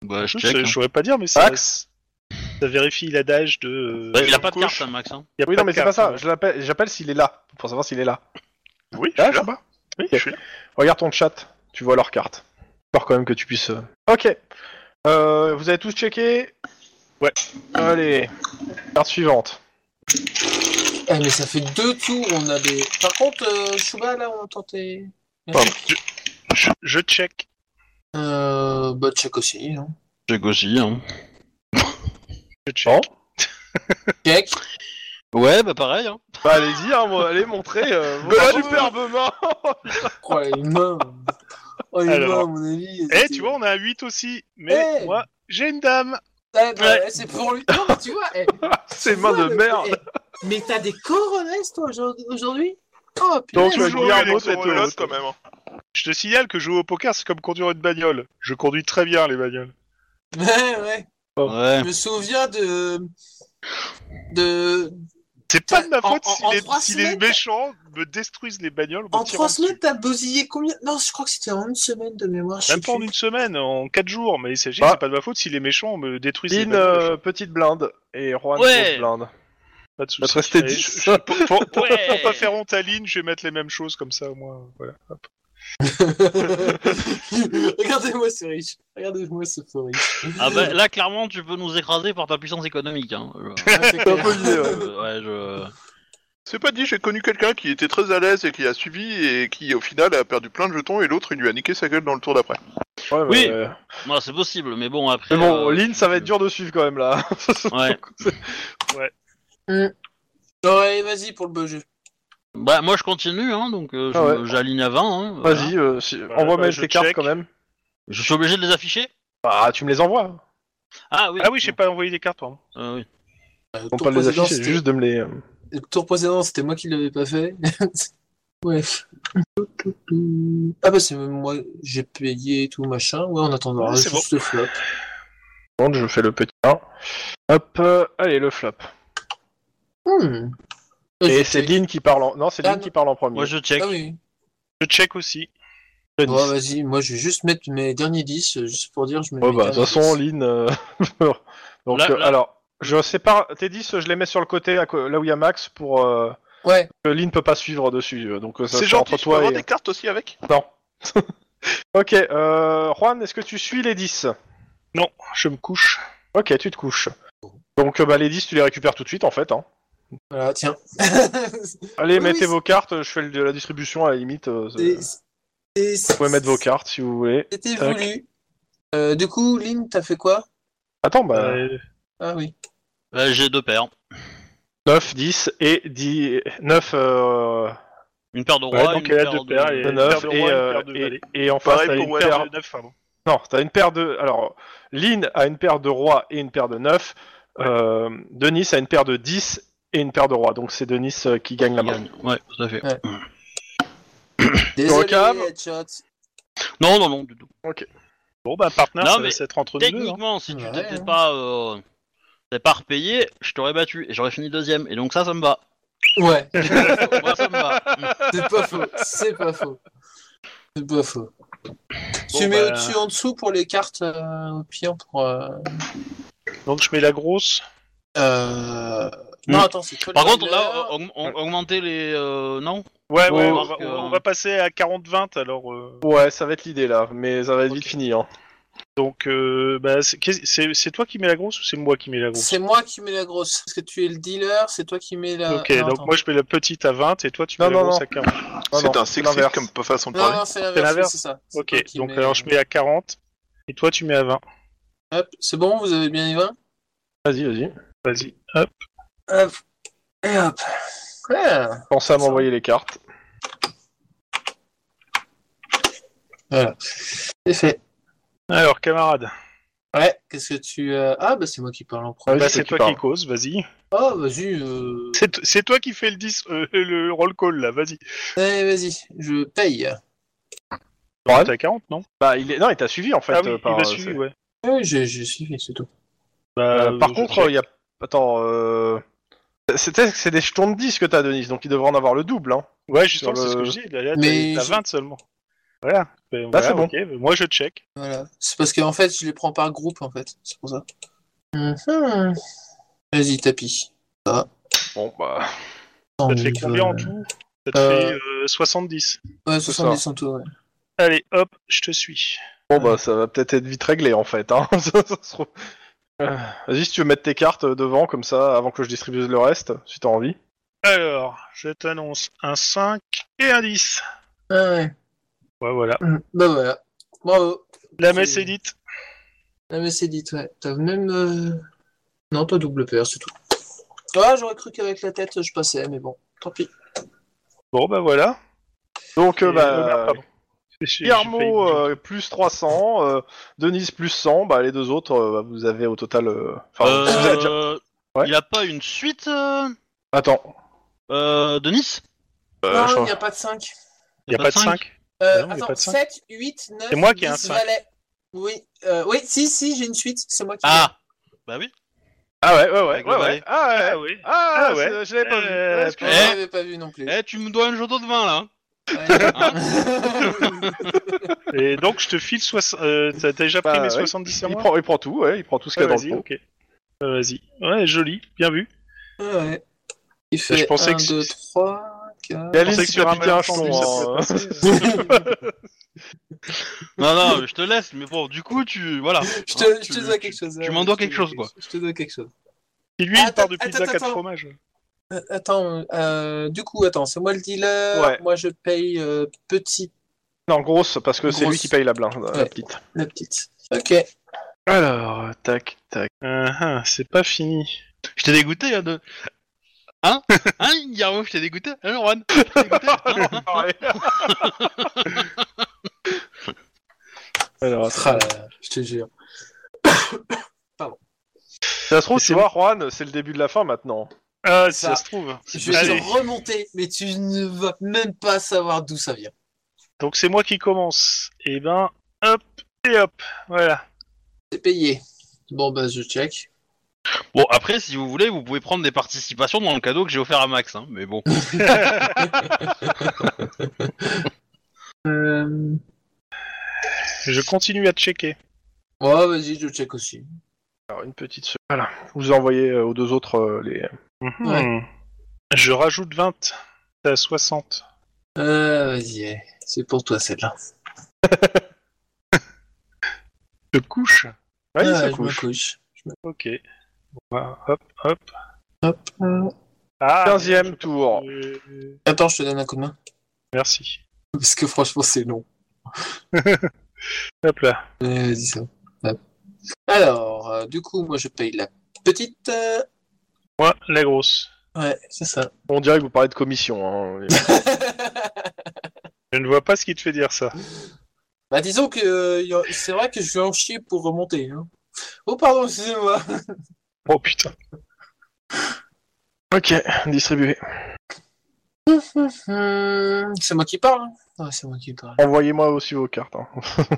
Speaker 2: Bah je
Speaker 5: Je
Speaker 2: check. hein.
Speaker 5: saurais pas dire, mais ça,
Speaker 1: Max
Speaker 5: ça vérifie l'adage de. euh,
Speaker 2: Bah, il a pas de
Speaker 5: Gauche.
Speaker 2: carte, hein, Max. hein.
Speaker 5: Il y a
Speaker 1: Oui,
Speaker 5: pas
Speaker 1: non, mais
Speaker 5: de
Speaker 1: c'est pas
Speaker 5: carte,
Speaker 1: ça.
Speaker 5: ouais.
Speaker 1: Je l'appelle- J'appelle s'il est là, pour savoir s'il est là.
Speaker 5: Oui, je
Speaker 1: Ah,
Speaker 5: suis
Speaker 1: je
Speaker 5: là.
Speaker 1: sais pas.
Speaker 5: Oui, je suis là.
Speaker 1: Regarde ton chat, tu vois leurs cartes. J'espère quand même que tu puisses. euh, Ok. Euh, vous avez tous checké
Speaker 5: Ouais.
Speaker 1: Allez. Carte suivante.
Speaker 3: Eh, mais ça fait deux tours, on a des... Par contre, euh, Chouba, là, on tentait...
Speaker 5: Je, je check.
Speaker 3: Euh, bah, check aussi, non
Speaker 2: Check aussi. Hein.
Speaker 5: Je check.
Speaker 1: Bon.
Speaker 3: Check
Speaker 2: Ouais, bah pareil. Hein.
Speaker 1: Bah, allez-y, hein, moi, allez montrer. <laughs> euh, vos
Speaker 5: Bah,
Speaker 1: superbes mains
Speaker 3: Oh, les mains Oh, les
Speaker 5: Alors.
Speaker 3: mains, à mon avis
Speaker 5: Eh,
Speaker 3: c'était-
Speaker 5: tu vois, on a un 8 aussi, mais
Speaker 3: Eh.
Speaker 5: moi, j'ai une dame.
Speaker 3: Eh, bah,
Speaker 5: Ouais.
Speaker 3: eh, c'est pour lui Non, mais tu vois eh,
Speaker 1: <laughs> C'est
Speaker 3: tu
Speaker 1: main
Speaker 3: vois,
Speaker 1: de
Speaker 3: le-
Speaker 1: merde
Speaker 3: eh, Mais t'as des coronesses, toi, aujourd'hui- aujourd'hui Oh, putain
Speaker 1: Donc, euh,
Speaker 4: Toujours eu
Speaker 1: Guillermo,
Speaker 4: les
Speaker 1: t'es
Speaker 4: cornelotes,
Speaker 1: au-
Speaker 4: quand même. hein.
Speaker 5: Je te signale que jouer au poker, c'est comme conduire une bagnole. Je conduis très bien les bagnoles.
Speaker 3: <laughs> Ouais, ouais
Speaker 2: Ouais.
Speaker 3: Je me souviens de... De...
Speaker 5: C'est pas de ma
Speaker 3: En-
Speaker 5: faute
Speaker 3: en-
Speaker 5: si,
Speaker 3: en
Speaker 5: les,
Speaker 3: trois
Speaker 5: si les
Speaker 3: semaines-
Speaker 5: méchants me détruisent les bagnoles. me
Speaker 3: En
Speaker 5: tirant
Speaker 3: trois
Speaker 5: dessus.
Speaker 3: semaines, t'as bousillé combien Non, je crois que c'était en une semaine de mémoire. je sais
Speaker 5: Même pas en
Speaker 3: plus.
Speaker 5: une semaine, en 4 jours. Mais il s'agit,
Speaker 1: Bah.
Speaker 5: c'est pas de ma faute si les méchants me détruisent les
Speaker 1: Lynn,
Speaker 5: bagnoles.
Speaker 1: euh, petite blinde. Et Juan,
Speaker 2: Ouais.
Speaker 1: grosse blinde.
Speaker 5: Pas de
Speaker 1: Il va te
Speaker 5: soucis.
Speaker 1: rester
Speaker 5: Allez,
Speaker 1: 10.
Speaker 5: je- je- pour, pour- pour-
Speaker 2: Ouais.
Speaker 5: pour pas faire honte à Lynn, je vais mettre les mêmes choses comme ça au moins. Voilà. hop.
Speaker 3: <laughs> Regardez-moi ce riche. Regardez-moi ce faux riche.
Speaker 2: Ah bah là clairement tu peux nous écraser par ta puissance économique. Hein. Je-
Speaker 3: Ah, <laughs> c'est
Speaker 1: C'est un
Speaker 3: clair.
Speaker 1: peu l'idée, ouais.
Speaker 2: euh, ouais je.
Speaker 4: C'est pas dit, j'ai connu quelqu'un qui était très à l'aise et qui a suivi et qui, au final, a perdu plein de jetons et l'autre, il lui a niqué sa gueule dans le tour
Speaker 1: Bah,
Speaker 4: d'après.
Speaker 1: <laughs> Ouais,
Speaker 2: Oui.
Speaker 1: mais, euh,
Speaker 2: Non, c'est possible, mais bon après.
Speaker 1: mais bon,
Speaker 2: euh,
Speaker 1: Lynn, ça va être dur de suivre quand même <laughs> là.
Speaker 2: <laughs> Ouais.
Speaker 3: Bon, allez, vas-y pour le beau jeu.
Speaker 2: Bah moi je continue hein, donc euh, je-
Speaker 1: Ah ouais.
Speaker 2: j'aligne à 20. hein, voilà.
Speaker 1: Vas-y, euh, si-
Speaker 5: Voilà,
Speaker 1: envoie
Speaker 5: bah,
Speaker 1: moi
Speaker 5: je
Speaker 1: tes cartes
Speaker 5: check.
Speaker 1: quand même.
Speaker 2: Je suis obligé de les afficher
Speaker 1: Bah, tu me les envoies.
Speaker 2: Ah oui.
Speaker 5: Ah oui, j'ai pas envoyé les cartes, pardon.
Speaker 2: Euh, oui.
Speaker 3: Euh, le
Speaker 1: On
Speaker 3: tour
Speaker 1: peut les
Speaker 3: précédent,
Speaker 1: afficher,
Speaker 3: c'était-
Speaker 1: juste de me les. euh,
Speaker 3: Le tour précédent, c'était moi qui l'avais pas fait. <laughs> Bref. Ah bah c'est même moi, j'ai payé et tout machin. Ouais, on attendra
Speaker 5: Ouais, c'est
Speaker 3: juste le flop.
Speaker 1: Bon, je fais le petit 1. Hop, euh, allez, le flop.
Speaker 3: Hmm.
Speaker 1: Et c'est Lynn qui parle en... Non, c'est
Speaker 3: Ah,
Speaker 1: Lynn
Speaker 3: non.
Speaker 1: qui parle en premier.
Speaker 2: Moi je check.
Speaker 3: Ah oui.
Speaker 5: Je check aussi.
Speaker 1: Le
Speaker 3: Bon,
Speaker 1: 10.
Speaker 3: vas-y, moi je vais juste mettre mes derniers 10, euh, juste pour dire, je me
Speaker 1: Ouais,
Speaker 3: mets
Speaker 1: bah, de toute
Speaker 3: derniers
Speaker 1: façon,
Speaker 3: 10.
Speaker 1: Lynn... euh, <laughs> Donc,
Speaker 2: Là,
Speaker 1: euh,
Speaker 2: là.
Speaker 1: alors, je sépare... Tes 10, je les mets sur le côté, à co- là où il y a Max, pour... Euh...
Speaker 3: Ouais,
Speaker 1: que Lynn peut pas suivre dessus, euh, donc euh, ça
Speaker 4: C'est
Speaker 1: sera
Speaker 4: gentil,
Speaker 1: entre
Speaker 4: tu peux
Speaker 1: toi
Speaker 4: avoir
Speaker 1: et... Ah,
Speaker 4: des cartes aussi avec
Speaker 1: Non. <laughs> ok, euh, Juan, est-ce que tu suis les 10
Speaker 5: Non, je me couche.
Speaker 1: Ok, tu te couches. Donc, euh, bah, les 10, tu les récupères tout de suite, en fait. Hein.
Speaker 3: voilà, tiens. <laughs>
Speaker 1: Allez,
Speaker 3: Oui,
Speaker 1: mettez
Speaker 3: oui,
Speaker 1: vos cartes, je fais le- de la distribution, à la limite. euh,
Speaker 3: Et-
Speaker 1: Vous
Speaker 3: et-
Speaker 1: pouvez mettre vos cartes, si vous voulez.
Speaker 3: C'était
Speaker 1: Tac.
Speaker 3: voulu. Euh, du coup, Lynn, t'as fait quoi
Speaker 1: Attends, bah.
Speaker 5: Euh,
Speaker 3: Ah oui.
Speaker 2: Euh, J'ai deux paires.
Speaker 1: 9, 10 et 10. 9. Euh...
Speaker 2: Une paire de
Speaker 1: Ouais,
Speaker 2: rois,
Speaker 1: donc
Speaker 2: une
Speaker 5: elle a
Speaker 2: paire
Speaker 5: deux
Speaker 2: de...
Speaker 5: paires, elle est-
Speaker 1: de neuf
Speaker 5: paire de
Speaker 1: et,
Speaker 5: rois, une
Speaker 1: euh,
Speaker 5: paire de
Speaker 1: et-
Speaker 5: valets.
Speaker 1: et en face,
Speaker 5: Pareil
Speaker 1: t'as
Speaker 5: pour
Speaker 1: une
Speaker 5: Warhammer
Speaker 1: paire...
Speaker 5: 9, euh, pardon.
Speaker 1: Non, t'as une paire de... Alors, Lynn a une paire de rois et une paire de neuf. Euh, Denis a une paire de 10 et une paire de rois. Donc c'est Denis euh, qui gagne la main.
Speaker 2: gagne. Ouais, tout à fait.
Speaker 3: Ouais.
Speaker 1: Dans
Speaker 3: Désolé,
Speaker 1: le câble.
Speaker 3: headshot.
Speaker 2: Non, non, non, du tout.
Speaker 5: Bon, bah, partner,
Speaker 2: Non,
Speaker 5: ça
Speaker 2: mais
Speaker 5: va s'être entre nous deux. hein.
Speaker 2: Techniquement, si tu
Speaker 3: Ouais,
Speaker 2: t'étais
Speaker 3: hein.
Speaker 2: pas, euh, t'es pas repayé, je t'aurais battu et j'aurais fini deuxième. Et donc ça, ça
Speaker 1: <laughs>
Speaker 2: me va.
Speaker 3: Ouais,
Speaker 2: Moi, ça me va.
Speaker 3: c'est pas faux. C'est pas faux. C'est pas faux. tu mets
Speaker 5: bah.
Speaker 3: au-dessus en dessous pour les cartes euh, au pire pour. euh,
Speaker 5: Donc, je mets la grosse.
Speaker 3: euh, Non,
Speaker 2: Hmm.
Speaker 3: attends, c'est toi
Speaker 2: Par
Speaker 3: le
Speaker 2: contre,
Speaker 3: leader.
Speaker 2: là, aug- aug- augmenter les... euh, non
Speaker 5: Ouais,
Speaker 1: Bon,
Speaker 5: ouais, on
Speaker 2: Marc,
Speaker 5: va, on-
Speaker 2: euh,
Speaker 5: on va passer à 40-20, alors... euh,
Speaker 1: Ouais, ça va être l'idée là, mais ça va être vite
Speaker 5: Ok.
Speaker 1: fini. Hein.
Speaker 5: Donc, euh, bah, c'est- qu'est-ce- c'est c'est toi qui mets la grosse ou c'est moi qui mets la grosse
Speaker 3: C'est moi qui mets la grosse. Parce que tu es le dealer, c'est toi qui mets la.
Speaker 5: Ok,
Speaker 3: Euh, non,
Speaker 5: donc
Speaker 3: attends.
Speaker 5: moi, je mets la petite à 20 et toi, tu mets
Speaker 1: Non,
Speaker 5: la
Speaker 1: non,
Speaker 5: grosse
Speaker 1: non.
Speaker 5: à 40.
Speaker 1: Non, Ah non,
Speaker 4: C'est un sexisme
Speaker 1: l'inverse.
Speaker 4: comme pas façon de
Speaker 3: Non,
Speaker 4: parler.
Speaker 3: non, c'est
Speaker 5: C'est
Speaker 3: l'inverse,
Speaker 5: l'inverse.
Speaker 3: oui, c'est ça. C'est
Speaker 5: Ok,
Speaker 3: toi qui
Speaker 5: donc
Speaker 3: mets- euh,
Speaker 5: alors je mets à 40 et toi, tu mets à 20.
Speaker 3: Hop, c'est bon, vous avez bien les 20
Speaker 1: Vas-y, vas-y.
Speaker 5: Vas-y, hop.
Speaker 3: Hop. Et hop. Voilà.
Speaker 1: Pensez à m'envoyer les cartes.
Speaker 3: C'est fait.
Speaker 5: Alors, camarade,
Speaker 3: Ouais, qu'est-ce que tu. euh, Ah, bah c'est moi qui parle en premier.
Speaker 1: Vas-y,
Speaker 5: bah,
Speaker 1: c'est
Speaker 5: c'est toi
Speaker 1: parles.
Speaker 5: qui cause, vas-y.
Speaker 3: Ah, vas-y. euh,
Speaker 5: C'est t- C'est toi qui fais le 10, euh, le roll call, là, vas-y.
Speaker 3: Allez, vas-y, je paye.
Speaker 1: Ouais.
Speaker 5: T'es à 40, non
Speaker 1: Bah, il est... Non, il t'a suivi en fait.
Speaker 5: Ah oui,
Speaker 1: euh,
Speaker 5: il
Speaker 1: par-
Speaker 5: m'a
Speaker 1: c'est-
Speaker 5: suivi, ouais.
Speaker 3: Oui, j'ai j'ai suivi, c'est tout.
Speaker 1: Euh,
Speaker 5: Bah,
Speaker 1: par
Speaker 5: je-
Speaker 1: contre, il y a. Attends, euh... C'était c'est des jetons de 10 que t'as, Denis, donc il devrait en avoir le double. Hein.
Speaker 5: Ouais, justement,
Speaker 1: sur
Speaker 5: c'est ce
Speaker 1: le-
Speaker 5: que je dis. Là, là, t'as-
Speaker 3: Mais
Speaker 5: t'as
Speaker 3: je-
Speaker 5: 20 seulement. Voilà. Ben,
Speaker 1: Bah, c'est
Speaker 5: voilà,
Speaker 1: bon.
Speaker 5: ok, ben, moi, je check.
Speaker 3: Voilà. C'est parce qu'en fait, je les prends par groupe, en fait. C'est pour ça. Mhm. Vas-y, tapis.
Speaker 1: Bon, bah.
Speaker 5: Ça te
Speaker 3: Cent
Speaker 5: fait
Speaker 3: mille,
Speaker 5: combien en
Speaker 3: euh,
Speaker 5: tout Ça te
Speaker 3: Euh,
Speaker 5: fait euh, 70.
Speaker 3: Ouais,
Speaker 1: C'est
Speaker 3: 70 en tout, ouais.
Speaker 5: Allez, hop, je te suis.
Speaker 1: Bon bah ça va peut-être être vite réglé en fait. Hein. <laughs> Ça- ça se trouve. Euh, Vas-y si tu veux mettre tes cartes euh, devant comme ça avant que je distribue le reste si t'as envie.
Speaker 5: Alors, je t'annonce un 5 et un 10.
Speaker 3: Ah ouais.
Speaker 5: Ouais, voilà.
Speaker 3: Mhm. Bah voilà. Bravo.
Speaker 5: La messe
Speaker 3: C'est-
Speaker 5: est dite.
Speaker 3: Ah mais c'est dit, ouais. T'as même... euh, Non, t'as double paire, c'est tout. Ah, j'aurais cru qu'avec la tête, je passais, mais bon, tant pis.
Speaker 5: Bon, bah voilà.
Speaker 1: Donc euh,
Speaker 5: Et-
Speaker 1: bah,
Speaker 5: oh, merde, pardon. J'ai- j'ai failli
Speaker 1: Guillermo
Speaker 5: bouger.
Speaker 1: euh, plus 300, euh, Denise plus 100, bah les deux autres euh, bah, vous avez au total. euh, Enfin vous avez déjà-
Speaker 2: Euh,
Speaker 1: Ouais.
Speaker 2: Il a pas une suite euh,
Speaker 1: Attends.
Speaker 2: euh, de Nice
Speaker 4: Euh, je-
Speaker 3: non, il n'y a pas de 5.
Speaker 5: Il n'y a pas de 5
Speaker 3: Euh,
Speaker 5: Bah, non, y a pas
Speaker 3: attends,
Speaker 5: de cinq.
Speaker 3: 7, 8, 9,
Speaker 5: C'est moi qui ai un cinq.
Speaker 3: valet. Oui, euh, oui, si, si, j'ai une suite, c'est moi qui
Speaker 2: Ah Bah oui.
Speaker 1: Ah ouais ouais ouais
Speaker 2: Avec le
Speaker 1: ouais, ouais.
Speaker 2: balai.
Speaker 1: Ah ouais.
Speaker 5: oui.
Speaker 1: Ah,
Speaker 5: Ah ouais.
Speaker 1: ouais, je l'avais pas vu.
Speaker 5: Euh,
Speaker 1: Ouais,
Speaker 3: Je
Speaker 1: excuse-
Speaker 2: Eh.
Speaker 3: l'avais pas vu non plus. Ah,
Speaker 2: Eh, tu me dois un joteau de vin, là. hein.
Speaker 5: Eh. <laughs>
Speaker 3: Ouais.
Speaker 5: Et donc, je te file 60. euh, T'as t'as déjà
Speaker 1: Bah,
Speaker 5: pris mes
Speaker 1: ouais.
Speaker 5: 70 sur
Speaker 1: il,
Speaker 5: moi
Speaker 1: prend, il prend tout, ouais, il prend tout ce qu'il
Speaker 5: Ouais,
Speaker 1: y a dans le
Speaker 5: Vas-y,
Speaker 1: pot.
Speaker 5: ok. Euh, Vas-y. Ouais, joli, bien vu.
Speaker 3: ouais. Il fait
Speaker 5: pensais
Speaker 3: 1,
Speaker 5: que
Speaker 3: 2,
Speaker 5: c'est-
Speaker 3: 3, 4...
Speaker 5: <laughs>
Speaker 1: Et Aline,
Speaker 5: pensais que
Speaker 1: si
Speaker 5: sur
Speaker 1: t'as
Speaker 5: un euh.
Speaker 1: piqué un
Speaker 5: malentendu,
Speaker 1: jeton,
Speaker 5: ça
Speaker 1: hein,
Speaker 5: pouvait passer.
Speaker 2: Non, non, je te laisse, mais bon, du coup, tu... Voilà.
Speaker 3: Je te,
Speaker 2: Hein,
Speaker 3: je
Speaker 2: tu-
Speaker 3: te dois
Speaker 2: tu-
Speaker 3: Ah, quelque chose.
Speaker 2: tu
Speaker 3: hein,
Speaker 2: m'en dois
Speaker 3: je te
Speaker 2: quelque chose, quoi.
Speaker 3: Je te dois quelque chose.
Speaker 5: Qui lui, il
Speaker 3: Attends,
Speaker 5: part de pizza
Speaker 3: attends,
Speaker 5: 4
Speaker 3: attends.
Speaker 5: fromages.
Speaker 3: Euh, Attends, euh, du coup, attends, c'est moi le dealer.
Speaker 1: Ouais.
Speaker 3: Moi, je paye euh, petit,
Speaker 1: Non grosse parce que c'est
Speaker 3: Grosse.
Speaker 1: lui qui paye la blinde, la
Speaker 3: Ouais.
Speaker 1: petite.
Speaker 3: la petite. Ok.
Speaker 1: Alors euh, tac tac.
Speaker 5: Ah, ah, c'est pas fini.
Speaker 2: Je t'ai dégoûté, hein, de... Hein <laughs> Hein, Guillermo, je t'ai dégoûté Hein, Juan Je t'ai dégoûté Hein
Speaker 5: Oh,
Speaker 1: Alors
Speaker 3: Ah là là, je te jure.
Speaker 1: Ça se trouve,
Speaker 5: Mais
Speaker 1: tu
Speaker 5: c'est-
Speaker 1: vois, Juan, c'est le début de la fin maintenant.
Speaker 5: Ah,
Speaker 3: Ça.
Speaker 5: ça se trouve.
Speaker 3: Je vais
Speaker 5: Allez,
Speaker 3: te remonter, mais tu ne vas même pas savoir d'où ça vient.
Speaker 5: donc c'est moi qui commence. Et ben, hop et hop. Voilà.
Speaker 3: C'est payé. Bon, bah, je check.
Speaker 2: Bon, après, si vous voulez, vous pouvez prendre des participations dans le cadeau que j'ai offert à Max, hein, mais bon.
Speaker 3: Euh...
Speaker 5: Je continue à checker.
Speaker 3: Ouais, oh, vas-y, je check aussi.
Speaker 1: Alors, une petite seconde. Voilà. Vous envoyez euh, aux deux autres euh, les.
Speaker 5: Mhm.
Speaker 3: Ouais.
Speaker 5: Je rajoute 20. T'as 60.
Speaker 3: Euh, vas-y, allez, c'est pour toi celle-là.
Speaker 5: Je couche.
Speaker 1: Ouais, ils
Speaker 3: Ah,
Speaker 1: se
Speaker 3: je me
Speaker 1: couchent.
Speaker 3: couche.
Speaker 5: Ok. Voilà, Hop, hop.
Speaker 3: Hop. euh,
Speaker 5: Ah,
Speaker 1: 15e tour.
Speaker 5: euh,
Speaker 3: Attends, je te donne un coup de main.
Speaker 5: Merci.
Speaker 3: Parce que franchement, c'est long.
Speaker 5: Hop là.
Speaker 3: Euh, Vas-y, ça. va. Hop. Alors, euh, du coup, moi je paye la petite. euh,
Speaker 5: Moi, la grosse.
Speaker 3: Ouais, c'est ça. <laughs>
Speaker 1: On dirait que vous parlez de commission. Hein.
Speaker 5: <laughs> Je ne vois pas ce qui te fait dire ça.
Speaker 3: Bah disons que euh, y a- c'est vrai que je vais en chier pour remonter. hein. Oh pardon, excusez-moi. <laughs>
Speaker 5: Oh putain.
Speaker 1: ok, distribué.
Speaker 3: Hum, c'est moi qui parle. hein. Ouais, c'est moi qui parle.
Speaker 1: Envoyez-moi aussi vos cartes. hein.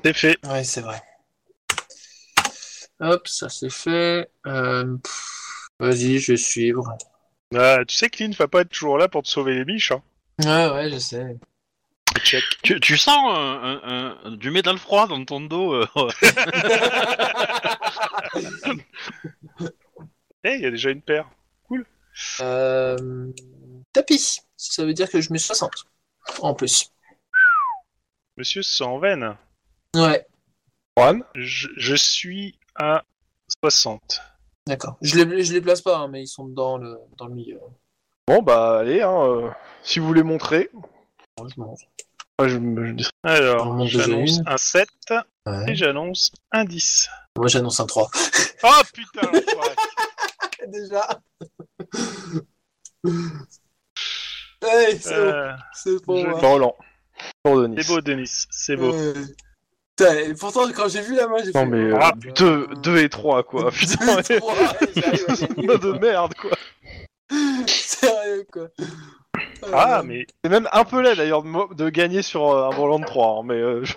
Speaker 5: C'est fait.
Speaker 3: Ouais, c'est vrai. Hop, ça c'est fait. Euh, pff, Vas-y, je vais suivre.
Speaker 5: Ah, tu sais que Lynn va pas être toujours là pour te sauver les biches. Hein.
Speaker 3: Ouais, ouais, je sais.
Speaker 2: Tu, tu sens euh, un- un- du métal froid dans ton dos. euh, <laughs>
Speaker 5: Eh, il y a déjà une paire.
Speaker 3: Euh, tapis. Ça veut dire que je mets 60. En plus.
Speaker 5: Monsieur sans veine.
Speaker 3: Ouais,
Speaker 1: Juan,
Speaker 5: Je, je suis à 60.
Speaker 3: d'accord. Je les, je les place pas, hein, mais ils sont dans le, dans le milieu. hein,
Speaker 1: bon bah allez, hein, euh, si vous voulez montrer,
Speaker 3: Franchement.
Speaker 1: moi, je, me- je dis-
Speaker 3: On
Speaker 5: Alors,
Speaker 3: remonte déjà
Speaker 5: j'annonce
Speaker 3: une.
Speaker 5: un 7 et
Speaker 3: Ouais.
Speaker 5: j'annonce un 10.
Speaker 3: Moi j'annonce un 3.
Speaker 5: Oh
Speaker 3: <laughs>
Speaker 5: putain, l'enfoiré.
Speaker 3: Déjà. hey, c'est bon,
Speaker 5: Euh,
Speaker 3: c'est bon.
Speaker 5: je-
Speaker 3: hein.
Speaker 1: Dans Roland. Pour Denis.
Speaker 5: C'est beau, Denis. C'est beau.
Speaker 3: Euh, putain, et pourtant, quand j'ai vu la main, j'ai
Speaker 1: Non
Speaker 3: fait. oh,
Speaker 1: mais euh,
Speaker 5: Ah,
Speaker 1: 2 et 3 quoi. Putain,
Speaker 3: Deux,
Speaker 1: <laughs> mais-
Speaker 3: trois, j'arrive à gagner,
Speaker 1: de merde quoi.
Speaker 3: Sérieux quoi.
Speaker 5: Ah,
Speaker 3: Euh,
Speaker 5: mais
Speaker 1: C'est même un peu laid d'ailleurs de, mo- de gagner sur euh, un volant de 3, mais euh, je-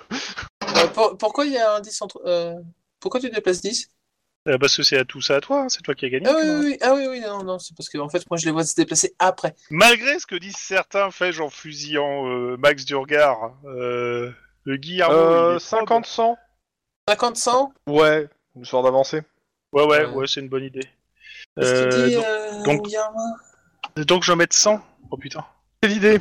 Speaker 3: euh, pour- pourquoi il y a un 10 entre. euh, pourquoi tu déplaces 10
Speaker 5: euh, parce que c'est à tout ça à toi, hein, c'est toi qui as gagné.
Speaker 3: Ah oui, oui, oui, ah oui, oui, non, non, c'est parce que en fait, moi je les vois se déplacer après.
Speaker 5: Malgré ce que disent certains, fais-je en fusillant euh, Max du regard, euh, le Guillermo. il
Speaker 1: euh,
Speaker 5: est
Speaker 1: 50 100
Speaker 3: 50, 100
Speaker 1: Ouais, une sorte d'avancée.
Speaker 5: probe. Ouais, ouais,
Speaker 3: Ouais.
Speaker 5: ouais, c'est une bonne idée.
Speaker 3: Qu'est-ce qu'il
Speaker 5: Euh,
Speaker 3: dit
Speaker 5: donc,
Speaker 3: euh,
Speaker 5: donc- <laughs>
Speaker 3: Guillermin
Speaker 5: donc, je vais mettre 100. Oh putain.
Speaker 1: C'est l'idée.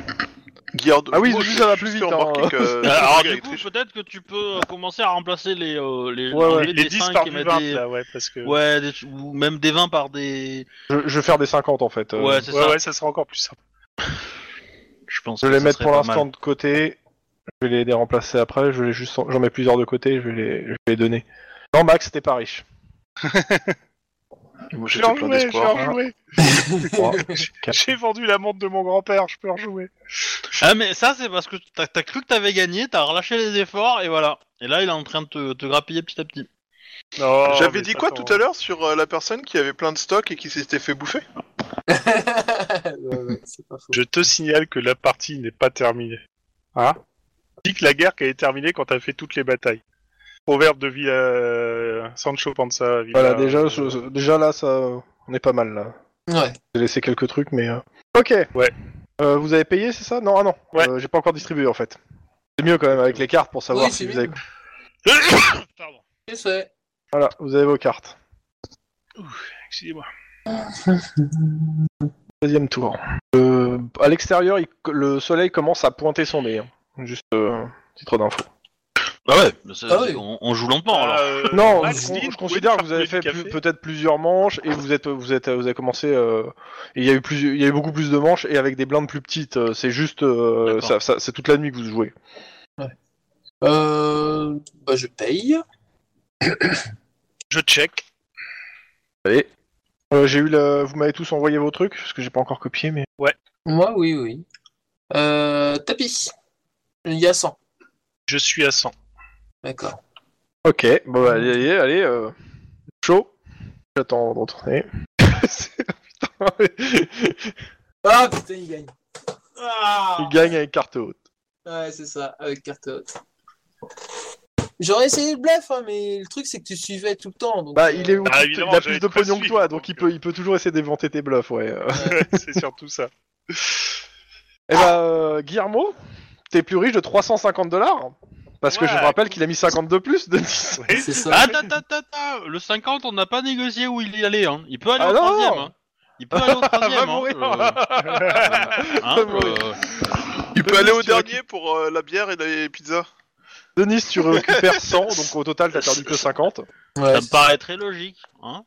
Speaker 4: Guillermo-
Speaker 1: Ah oui,
Speaker 4: moi,
Speaker 1: juste,
Speaker 4: je-
Speaker 1: ça va
Speaker 4: je
Speaker 1: plus
Speaker 4: suis
Speaker 1: vite,
Speaker 4: remarqué
Speaker 1: hein.
Speaker 4: que-
Speaker 2: Euh, alors du
Speaker 4: avec
Speaker 2: coup,
Speaker 4: les-
Speaker 2: peut-être que tu peux euh, commencer à remplacer les euh, les,
Speaker 1: Ouais, ouais,
Speaker 2: enlever
Speaker 5: Les
Speaker 2: des
Speaker 5: 10
Speaker 2: cinq
Speaker 5: par
Speaker 2: et
Speaker 5: du
Speaker 2: mettre
Speaker 5: 20,
Speaker 2: des-
Speaker 5: là, ouais, parce que.
Speaker 2: Ouais, des- ou même des 20 par des.
Speaker 1: Je, je vais faire des 50 en fait. euh.
Speaker 2: Ouais, c'est
Speaker 5: ouais,
Speaker 2: ça.
Speaker 5: ouais, ça sera encore plus simple. <laughs>
Speaker 2: Je pense.
Speaker 1: Je
Speaker 2: que
Speaker 1: vais les
Speaker 2: ça
Speaker 1: mettre
Speaker 2: serait
Speaker 1: pour
Speaker 2: pas
Speaker 1: l'instant
Speaker 2: mal.
Speaker 1: de côté. Je vais les, les remplacer après. Je vais juste, en- j'en mets plusieurs de côté. Je vais les, je vais les donner. Non, Max, t'es pas riche.
Speaker 4: Moi,
Speaker 5: Je
Speaker 4: j'étais
Speaker 5: vais en
Speaker 4: plein
Speaker 5: jouer, je vais en
Speaker 4: d'espoir.
Speaker 5: jouer.
Speaker 1: Trois.
Speaker 5: J'ai vendu la montre de mon grand-père, je peux en jouer.
Speaker 2: Ah mais ça c'est parce que t'as t'as cru que t'avais gagné, t'as relâché les efforts et voilà. Et là il est en train de te, te grappiller petit à petit.
Speaker 4: J'avais
Speaker 5: Oh,
Speaker 4: dit quoi tout à l'heure sur euh, la personne qui avait plein de stocks et qui s'était fait bouffer
Speaker 3: Ouais, ouais, c'est pas faux.
Speaker 5: Je te signale que la partie n'est pas terminée. Hein Dis que la guerre qu'elle est terminée quand t'as fait toutes les batailles. Proverbe de Villa... Sancho Panza.
Speaker 1: <laughs>
Speaker 5: Villa- <laughs>
Speaker 1: Voilà, déjà, je- je- déjà là, ça, on est pas mal là.
Speaker 3: Ouais.
Speaker 1: J'ai laissé quelques trucs, mais. euh, Ok.
Speaker 5: Ouais.
Speaker 1: Euh, vous avez payé, c'est ça Non, ah non.
Speaker 5: Ouais.
Speaker 1: Euh, J'ai pas encore distribué en fait. C'est mieux quand même avec les cartes pour savoir
Speaker 3: Oui,
Speaker 1: si
Speaker 3: c'est
Speaker 1: vous avez.
Speaker 5: Pardon,
Speaker 3: Je sais.
Speaker 1: Voilà, vous avez vos cartes.
Speaker 5: <coughs> excusez-moi.
Speaker 1: Deuxième tour. Euh, à l'extérieur, il- le soleil commence à pointer son nez. hein. Juste euh, titre d'info.
Speaker 2: Bah ouais. mais c'est-
Speaker 3: Ah oui.
Speaker 2: on, on joue longtemps alors.
Speaker 5: Euh,
Speaker 1: Non,
Speaker 5: Max
Speaker 1: je, con-
Speaker 5: Dean,
Speaker 1: je considère que
Speaker 5: pouvez
Speaker 1: vous avez
Speaker 5: nous faire
Speaker 1: fait
Speaker 5: couler du
Speaker 1: plus-
Speaker 5: café
Speaker 1: peut-être plusieurs manches et vous êtes, vous êtes, vous avez commencé. euh, il y a eu plus, il y a eu beaucoup plus de manches et avec des blindes plus petites. euh, C'est juste, euh,
Speaker 2: D'accord.
Speaker 1: ça- ça- c'est toute la nuit que vous jouez.
Speaker 3: Euh, bah, je paye.
Speaker 5: Je check.
Speaker 1: Allez. Euh, j'ai eu le... Vous m'avez tous envoyé vos trucs parce que j'ai pas encore copié, mais
Speaker 3: Moi, oui, oui. Euh, tapis. Il y a 100.
Speaker 5: Je suis à 100.
Speaker 3: D'accord.
Speaker 1: ok. Bon, bah, allez, allez, allez. euh, Chaud. J'attends de retourner. C'est- Putain,
Speaker 3: Ah putain, il gagne. Ah
Speaker 1: <laughs> il gagne avec carte haute.
Speaker 3: Ouais, c'est ça, avec carte haute. J'aurais essayé le bluff, hein, mais le truc, c'est que tu suivais tout le temps. donc,
Speaker 1: Bah,
Speaker 3: euh,
Speaker 1: il est où
Speaker 5: Bah,
Speaker 1: Il
Speaker 5: évidemment,
Speaker 1: a
Speaker 5: j'allais
Speaker 1: plus de
Speaker 5: te
Speaker 1: pognon que
Speaker 5: suivre,
Speaker 1: toi, donc il
Speaker 5: donc, euh.
Speaker 1: peut, il peut toujours essayer d'éventer tes bluffs, ouais. euh.
Speaker 5: c'est surtout ça.
Speaker 1: Eh bah, euh, Guillermo, t'es plus riche de 350 dollars parce que je
Speaker 5: Ouais.
Speaker 1: me rappelle qu'il a mis 50 de plus, Denis.
Speaker 5: Oui.
Speaker 3: C'est ça.
Speaker 2: Ah ta, ta, ta, ta, le 50 on n'a pas négocié où il y allait hein. Il peut aller
Speaker 1: Ah
Speaker 2: au
Speaker 1: non
Speaker 2: troisième. hein. Il peut aller au troisième.
Speaker 1: Va
Speaker 2: hein,
Speaker 1: mourir.
Speaker 2: euh, hein,
Speaker 1: Va mourir.
Speaker 2: euh,
Speaker 4: Il peut
Speaker 1: Denis,
Speaker 4: aller au
Speaker 1: tu vas-
Speaker 4: dernier pour euh, la bière et les pizzas.
Speaker 1: Denis, tu récupères 100, donc au total, t'as
Speaker 5: <laughs>
Speaker 1: perdu que 50.
Speaker 3: Ouais,
Speaker 2: ça me paraît très logique. Hein.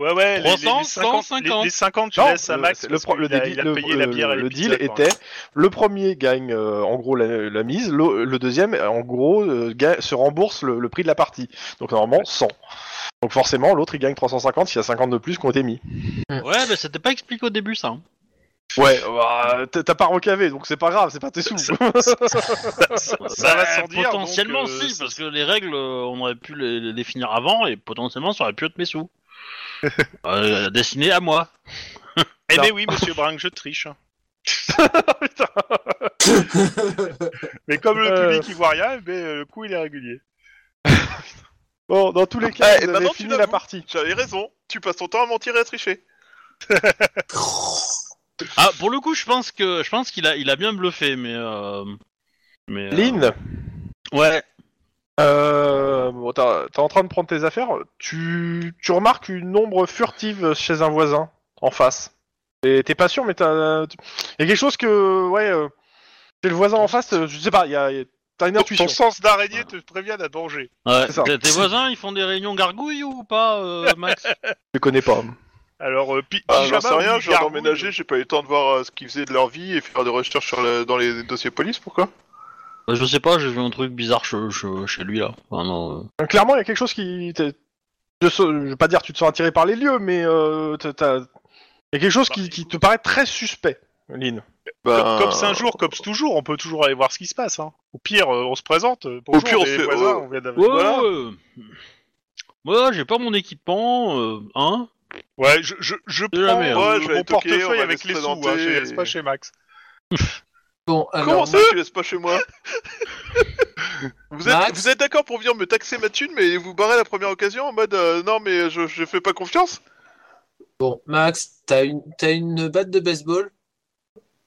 Speaker 5: Ouais, ouais, les- les-
Speaker 2: 300,
Speaker 5: les 50,
Speaker 2: 150.
Speaker 5: Les, les 50, tu
Speaker 1: Non,
Speaker 5: laisses à
Speaker 1: le-
Speaker 5: Max.
Speaker 1: c'est
Speaker 5: parce
Speaker 1: pro-
Speaker 5: qu'il a-
Speaker 1: débit-
Speaker 5: il a
Speaker 1: le- euh,
Speaker 5: payé la bière et
Speaker 1: le
Speaker 5: les
Speaker 1: deal
Speaker 5: pizzas, quoi.
Speaker 1: était le premier gagne euh, en gros la, la mise, euh, le, le deuxième en gros euh, ga- se rembourse le, le prix de la partie. Donc normalement 100. Donc forcément, l'autre il gagne 350 s'il y a 50 de plus qui ont été mis.
Speaker 2: Ouais, mais c'était pas expliqué au début ça. hein.
Speaker 1: Ouais,
Speaker 5: Ah,
Speaker 1: bah, t'as t'as pas recavé, donc c'est pas grave, c'est pas tes sous.
Speaker 5: Ça va sans dire,
Speaker 2: Ben, Potentiellement
Speaker 5: donc, euh,
Speaker 2: si, parce que les règles, euh, on aurait pu les, les définir avant et potentiellement ça aurait pu être mes sous. euh, destiné à moi.
Speaker 5: Eh
Speaker 1: Non.
Speaker 5: ben oui, monsieur Brink, je triche. hein.
Speaker 1: <laughs>
Speaker 5: <laughs> Mais comme le
Speaker 1: Euh.
Speaker 5: public ivoirien, eh ben, euh, le coup il est régulier.
Speaker 1: <laughs> bon, dans
Speaker 5: <laughs>
Speaker 1: tous les cas,
Speaker 4: Ah, et
Speaker 5: Eh,
Speaker 1: vous
Speaker 5: bah,
Speaker 1: avez
Speaker 4: maintenant, tu
Speaker 1: fini
Speaker 4: l'avoues.
Speaker 1: la partie.
Speaker 4: J'avais raison, tu passes ton temps à mentir et à tricher.
Speaker 2: Ah, pour le coup, je pense que je pense qu'il a il a bien bluffé, mais euh, mais. euh,
Speaker 1: Lynn,
Speaker 2: Ouais.
Speaker 1: euh, bon, t'as- t'es en train de prendre tes affaires, tu, tu remarques une ombre furtive chez un voisin, en face. Et t'es pas sûr, mais t'as... tu- Il y a quelque chose que... Ouais, euh, chez le voisin en face, euh, je sais pas, il y a- il y a- t'as une intuition.
Speaker 5: Ton sens d'araignée te prévient d'un danger.
Speaker 2: Ouais.
Speaker 1: C'est ça.
Speaker 2: Tes- Tes voisins, ils font des réunions gargouilles ou pas, euh,
Speaker 5: <laughs>
Speaker 2: Max
Speaker 1: Je connais pas.
Speaker 5: Alors, euh, pi
Speaker 4: Ah,
Speaker 5: pyjama
Speaker 4: j'en sais rien,
Speaker 5: ou
Speaker 4: je viens
Speaker 5: gargouille.
Speaker 4: d'emménager, j'ai pas eu le temps de voir euh, ce qu'ils faisaient de leur vie et faire des recherches sur le- dans les dossiers police, pourquoi
Speaker 2: Bah, Je sais pas, j'ai vu un truc bizarre che- che- chez lui là. Enfin, non, euh.
Speaker 1: Euh, Clairement, il y a quelque chose qui. t'es- Je, sais- je vais pas dire que tu te sens attiré par les lieux, mais euh, t'as- t'as- il y a quelque chose
Speaker 5: Bah,
Speaker 1: qui, qui te paraît très suspect, Lynn.
Speaker 5: Comme,
Speaker 4: Ben,
Speaker 5: comme c'est un jour, comme c'est toujours, on peut toujours aller voir ce qui se passe. Hein. Au pire, euh, on se présente. euh, Bonjour,
Speaker 4: pire, on
Speaker 5: les
Speaker 4: se fait-
Speaker 5: voisins,
Speaker 4: euh,
Speaker 5: on vient d'avoir-
Speaker 2: Ouais,
Speaker 5: voilà.
Speaker 2: ouais. Moi, j'ai pas mon équipement, euh,
Speaker 5: <laughs>
Speaker 2: hein
Speaker 5: Ouais, je, je, je
Speaker 2: C'est la
Speaker 5: prends
Speaker 2: merde.
Speaker 5: euh,
Speaker 4: Ouais, je vais
Speaker 5: mon
Speaker 4: aller toquer, on
Speaker 5: portefeuille
Speaker 4: va
Speaker 5: avec
Speaker 4: se
Speaker 5: les sous,
Speaker 4: présenter
Speaker 5: hein, je les
Speaker 4: et-
Speaker 5: laisse pas chez Max.
Speaker 3: Bon,
Speaker 4: euh, Comment
Speaker 3: alors,
Speaker 4: ça, tu laisses pas chez moi Vous êtes,
Speaker 3: Max
Speaker 4: vous êtes d'accord pour venir me taxer ma thune, mais vous barrez la première occasion en mode euh, non, mais je, je fais pas confiance
Speaker 3: bon, Max, t'as une, t'as une batte de baseball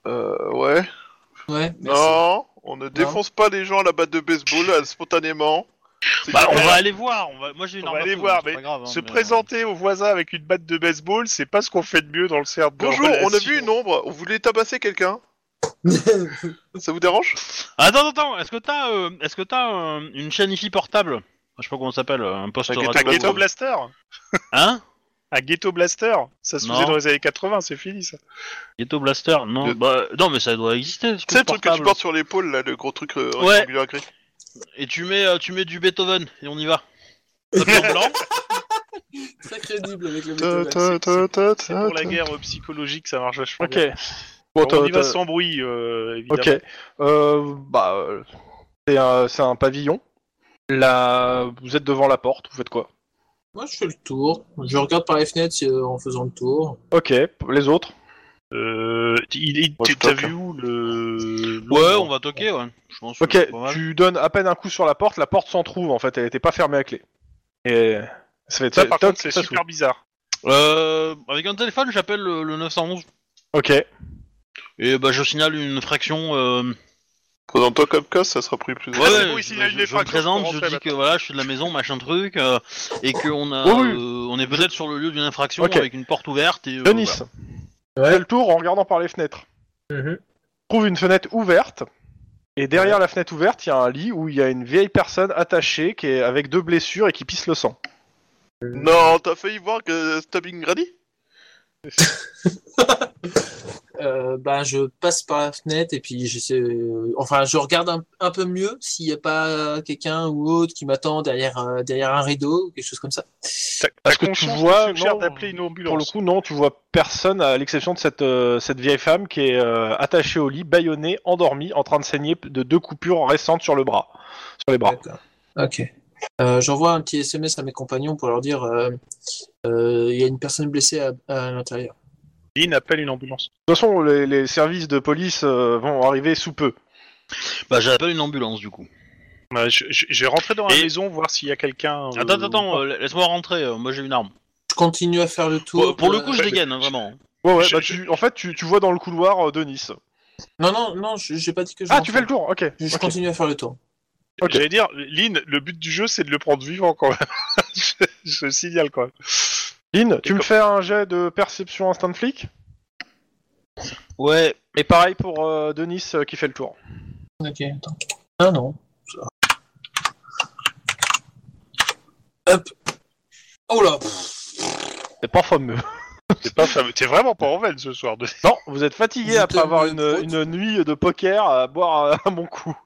Speaker 4: Euh, ouais.
Speaker 3: Ouais, merci.
Speaker 4: Non, on ne défonce pas les gens à la batte de baseball euh, spontanément. C'est
Speaker 2: Bah,
Speaker 4: du
Speaker 2: on
Speaker 4: mal.
Speaker 2: va aller voir. On va... Moi, j'ai une arme
Speaker 5: On va
Speaker 2: à
Speaker 5: aller
Speaker 2: feu,
Speaker 5: voir,
Speaker 2: c'est pas grave, hein,
Speaker 5: Se
Speaker 2: mais, euh,
Speaker 5: présenter aux voisins avec une batte de baseball, c'est pas ce qu'on fait de mieux dans le cercle. de <laughs>
Speaker 4: Bonjour, on a
Speaker 5: relation.
Speaker 4: vu une ombre, on voulait tabasser quelqu'un.
Speaker 2: Oh.
Speaker 4: Ça vous dérange
Speaker 2: Attends, attends, est-ce que t'as, euh, est-ce que t'as euh, une chaîne IFI portable Je sais pas comment ça s'appelle, euh, un poste
Speaker 4: Un ghetto-
Speaker 2: radio.
Speaker 5: Un ghetto
Speaker 4: Ouais.
Speaker 5: blaster
Speaker 2: Hein
Speaker 5: Un ghetto blaster Ça se
Speaker 2: Non.
Speaker 5: faisait dans les années 80, c'est fini ça.
Speaker 2: Ghetto Blaster Non,
Speaker 4: Le-
Speaker 2: bah, non, mais ça doit exister. ce
Speaker 4: C'est le truc que tu
Speaker 2: portable.
Speaker 4: portes sur l'épaule, là, le gros truc euh,
Speaker 2: Ouais.
Speaker 4: rectangulaire gris.
Speaker 2: Et tu mets, euh, tu mets du Beethoven et on
Speaker 1: <laughs>
Speaker 2: y va. Papier blanc.
Speaker 3: <laughs> Très crédible avec le
Speaker 4: Ta,
Speaker 3: métal.
Speaker 4: ta, ta, ta,
Speaker 5: C'est pour
Speaker 4: ta,
Speaker 5: la
Speaker 4: ta.
Speaker 5: guerre euh, psychologique, ça marche vachement
Speaker 1: Ok.
Speaker 5: bien.
Speaker 1: Bon,
Speaker 5: Alors, on y
Speaker 1: t'as-
Speaker 5: va
Speaker 1: t'as-
Speaker 5: sans bruit, euh, évidemment.
Speaker 1: ok. Euh, bah, euh, c'est un, c'est un pavillon. Là, vous êtes devant la porte, vous faites quoi
Speaker 3: Moi, je fais le tour. Je regarde par les fenêtres euh, en faisant le tour.
Speaker 1: Ok, les autres
Speaker 5: Euh, il, il-
Speaker 4: Moi, je
Speaker 5: t'as- t'as
Speaker 4: toque.
Speaker 5: vu où le...
Speaker 2: Ouais, on va toquer, ouais. Je pense que
Speaker 1: Ok,
Speaker 2: c'est pas mal.
Speaker 1: tu donnes à peine un coup sur la porte, la porte s'en trouve en fait, elle était pas fermée à clé. Et ça fait
Speaker 5: Ça, par
Speaker 1: toc,
Speaker 5: contre, c'est
Speaker 1: ça s'ouvre.
Speaker 5: super bizarre.
Speaker 2: Euh, avec un téléphone, j'appelle le, le 911
Speaker 1: Ok,
Speaker 2: et bah je signale une fraction.
Speaker 4: <laughs>
Speaker 2: euh,
Speaker 4: Présente-toi comme casse, ça sera pris plus
Speaker 2: Ouais,
Speaker 5: c'est bon,
Speaker 2: je-
Speaker 5: il signale
Speaker 2: je-
Speaker 5: une
Speaker 2: je me
Speaker 5: effraction,
Speaker 2: présente,
Speaker 5: je
Speaker 2: je
Speaker 5: rentre
Speaker 2: dis
Speaker 5: là,
Speaker 2: que voilà, je suis de la maison, machin truc, euh, et qu'on a,
Speaker 1: Oui, oui.
Speaker 2: euh, on est peut-être sur le lieu d'une infraction
Speaker 1: Ok.
Speaker 2: avec une porte ouverte et. euh,
Speaker 1: Denis,
Speaker 2: voilà.
Speaker 1: fais le tour en regardant par les fenêtres.
Speaker 3: Mhm.
Speaker 1: trouve une fenêtre ouverte. Et derrière la fenêtre ouverte, il y a un lit où il y a une vieille personne attachée qui est avec deux blessures et qui pisse le sang.
Speaker 4: Non, t'as failli voir que Stabbing Granny
Speaker 3: Euh, ben, je passe par la fenêtre et puis j'essaie. euh, Enfin, je regarde un, un peu mieux s'il n'y a pas quelqu'un ou autre qui m'attend derrière, euh, derrière un rideau ou quelque chose comme ça.
Speaker 5: T'as-
Speaker 1: Parce
Speaker 5: t'as
Speaker 1: que tu
Speaker 5: conscience
Speaker 1: vois,
Speaker 5: qu'on suggère
Speaker 1: non,
Speaker 5: d'appeler une ambulance.
Speaker 1: Pour le coup, non, tu vois personne à l'exception de cette, euh, cette vieille femme qui est euh, attachée au lit, bâillonnée, endormie, en train de saigner de deux coupures récentes sur le bras, sur les bras.
Speaker 3: D'accord. Ok. Euh, J'envoie un petit SMS à mes compagnons pour leur dire euh, euh, il y a une personne blessée à, à l'intérieur.
Speaker 5: Lynn appelle une ambulance.
Speaker 1: De toute façon, les, les services de police euh, vont arriver sous peu.
Speaker 2: Bah j'appelle une ambulance du coup.
Speaker 5: Ouais, je- je- J'ai rentré dans la
Speaker 2: Et-
Speaker 5: maison voir s'il y a quelqu'un. euh,
Speaker 2: Attends, attends, euh, laisse-moi rentrer. euh, moi j'ai une arme.
Speaker 3: Je continue à faire le tour.
Speaker 2: pour, pour le coup, je
Speaker 3: Euh,
Speaker 2: dégaine hein, vraiment.
Speaker 1: Ouais, ouais,
Speaker 5: Je-
Speaker 1: bah,
Speaker 5: je-
Speaker 1: tu- en fait, tu, tu vois dans le couloir euh, de Nice.
Speaker 3: Non, non, non, je- j'ai pas dit que je.
Speaker 1: Ah,
Speaker 3: rentrais.
Speaker 1: tu fais le tour, ok.
Speaker 3: Je
Speaker 1: ok.
Speaker 3: continue à faire le tour.
Speaker 1: Ok.
Speaker 5: J'allais dire, Lynn, le but du jeu, c'est de le prendre vivant quand même. <laughs> je, je signale quand même.
Speaker 1: Lynn, tu me fais un jet de perception instant flic
Speaker 2: Ouais.
Speaker 1: Et pareil pour euh, Denis euh, qui fait le tour.
Speaker 3: Ok, attends. Ah non. Hop. Oh là.
Speaker 1: C'est pas fameux.
Speaker 5: T'es pas fameux- T'es vraiment pas en veine ce soir. <laughs> De...
Speaker 1: Non, vous êtes fatigué
Speaker 3: Vous
Speaker 1: après
Speaker 3: êtes
Speaker 5: euh,
Speaker 1: avoir
Speaker 3: un
Speaker 1: une,
Speaker 3: prout.
Speaker 1: une nuit de poker à boire euh, <laughs> un bon coup.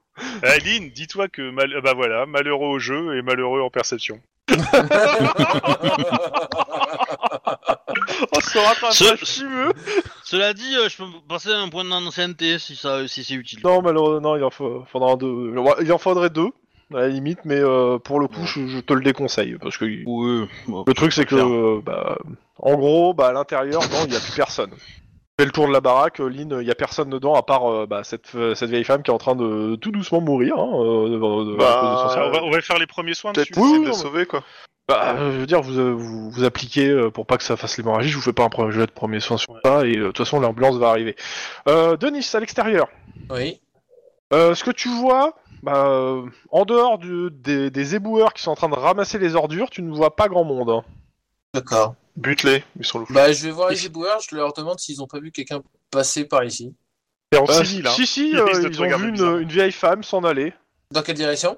Speaker 5: euh, Eh, Lynn, dis-toi que mal... bah voilà, malheureux au jeu et malheureux en perception.
Speaker 1: On se rattrape
Speaker 2: Ce-
Speaker 1: si tu veux.
Speaker 2: Cela dit, euh, je peux passer à un point d'ancienneté si ça, si c'est utile.
Speaker 1: Non, malheureusement, non, il en, faut- faudra deux. il en faudrait deux, à la limite, mais euh, pour le coup, je, je te le déconseille. Parce que le
Speaker 2: Oui, bon.
Speaker 1: truc, c'est que, euh, bah, en gros, bah, à l'intérieur, non, il n'y a plus personne. Fais le tour de la baraque, euh, Lynn, il n'y a personne dedans, à part euh, bah, cette, cette vieille femme qui est en train de tout doucement mourir. hein, euh, de- de- de-
Speaker 4: Bah,
Speaker 1: à cause de son cerveau.
Speaker 5: on, va, on va faire les premiers soins
Speaker 4: Peut-être
Speaker 5: dessus.
Speaker 1: Oui,
Speaker 4: essayer
Speaker 1: oui,
Speaker 4: de
Speaker 1: non,
Speaker 4: la
Speaker 1: mais-
Speaker 4: sauver, quoi.
Speaker 1: Bah, euh, je veux dire, vous, euh, vous, vous appliquez euh, pour pas que ça fasse l'hémorragie. Je vous fais pas un premier jet de premier soin sur ça, et euh, de toute façon, l'ambulance va arriver. Euh, Denis, à l'extérieur.
Speaker 3: Oui.
Speaker 1: Euh, ce que tu vois, bah, euh, en dehors du- des, des éboueurs qui sont en train de ramasser les ordures, tu ne vois pas grand monde. hein.
Speaker 3: D'accord.
Speaker 4: Bute-les, ils sont louches.
Speaker 3: Bah, je vais voir les éboueurs, je leur demande s'ils ont pas vu quelqu'un passer par ici.
Speaker 5: T'es en
Speaker 1: Bah,
Speaker 5: civil, hein.
Speaker 1: Si, si,
Speaker 5: Ils
Speaker 1: euh,
Speaker 5: risquent de te
Speaker 1: ils ont
Speaker 5: regarder
Speaker 1: vu une,
Speaker 5: bizarrement.
Speaker 1: une vieille femme s'en aller.
Speaker 3: Dans quelle direction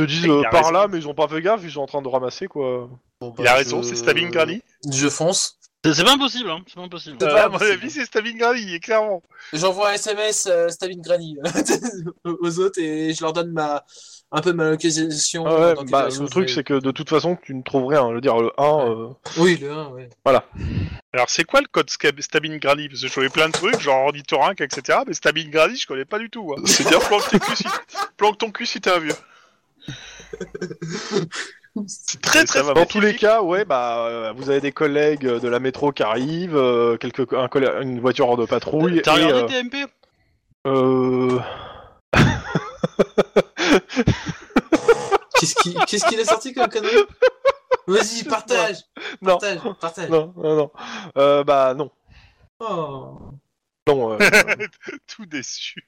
Speaker 1: Ils te disent
Speaker 5: Il
Speaker 1: euh,
Speaker 5: a
Speaker 1: par
Speaker 5: raison.
Speaker 1: là, mais ils ont pas fait gaffe, ils sont en train de ramasser quoi.
Speaker 3: Bon, bah,
Speaker 5: Il a
Speaker 3: je-
Speaker 5: raison, c'est Stabbing Granny.
Speaker 3: Je fonce.
Speaker 2: C'est c'est pas impossible, hein. C'est pas impossible.
Speaker 3: Euh,
Speaker 5: Euh,
Speaker 3: pas
Speaker 5: à mon
Speaker 3: impossible.
Speaker 5: avis, Euh, c'est Stabbing Granny, clairement.
Speaker 3: J'envoie un SMS euh, Stabbing Granny <laughs> aux autres et je leur donne ma un peu ma localisation. euh,
Speaker 1: Ah ouais,
Speaker 3: dans quelle
Speaker 1: bah,
Speaker 3: direction
Speaker 1: le
Speaker 3: je
Speaker 1: truc
Speaker 3: vais.
Speaker 1: c'est que de toute façon, tu ne trouves rien. Je veux dire, le 1, euh,
Speaker 3: Oui, le 1, ouais.
Speaker 5: Alors, c'est quoi le code Scab- Stabbing Granny Parce que je connais plein de trucs, genre ornithorynque, etc. Mais Stabbing Granny, je connais pas du tout. hein.
Speaker 4: C'est dire planque, tes
Speaker 5: <laughs>
Speaker 4: culs si... planque ton cul si t'es
Speaker 3: <laughs>
Speaker 4: un vieux.
Speaker 5: C'est très
Speaker 4: Ça
Speaker 5: très
Speaker 4: va,
Speaker 1: dans
Speaker 5: spécifique.
Speaker 1: tous les cas, ouais, bah, euh, vous avez des collègues euh, de la métro qui arrivent, euh, quelques, un collè- une voiture de patrouille.
Speaker 2: T'as
Speaker 1: et,
Speaker 2: regardé
Speaker 1: euh,
Speaker 2: TMP
Speaker 1: euh,
Speaker 3: Qu'est-ce qui- qu'est-ce qu'il a sorti comme connerie Vas-y, partage
Speaker 1: Non.
Speaker 3: Partage, partage
Speaker 1: Non, non, non. Euh, bah non.
Speaker 3: Oh,
Speaker 1: Non, euh,
Speaker 5: Tout déçu.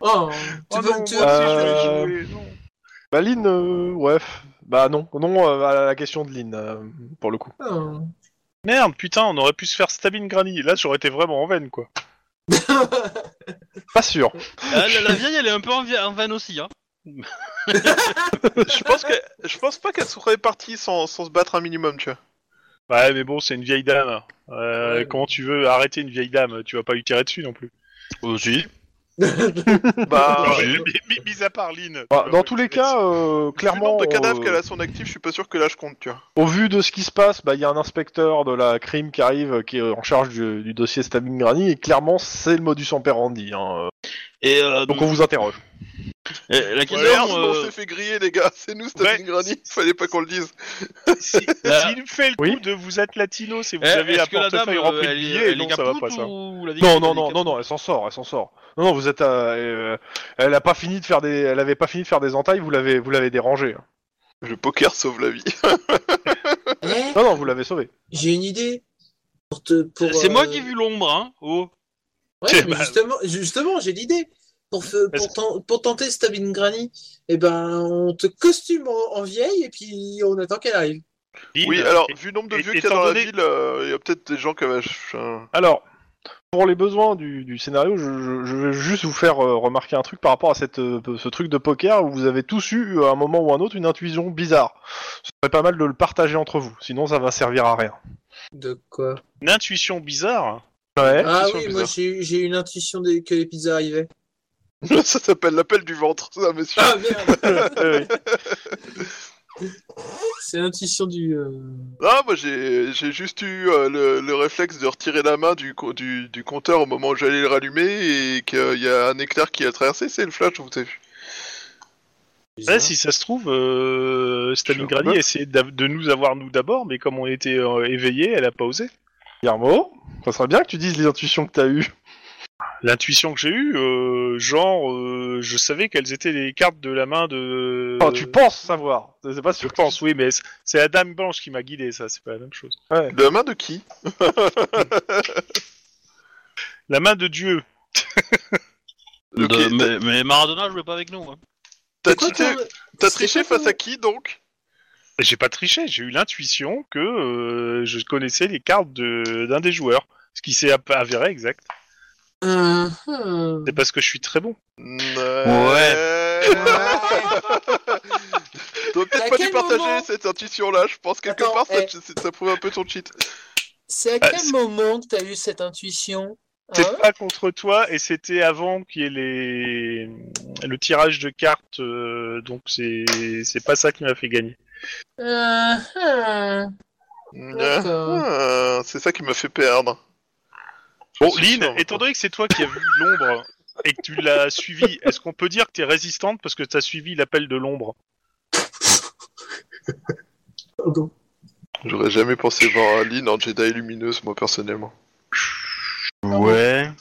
Speaker 3: oh. Tu
Speaker 5: Oh
Speaker 3: peux-
Speaker 5: non,
Speaker 3: tu-
Speaker 5: moi aussi,
Speaker 1: Euh,
Speaker 5: je vais jouer, non.
Speaker 1: Bah Lynn, euh, ouais. Bah non, non euh, à la question de Lynn, euh, pour le coup.
Speaker 3: oh.
Speaker 5: Merde, putain, on aurait pu se faire Stabbing Granny. Là, j'aurais été vraiment en veine,
Speaker 3: <laughs>
Speaker 5: quoi.
Speaker 1: Pas sûr.
Speaker 2: Ah, la, la vieille, elle est un peu en, vi- en vanne aussi, hein.
Speaker 4: Je pense, que... je pense pas qu'elle serait partie sans... sans se battre un minimum, tu vois.
Speaker 5: Ouais, mais bon, c'est une vieille dame. Euh,
Speaker 3: Ouais.
Speaker 5: Comment tu veux arrêter une vieille dame Tu vas pas lui tirer dessus non plus.
Speaker 2: Aussi.
Speaker 4: Bah,
Speaker 5: <laughs> Non, mais- mais- mis à part Lynn. tu
Speaker 1: Bah,
Speaker 5: vas
Speaker 1: dans
Speaker 5: pas
Speaker 1: tous
Speaker 5: lui
Speaker 1: les
Speaker 5: tirer
Speaker 1: cas, euh,
Speaker 4: Vu le
Speaker 1: clairement,
Speaker 4: nombre de cadavres
Speaker 1: euh,
Speaker 4: qu'elle a à son actif, je suis pas sûr que là je compte, tu vois.
Speaker 1: au vu de ce qui se passe, bah il y a un inspecteur de la crime qui arrive, euh, qui est en charge du, du dossier Stabbing Granny, et clairement c'est le modus operandi. Hein.
Speaker 2: Et euh,
Speaker 1: Donc on vous interroge.
Speaker 2: et la question,
Speaker 4: Merde, on
Speaker 2: euh,
Speaker 4: s'est fait griller, les gars. C'est nous, Stabbing
Speaker 5: Ouais.
Speaker 4: Granny. Fallait pas qu'on le dise.
Speaker 5: dessus.
Speaker 2: <laughs>
Speaker 5: Si-
Speaker 2: Là.
Speaker 5: S'il me fait le coup
Speaker 1: Oui.
Speaker 5: de vous êtes latino, c'est vous
Speaker 2: eh,
Speaker 5: avez un
Speaker 2: est-ce que la dame,
Speaker 5: portefeuille
Speaker 2: euh,
Speaker 5: rempli de
Speaker 2: elle est,
Speaker 5: billets,
Speaker 2: elle est
Speaker 5: non, ça va
Speaker 2: capote
Speaker 5: pas ça.
Speaker 2: ou la vieille
Speaker 1: Non,
Speaker 2: elle
Speaker 1: non,
Speaker 2: est
Speaker 1: non, non, non, elle s'en sort, elle s'en sort. Non, non, vous êtes, euh, euh, elle a pas fini de faire des, elle avait pas fini de faire des entailles, vous l'avez, vous l'avez dérangée. hein.
Speaker 4: Le poker sauve la vie.
Speaker 3: <laughs> Eh,
Speaker 1: Non, non, vous l'avez sauvée.
Speaker 3: J'ai une idée. Pour te- pour,
Speaker 2: C'est moi
Speaker 3: euh,
Speaker 2: qui ai vu l'ombre, hein. Oh.
Speaker 3: Ouais,
Speaker 5: C'est-
Speaker 3: mais
Speaker 5: bah-
Speaker 3: justement, justement j'ai l'idée. Pour, fe-
Speaker 5: Parce-
Speaker 3: pour, ten- pour tenter Stabbing Granny, eh ben, on te costume en, en vieille et puis on attend qu'elle arrive.
Speaker 5: Lynn,
Speaker 4: Oui, alors,
Speaker 5: et-
Speaker 4: vu le nombre de
Speaker 5: et-
Speaker 4: vieux qu'il y a
Speaker 5: étant
Speaker 4: dans la
Speaker 5: donné-
Speaker 4: ville, euh, il y a peut-être des gens qui avaient. euh,
Speaker 1: Alors, pour les besoins du, du scénario, je, je- je vais juste vous faire euh, remarquer un truc par rapport à cette, euh, ce truc de poker où vous avez tous eu, à un moment ou à un autre, une intuition bizarre. Ce serait pas mal de le partager entre vous, sinon ça va servir à rien.
Speaker 3: De quoi
Speaker 5: une intuition bizarre.
Speaker 4: <laughs>
Speaker 1: Ouais.
Speaker 3: Ah
Speaker 4: intuition
Speaker 3: oui,
Speaker 4: bizarre.
Speaker 3: moi j'ai eu- j'ai eu une intuition dès que les pizzas arrivaient.
Speaker 4: <laughs> Ça s'appelle l'appel du ventre, ça, monsieur.
Speaker 3: Ah merde
Speaker 1: Euh, oui.
Speaker 3: <laughs> C'est l'intuition du. euh,
Speaker 4: Ah, moi j'ai j'ai juste eu euh, le, le réflexe de retirer la main du, co- du, du compteur au moment où j'allais le rallumer et qu'il y a un éclair qui a traversé, c'est le flash, vous avez vu.
Speaker 5: Ouais, si ça se trouve, euh, Stalingradi
Speaker 4: Sure.
Speaker 5: essayait d'a- de nous avoir nous d'abord, mais comme on était euh, éveillés, elle a pas osé.
Speaker 1: Guillermo, ça serait bien que tu dises les intuitions que t'as eues.
Speaker 5: L'intuition que j'ai eue, euh, genre, euh, je savais quelles étaient les cartes de la main de.
Speaker 1: Enfin, Oh, tu penses savoir. C'est c'est pas
Speaker 5: Je
Speaker 1: sûr.
Speaker 5: pense, oui, mais c'est- c'est la dame blanche qui m'a guidé, ça, c'est pas la même chose.
Speaker 4: De la main de qui
Speaker 5: La main de Dieu.
Speaker 2: De-
Speaker 4: Ok, t'as-
Speaker 2: mais, mais Maradona jouait pas avec nous. Hein.
Speaker 4: T'as
Speaker 3: C'est quoi
Speaker 4: cheaté-
Speaker 3: ton-
Speaker 4: t'as
Speaker 3: c'est
Speaker 4: triché
Speaker 3: quoi ton-
Speaker 4: face à qui donc
Speaker 5: J'ai pas triché, j'ai eu l'intuition que euh, je connaissais les cartes de- d'un des joueurs. Ce qui s'est ap- avéré exact.
Speaker 3: Euh, euh. <laughs>
Speaker 5: C'est parce que je suis très bon.
Speaker 4: Euh, T'aurais
Speaker 3: À
Speaker 4: peut-être pas dû
Speaker 3: quel
Speaker 4: partager
Speaker 3: moment
Speaker 4: cette intuition-là, je pense quelque
Speaker 3: Attends,
Speaker 4: part ça,
Speaker 3: eh.
Speaker 4: ça- ça prouve un peu ton cheat.
Speaker 3: C'est à
Speaker 5: Ah,
Speaker 3: quel
Speaker 5: c'est-
Speaker 3: moment que t'as eu cette intuition
Speaker 5: C'est
Speaker 3: Hein
Speaker 5: pas contre toi, et c'était avant qu'il y ait les... le tirage de cartes, euh, donc c'est c'est pas ça qui m'a fait gagner.
Speaker 3: Euh, euh, D'accord.
Speaker 4: Ah, c'est ça qui me fait perdre.
Speaker 5: Bon,
Speaker 2: Oh,
Speaker 4: Je suis
Speaker 5: Lynn,
Speaker 4: sûr.
Speaker 5: étant donné que c'est toi qui as vu l'ombre et que tu l'as suivi, est-ce qu'on peut dire que t'es résistante parce que t'as suivi l'appel de l'ombre
Speaker 3: pardon.
Speaker 4: J'aurais jamais pensé voir euh, Lynn en Jedi lumineuse, moi personnellement.
Speaker 2: Ouais.
Speaker 5: Moi,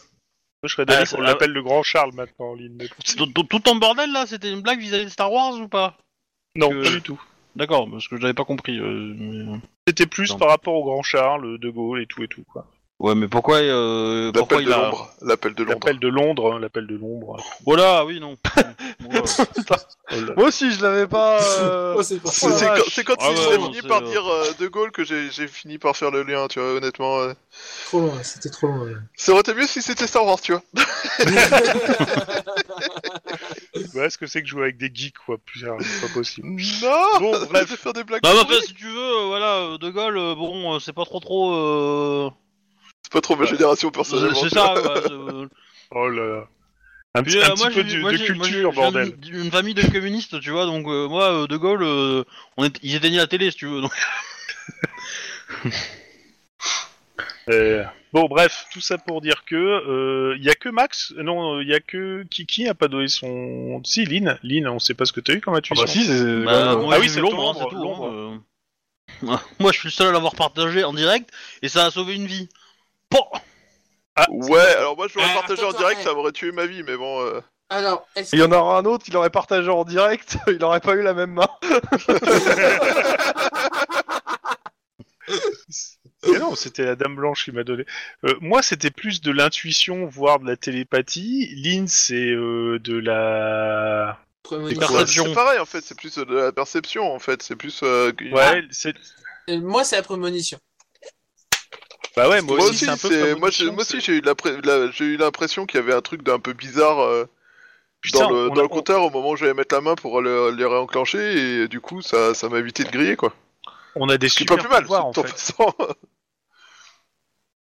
Speaker 5: je serais d'avis
Speaker 2: Ah, ça-
Speaker 5: qu'on l'appelle le grand Charles maintenant, Lynn. mais-
Speaker 2: Tout, tout- tout ton bordel là, c'était une blague vis-à-vis de Star Wars ou pas
Speaker 5: Non,
Speaker 2: Euh,
Speaker 5: pas du tout.
Speaker 2: D'accord, parce que j'avais pas compris. euh, mais-
Speaker 5: C'était plus
Speaker 2: non.
Speaker 5: par rapport au grand Charles, de Gaulle et tout et tout. quoi.
Speaker 2: Ouais, mais pourquoi, euh, pourquoi
Speaker 4: L'appel de
Speaker 2: il a.
Speaker 4: l'ombre. L'appel de l'ombre.
Speaker 5: L'appel de Londres, hein, l'appel de l'ombre.
Speaker 2: Voilà, oui, <laughs> non. Ouais.
Speaker 5: Oh là là.
Speaker 1: Moi aussi, je l'avais pas. euh,
Speaker 3: <laughs> Oh, c'est pour
Speaker 4: C'est
Speaker 1: Oh
Speaker 3: ça.
Speaker 1: la
Speaker 4: c'est
Speaker 1: vache.
Speaker 4: quand, c'est quand
Speaker 2: Ah
Speaker 5: bah,
Speaker 4: il
Speaker 2: ouais,
Speaker 4: a
Speaker 2: non,
Speaker 4: fini
Speaker 2: c'est,
Speaker 4: par
Speaker 2: euh,
Speaker 4: dire euh, De Gaulle que j'ai j'ai fini par faire le lien, tu vois, honnêtement. euh.
Speaker 3: Trop loin, c'était trop loin. là.
Speaker 4: Ça aurait été mieux si c'était Star Wars, tu vois.
Speaker 5: Ouais, est-ce que c'est que jouer avec des geeks, quoi Putain, c'est pas possible.
Speaker 4: Non
Speaker 5: Bon,
Speaker 4: <laughs> Arrête
Speaker 5: bref.
Speaker 4: de faire des blagues.
Speaker 2: Bah, bah, après,
Speaker 4: pourries.
Speaker 2: si tu veux, euh, voilà, euh, De Gaulle, euh, bon, euh, c'est pas trop trop. euh,
Speaker 4: C'est pas
Speaker 5: Bah,
Speaker 4: trop ma génération,
Speaker 2: euh,
Speaker 4: personnellement.
Speaker 2: C'est
Speaker 4: tu
Speaker 2: ça,
Speaker 4: vois.
Speaker 2: ouais,
Speaker 5: <laughs>
Speaker 2: c'est- euh,
Speaker 5: Oh là là. Un,
Speaker 2: Puis,
Speaker 5: petit-
Speaker 2: euh,
Speaker 5: un
Speaker 2: moi,
Speaker 5: petit peu
Speaker 2: j'ai-
Speaker 5: de,
Speaker 2: moi,
Speaker 5: de
Speaker 2: j'ai- moi, j'ai-
Speaker 5: culture,
Speaker 2: je viens
Speaker 5: bordel.
Speaker 2: d'une- D'une famille de communistes, tu vois, donc euh, moi, euh, De Gaulle, euh, on est- ils éteignaient la télé, si tu veux. donc.
Speaker 5: Euh, bon, bref, tout ça pour dire que il y a que Max, non, il y a que Kiki a pas donné son. Si, Lynn, Lynn, on sait pas ce que t'as eu comme
Speaker 1: Ah
Speaker 5: intuition.
Speaker 1: bah si, c'est.
Speaker 2: Bah,
Speaker 1: bah,
Speaker 2: moi,
Speaker 5: ah
Speaker 2: j'ai
Speaker 5: oui,
Speaker 2: eu
Speaker 5: c'est
Speaker 2: l'ombre, hein,
Speaker 5: l'ombre,
Speaker 2: c'est tout.
Speaker 5: l'ombre.
Speaker 2: hein, euh. <laughs> Moi, je suis le seul à l'avoir partagé en direct, et ça a sauvé une vie. Bon
Speaker 4: Ouais, alors moi je l'aurais
Speaker 3: Ah,
Speaker 4: partagé en
Speaker 3: attends,
Speaker 4: direct,
Speaker 3: ouais.
Speaker 4: ça m'aurait tué ma vie, mais bon. euh,
Speaker 3: Alors, est-ce
Speaker 1: Il y en aura un autre, il aurait partagé en direct, <laughs> il aurait pas eu la même main.
Speaker 5: Mais non, c'était la Dame Blanche qui m'a donné. Euh, moi, c'était plus de l'intuition, voire de la télépathie. Lynn, c'est euh, de la.
Speaker 3: que...
Speaker 2: quoi, Perception.
Speaker 4: C'est pareil en fait, c'est plus de la perception en fait, c'est plus. euh, que-
Speaker 5: Ouais, c'est.
Speaker 3: Euh, Moi, c'est la prémonition.
Speaker 5: Bah ouais, moi,
Speaker 4: Moi aussi,
Speaker 5: aussi, c'est un peu.
Speaker 4: c'est-
Speaker 5: comme
Speaker 4: moi, j'ai-
Speaker 5: audition,
Speaker 4: moi aussi
Speaker 5: c'est-
Speaker 4: j'ai eu de la pré- de la- j'ai eu l'impression qu'il y avait un truc d'un peu bizarre euh,
Speaker 5: Putain,
Speaker 4: dans le,
Speaker 5: on
Speaker 4: dans
Speaker 5: a-
Speaker 4: le compteur au moment où j'allais mettre la main pour le, le réenclencher et du coup ça, ça m'a évité de griller quoi.
Speaker 5: On a des
Speaker 4: Ce qui est pas
Speaker 5: super
Speaker 4: plus mal,
Speaker 5: pouvoirs, en
Speaker 4: tout en <laughs>
Speaker 5: fait.
Speaker 4: passant.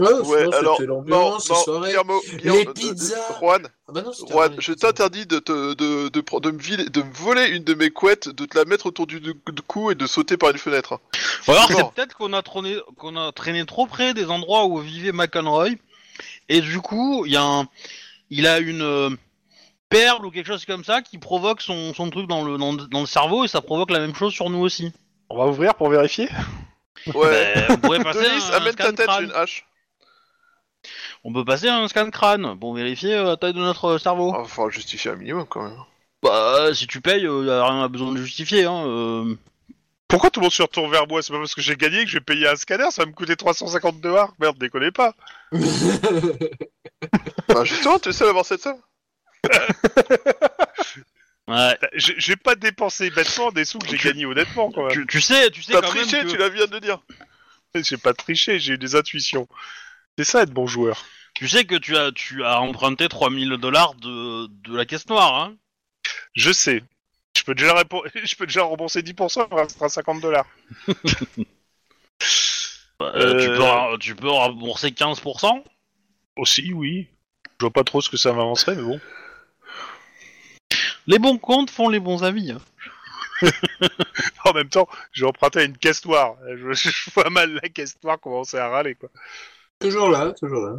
Speaker 3: Ouais,
Speaker 4: ouais,
Speaker 3: sinon,
Speaker 4: alors
Speaker 3: c'était
Speaker 4: non,
Speaker 3: l'ambiance, la
Speaker 4: non,
Speaker 3: soirée.
Speaker 4: Guillermo, Guillermo, euh,
Speaker 3: pizzas.
Speaker 4: euh, Juan,
Speaker 3: Ah bah non, c'était
Speaker 4: Juan,
Speaker 3: avant les
Speaker 4: je
Speaker 3: pizzas.
Speaker 4: t'interdis de, te- de, de, pre- de me viler- de me voler une de mes couettes, de te la mettre autour du du cou et de sauter par une fenêtre.
Speaker 2: Ou alors,
Speaker 4: Bon.
Speaker 2: c'est peut-être qu'on a, traîné, qu'on a traîné trop près des endroits où vivait McEnroy, et du coup, il y a un- il a une euh, perle ou quelque chose comme ça qui provoque son, son truc dans le, dans, le- dans le cerveau, et ça provoque la même chose sur nous aussi.
Speaker 1: On va ouvrir pour vérifier.
Speaker 4: Ouais.
Speaker 2: Bah, on
Speaker 4: <laughs>
Speaker 2: pourrait passer
Speaker 4: Denis,
Speaker 2: un, un
Speaker 4: amène ta
Speaker 2: scan
Speaker 4: tête, j'ai
Speaker 2: crâne.
Speaker 4: une hache.
Speaker 2: On peut passer un scan crâne pour vérifier euh, la taille de notre cerveau.
Speaker 4: Ah, faut justifier un minimum quand même.
Speaker 2: Bah, euh, si tu payes, euh, y a rien à besoin de justifier. Hein, euh.
Speaker 5: Pourquoi tout le monde se retourne vers moi C'est pas parce que j'ai gagné que je vais payer un scanner, ça va me coûter 350 dollars. Merde, déconnez pas.
Speaker 4: Bah justement, t'es le seul à avoir cette somme.
Speaker 2: Ouais.
Speaker 5: J'ai j'ai pas dépensé bêtement des sous que j'ai
Speaker 2: Tu-
Speaker 5: gagnés honnêtement, quand même.
Speaker 2: Tu, tu sais, tu sais
Speaker 4: T'as
Speaker 2: quand même
Speaker 4: triché,
Speaker 2: que-
Speaker 4: tu l'as viens de le dire.
Speaker 5: <laughs> J'ai pas triché, j'ai eu des intuitions. C'est ça être bon joueur.
Speaker 2: tu sais que tu as tu as emprunté 3000 dollars de, de la caisse noire. Hein.
Speaker 5: Je sais. Je peux déjà, répon- <laughs> je peux déjà rembourser 10%, il restera 50 dollars.
Speaker 2: Bah, euh, Tu,
Speaker 5: Euh.
Speaker 2: peux, ra- tu peux rembourser 15%.
Speaker 5: Aussi, oui. Je vois pas trop ce que ça m'avancerait, mais bon.
Speaker 2: Les bons comptes font les bons amis. hein.
Speaker 5: <laughs> En même temps, j'ai emprunté à une caisse noire. Je, <laughs> je vois mal la caisse noire commencer à râler, quoi.
Speaker 3: toujours là, toujours là.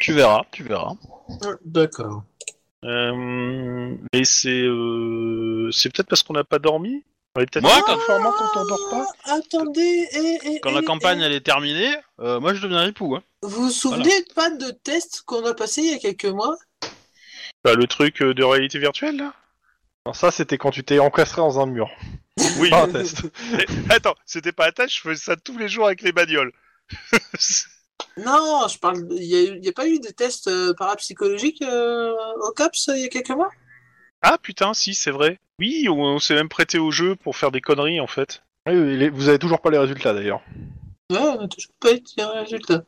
Speaker 2: Tu verras, tu verras.
Speaker 3: Ah, D'accord.
Speaker 5: Euh, et c'est... euh, C'est peut-être parce qu'on n'a pas dormi On est peut-être
Speaker 2: Moi,
Speaker 5: plus
Speaker 2: quand-
Speaker 5: performant quand on dort pas
Speaker 3: Ah, Attendez, et,
Speaker 2: Quand la campagne elle est terminée, euh, moi je deviens époux. Hein.
Speaker 3: Vous vous souvenez pas de test qu'on a passé il y a quelques mois
Speaker 5: Bah, Le truc euh, de réalité virtuelle, là
Speaker 1: Non, ça, c'était quand tu t'es encastré dans un mur.
Speaker 5: Oui.
Speaker 3: Euh,
Speaker 1: Pas un
Speaker 5: <laughs>
Speaker 1: test.
Speaker 5: Attends, c'était pas attache, je faisais ça tous les jours avec les <laughs> bagnoles.
Speaker 3: Non, je parle. de- Il n'y a, eu- il y a pas eu de tests euh, parapsychologiques euh, au CAPS euh, il y a quelques mois
Speaker 5: ah putain, si, c'est vrai. Oui, on, on s'est même prêté au jeu pour faire des conneries, en fait.
Speaker 1: Oui, Ah oui, les- vous avez toujours pas les résultats d'ailleurs.
Speaker 3: Ouais, on n'a toujours pas eu de résultat.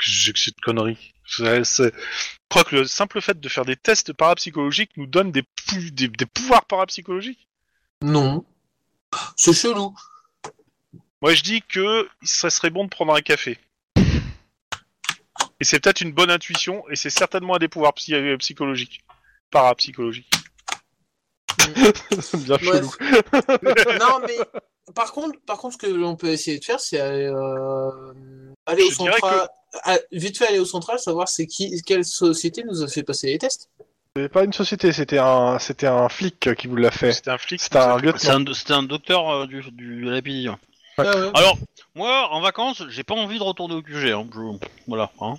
Speaker 5: Qu'est-ce que c'est que de conneries Ça, c'est- Je crois que le simple fait de faire des tests parapsychologiques nous donne des, pou- des, des pouvoirs parapsychologiques.
Speaker 3: Non. C'est chelou.
Speaker 5: Moi, je dis que ça serait bon de prendre un café. Et c'est peut-être une bonne euh, intuition, et c'est certainement un des pouvoirs psy- psychologiques. Parapsychologiques.
Speaker 1: Bien
Speaker 3: Bref.
Speaker 1: chelou.
Speaker 3: non,
Speaker 5: <laughs>
Speaker 3: mais par contre, par contre, ce que l'on peut essayer de faire, c'est aller, euh, aller au
Speaker 5: Je dirais
Speaker 3: central. ah, vite fait aller au central, savoir c'est qui, quelle société nous a fait passer les tests.
Speaker 1: C'était pas une société, c'était un, c'était un flic qui vous l'a fait.
Speaker 5: C'était un flic.
Speaker 1: C'était un
Speaker 2: C'est
Speaker 1: lieutenant.
Speaker 2: un, do- c'est un docteur euh, du, du, de la PI.
Speaker 3: Ah ouais.
Speaker 2: Alors, moi, en vacances, j'ai pas envie de retourner au QG. hein. Je- Voilà. hein.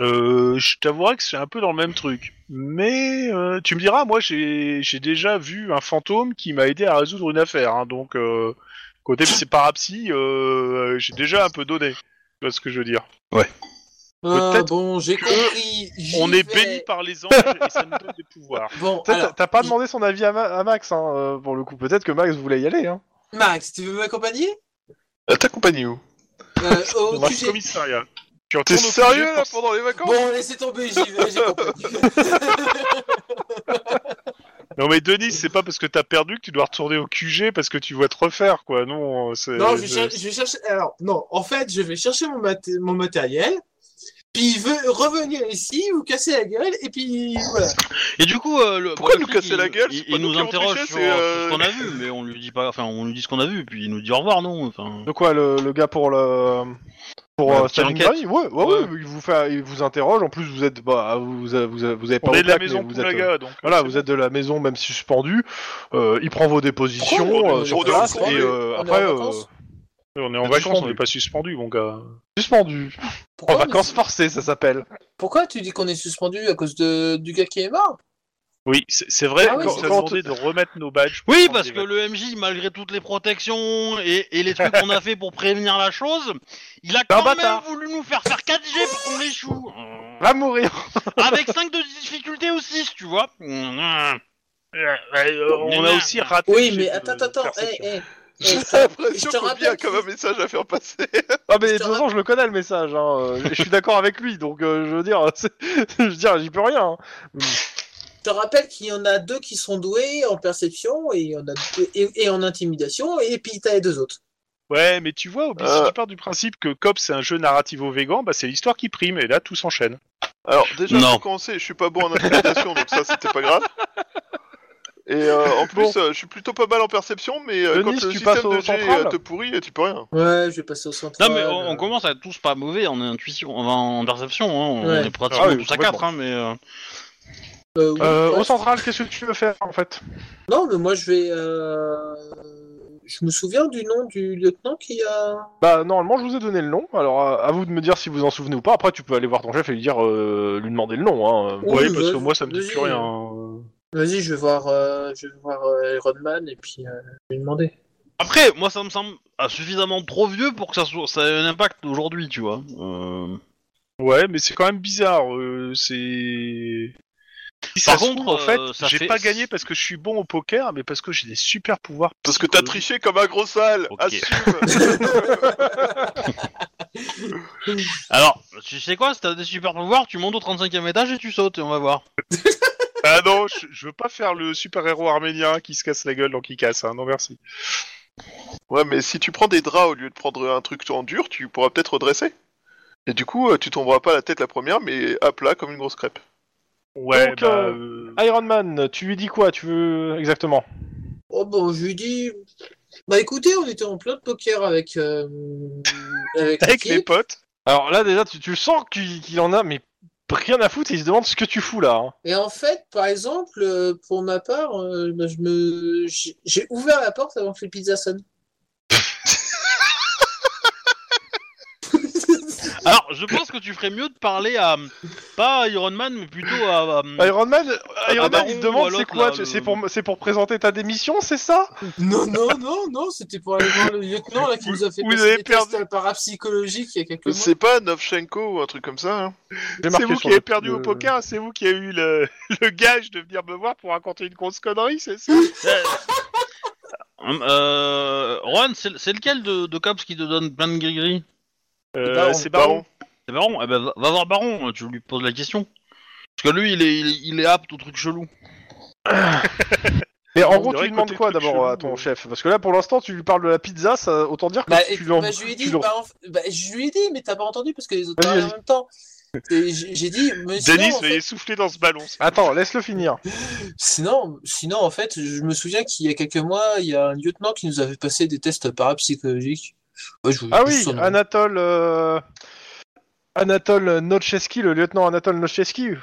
Speaker 5: Euh, je t'avouerai que c'est un peu dans le même truc. Mais euh, tu me diras, moi j'ai j'ai déjà vu un fantôme qui m'a aidé à résoudre une affaire. hein, donc, euh, <laughs> côté c'est parapsie, euh, j'ai déjà un peu donné. Tu vois ce que je veux <laughs> dire
Speaker 3: Ah,
Speaker 5: peut-être
Speaker 3: bon, j'ai
Speaker 5: que
Speaker 3: compris. j'y
Speaker 5: On est
Speaker 3: vais.
Speaker 5: béni par les anges et ça nous donne des pouvoirs.
Speaker 3: Bon,
Speaker 1: T'as-
Speaker 3: alors,
Speaker 1: T'as pas demandé son avis à, Ma- à Max, hein, euh, pour le coup. Peut-être que Max voulait y aller. Hein.
Speaker 3: Max, tu veux m'accompagner
Speaker 4: Elle t'accompagne où
Speaker 3: Euh, au
Speaker 5: Moi,
Speaker 3: QG.
Speaker 5: commissariat. Tu
Speaker 4: T'es
Speaker 5: retournes au
Speaker 4: sérieux
Speaker 5: QG
Speaker 4: là
Speaker 5: pour-
Speaker 4: pendant les vacances
Speaker 3: Bon, laissez tomber, j'y vais, j'ai
Speaker 5: <laughs>
Speaker 3: compris.
Speaker 5: Non mais Denis, c'est pas parce que t'as perdu que tu dois retourner au QG parce que tu vas te refaire quoi. Non, euh, c'est.
Speaker 1: Euh,
Speaker 3: non, je vais,
Speaker 5: c'est-
Speaker 3: cher- je vais chercher. Alors, non, en fait, je vais chercher mon, mat- mon matériel, puis il veut revenir ici, vous casser la gueule, et puis voilà.
Speaker 2: <laughs> Et du coup, euh, le,
Speaker 4: Pourquoi
Speaker 2: le
Speaker 4: nous
Speaker 2: flic,
Speaker 4: casser
Speaker 2: il-
Speaker 4: la gueule
Speaker 2: Il,
Speaker 4: C'est pas
Speaker 2: il
Speaker 4: nous
Speaker 2: nous
Speaker 4: qui avons
Speaker 2: interroge
Speaker 4: triché,
Speaker 2: sur,
Speaker 4: c'est,
Speaker 2: sur
Speaker 4: euh,
Speaker 2: ce qu'on a vu, mais on lui dit pas. Enfin, on lui dit ce qu'on a vu, puis il nous dit au revoir, non Enfin,
Speaker 1: De quoi, le, le gars pour le. Pour
Speaker 2: Ouais,
Speaker 1: euh,
Speaker 2: petite
Speaker 1: Standing
Speaker 2: enquête.
Speaker 1: By ouais, ouais, ouais,
Speaker 2: Ouais.
Speaker 1: il vous fait, il vous interroge. En plus, vous êtes, bah, vous, vous, vous avez pas
Speaker 5: On est
Speaker 1: vos
Speaker 5: de la
Speaker 1: plaques,
Speaker 5: maison
Speaker 1: mais vous êtes,
Speaker 5: Poulaga, donc.
Speaker 1: Voilà, vous êtes de la maison même suspendu. Euh, il prend vos dépositions
Speaker 3: Pourquoi on est-
Speaker 1: euh, sur
Speaker 3: on est en
Speaker 1: place
Speaker 3: vacances
Speaker 1: et euh,
Speaker 3: On est en
Speaker 1: après euh,
Speaker 3: vacances
Speaker 5: On est
Speaker 1: Vous
Speaker 5: en
Speaker 1: êtes
Speaker 5: vacances, on
Speaker 1: suspendu.
Speaker 5: n'est pas suspendu, mon gars.
Speaker 1: suspendu. En
Speaker 3: Pourquoi, on est-
Speaker 1: vacances forcées, ça s'appelle.
Speaker 3: pourquoi tu dis qu'on est suspendu à cause de, du gars qui est mort
Speaker 5: Oui, c'est c'est vrai.
Speaker 3: Ah
Speaker 5: qu'on
Speaker 3: oui,
Speaker 5: nous
Speaker 3: c'est
Speaker 5: a
Speaker 1: vrai.
Speaker 5: demandé de remettre nos badges. pour
Speaker 2: Oui,
Speaker 5: prendre
Speaker 2: parce
Speaker 5: des
Speaker 2: que
Speaker 5: vacances.
Speaker 2: le MJ, malgré toutes les protections et, et les trucs qu'on a fait pour prévenir la chose, il a quand même
Speaker 1: bâtard.
Speaker 2: voulu nous faire faire 4G pour qu'on
Speaker 1: <laughs>
Speaker 2: échoue. Euh,
Speaker 1: Va mourir.
Speaker 2: Avec 5 de difficulté ou 6, tu vois.
Speaker 5: Ouais, euh, on a
Speaker 2: Nana.
Speaker 5: aussi raté.
Speaker 3: Oui,
Speaker 5: le
Speaker 3: mais
Speaker 5: jet de
Speaker 3: attends, attends, attends,
Speaker 5: perception.
Speaker 3: <laughs> eh, eh,
Speaker 4: J'ai
Speaker 3: je te- je
Speaker 4: l'impression
Speaker 3: te
Speaker 4: qu'on
Speaker 3: rappelle
Speaker 4: vient comme un
Speaker 3: qu'il-
Speaker 4: message à faire passer.
Speaker 1: Ah mais de
Speaker 3: te
Speaker 1: toute façon, je le connais le message. Hein. Euh, Je suis d'accord avec lui, donc euh, je veux dire, <laughs> c'est- je veux dire, j'y peux rien. hein.
Speaker 3: je te rappelle qu'il y en a deux qui sont doués en perception et, il y en a deux- et, et en intimidation, et puis t'as les deux autres.
Speaker 5: Ouais, mais tu vois, Obi, si
Speaker 4: Euh.
Speaker 5: tu pars du principe que Cop c'est un jeu narrativo-végan, bah c'est l'histoire qui prime, et là tout s'enchaîne.
Speaker 4: Alors déjà,
Speaker 2: Non.
Speaker 4: pour commencer, je suis pas bon en interprétation, donc ça c'était pas grave. Et euh,
Speaker 1: <laughs>
Speaker 4: en plus, euh, je suis plutôt pas mal en perception, mais euh,
Speaker 1: Denis,
Speaker 4: quand le
Speaker 1: tu passes
Speaker 4: système
Speaker 1: au
Speaker 4: de G euh,
Speaker 1: central
Speaker 4: te pourrit, tu peux rien.
Speaker 3: Ouais, je vais passer au centre. Euh,
Speaker 2: Non, mais on, on commence à être tous pas mauvais en intuition, enfin, en perception. hein. On
Speaker 3: Ouais.
Speaker 2: est pratiquement
Speaker 1: Ah oui,
Speaker 2: tous à
Speaker 1: complètement.
Speaker 2: 4, hein, mais. euh,
Speaker 3: Euh, oui,
Speaker 1: Euh,
Speaker 3: ouais.
Speaker 1: au central, qu'est-ce que tu veux faire en fait
Speaker 3: Non, mais moi je vais. euh, Je me souviens du nom du lieutenant qui a.
Speaker 1: Bah normalement, je vous ai donné le nom. Alors à, à vous de me dire si vous en souvenez ou pas. Après, tu peux aller voir ton chef et lui dire, euh, lui demander le nom. Hein.
Speaker 3: Oui,
Speaker 5: ouais, parce
Speaker 3: vas-y,
Speaker 5: que moi ça me dit plus
Speaker 3: vas-y.
Speaker 5: rien. hein.
Speaker 3: Vas-y, je vais voir, euh, je vais voir euh, Iron Man et puis euh, je vais lui demander.
Speaker 2: Après, moi, ça me semble ah, suffisamment trop vieux pour que ça, soit, ça ait un impact aujourd'hui, tu vois. Euh,
Speaker 5: Ouais, mais c'est quand même bizarre. euh, c'est. Si
Speaker 2: Par
Speaker 5: ça se
Speaker 2: contre,
Speaker 5: trouve, en fait,
Speaker 2: euh, ça
Speaker 5: j'ai
Speaker 2: fait-
Speaker 5: pas gagné parce que je suis bon au poker, mais parce que j'ai des super pouvoirs.
Speaker 4: Parce que
Speaker 1: Euh,
Speaker 4: t'as
Speaker 5: psychologiques.
Speaker 4: triché comme un gros sale.
Speaker 2: Ok.
Speaker 1: <laughs>
Speaker 4: Assume.
Speaker 2: Alors, tu sais quoi, si t'as des super pouvoirs, tu montes au 35ème étage et tu sautes et on va voir.
Speaker 1: Bah,
Speaker 5: Ah non, je, je veux pas faire le super héros arménien qui se casse la gueule donc il casse. Hein. Non merci.
Speaker 4: ouais, mais si tu prends des draps au lieu de prendre un truc en dur, tu pourras peut-être redresser. Et du coup, euh, tu tomberas pas la tête la première, mais à plat comme une grosse crêpe.
Speaker 5: Ouais.
Speaker 1: Donc,
Speaker 5: bah,
Speaker 1: euh,
Speaker 5: euh,
Speaker 1: Iron Man, tu lui dis quoi Tu veux exactement
Speaker 3: Oh bon, je lui dis. Bah écoutez, on était en plein de poker avec. euh, avec
Speaker 5: Avec les
Speaker 3: l'équipe.
Speaker 5: potes.
Speaker 1: Alors là, déjà, tu, tu sens qu'il qu'il en a, mais rien à foutre, et il se demande ce que tu fous là. hein.
Speaker 3: Et en fait, par exemple, euh, pour ma part, euh, bah, je me, j'ai j'ai ouvert la porte avant que les pizzas
Speaker 5: <laughs>
Speaker 3: sonnent.
Speaker 2: Alors, je pense que tu ferais mieux de parler à. Pas à Iron Man, mais plutôt à. à-
Speaker 1: Iron Man,
Speaker 5: Ah
Speaker 1: Iron
Speaker 5: bah
Speaker 1: Man,
Speaker 2: Baron
Speaker 1: il se
Speaker 2: ou à
Speaker 1: demande c'est
Speaker 2: l'autre,
Speaker 1: quoi
Speaker 2: là,
Speaker 1: tu-
Speaker 2: le-
Speaker 1: C'est pour, c'est pour présenter ta démission, c'est ça
Speaker 3: non, non, non, non, c'était pour aller voir le lieutenant là qui nous a fait
Speaker 5: Vous
Speaker 3: passer
Speaker 5: avez
Speaker 3: des
Speaker 5: perdu.
Speaker 3: tests à la parapsychologique il y a quelques mois.
Speaker 4: C'est pas Novchenko ou un truc comme ça. Hein.
Speaker 1: J'ai
Speaker 5: C'est
Speaker 1: marqué
Speaker 5: vous
Speaker 1: sur
Speaker 5: qui avez
Speaker 1: le-
Speaker 5: perdu au
Speaker 1: le-
Speaker 5: poker, hein. c'est vous qui avez eu le, <laughs> le gage de venir me voir pour raconter une grosse connerie, c'est ça
Speaker 2: Euh, euh, Juan, c'est c'est lequel de, de Cops qui te donne plein de gris-gris
Speaker 5: Euh,
Speaker 4: Baron,
Speaker 5: C'est Baron.
Speaker 2: C'est Baron Eh ben, va, va voir Baron, tu lui poses la question. Parce que lui, il est, il est, il est apte au truc chelou.
Speaker 1: Mais en
Speaker 5: On
Speaker 1: gros, tu
Speaker 5: dirait
Speaker 1: lui demandes
Speaker 5: côté
Speaker 1: quoi
Speaker 5: truc
Speaker 1: d'abord à
Speaker 5: chelou,
Speaker 1: ton
Speaker 5: euh.
Speaker 1: chef Parce que là, pour l'instant, tu lui parles de la pizza, ça, autant dire que
Speaker 3: Bah, et-
Speaker 1: tu lui en...
Speaker 3: bah, je lui ai
Speaker 1: tu
Speaker 3: dit,
Speaker 1: lui en-
Speaker 3: bah, en f- bah, je lui ai dit, mais t'as pas entendu parce que les autres
Speaker 1: Vas-y,
Speaker 3: parlaient en
Speaker 1: vas-y.
Speaker 3: même temps. Et J'ai j'ai dit, mais sinon,
Speaker 5: Denis,
Speaker 3: en fait-
Speaker 5: veuillez souffler dans ce ballon.
Speaker 1: Attends, laisse-le finir.
Speaker 3: Sinon, sinon, en fait, je me souviens qu'il y a quelques mois, il y a un lieutenant qui nous avait passé des tests parapsychologiques. Ouais, je-
Speaker 1: Ah
Speaker 3: je-
Speaker 1: oui,
Speaker 3: son nom.
Speaker 1: Anatole. euh, Anatole Notcheski, le lieutenant Anatole Notcheski. Oui,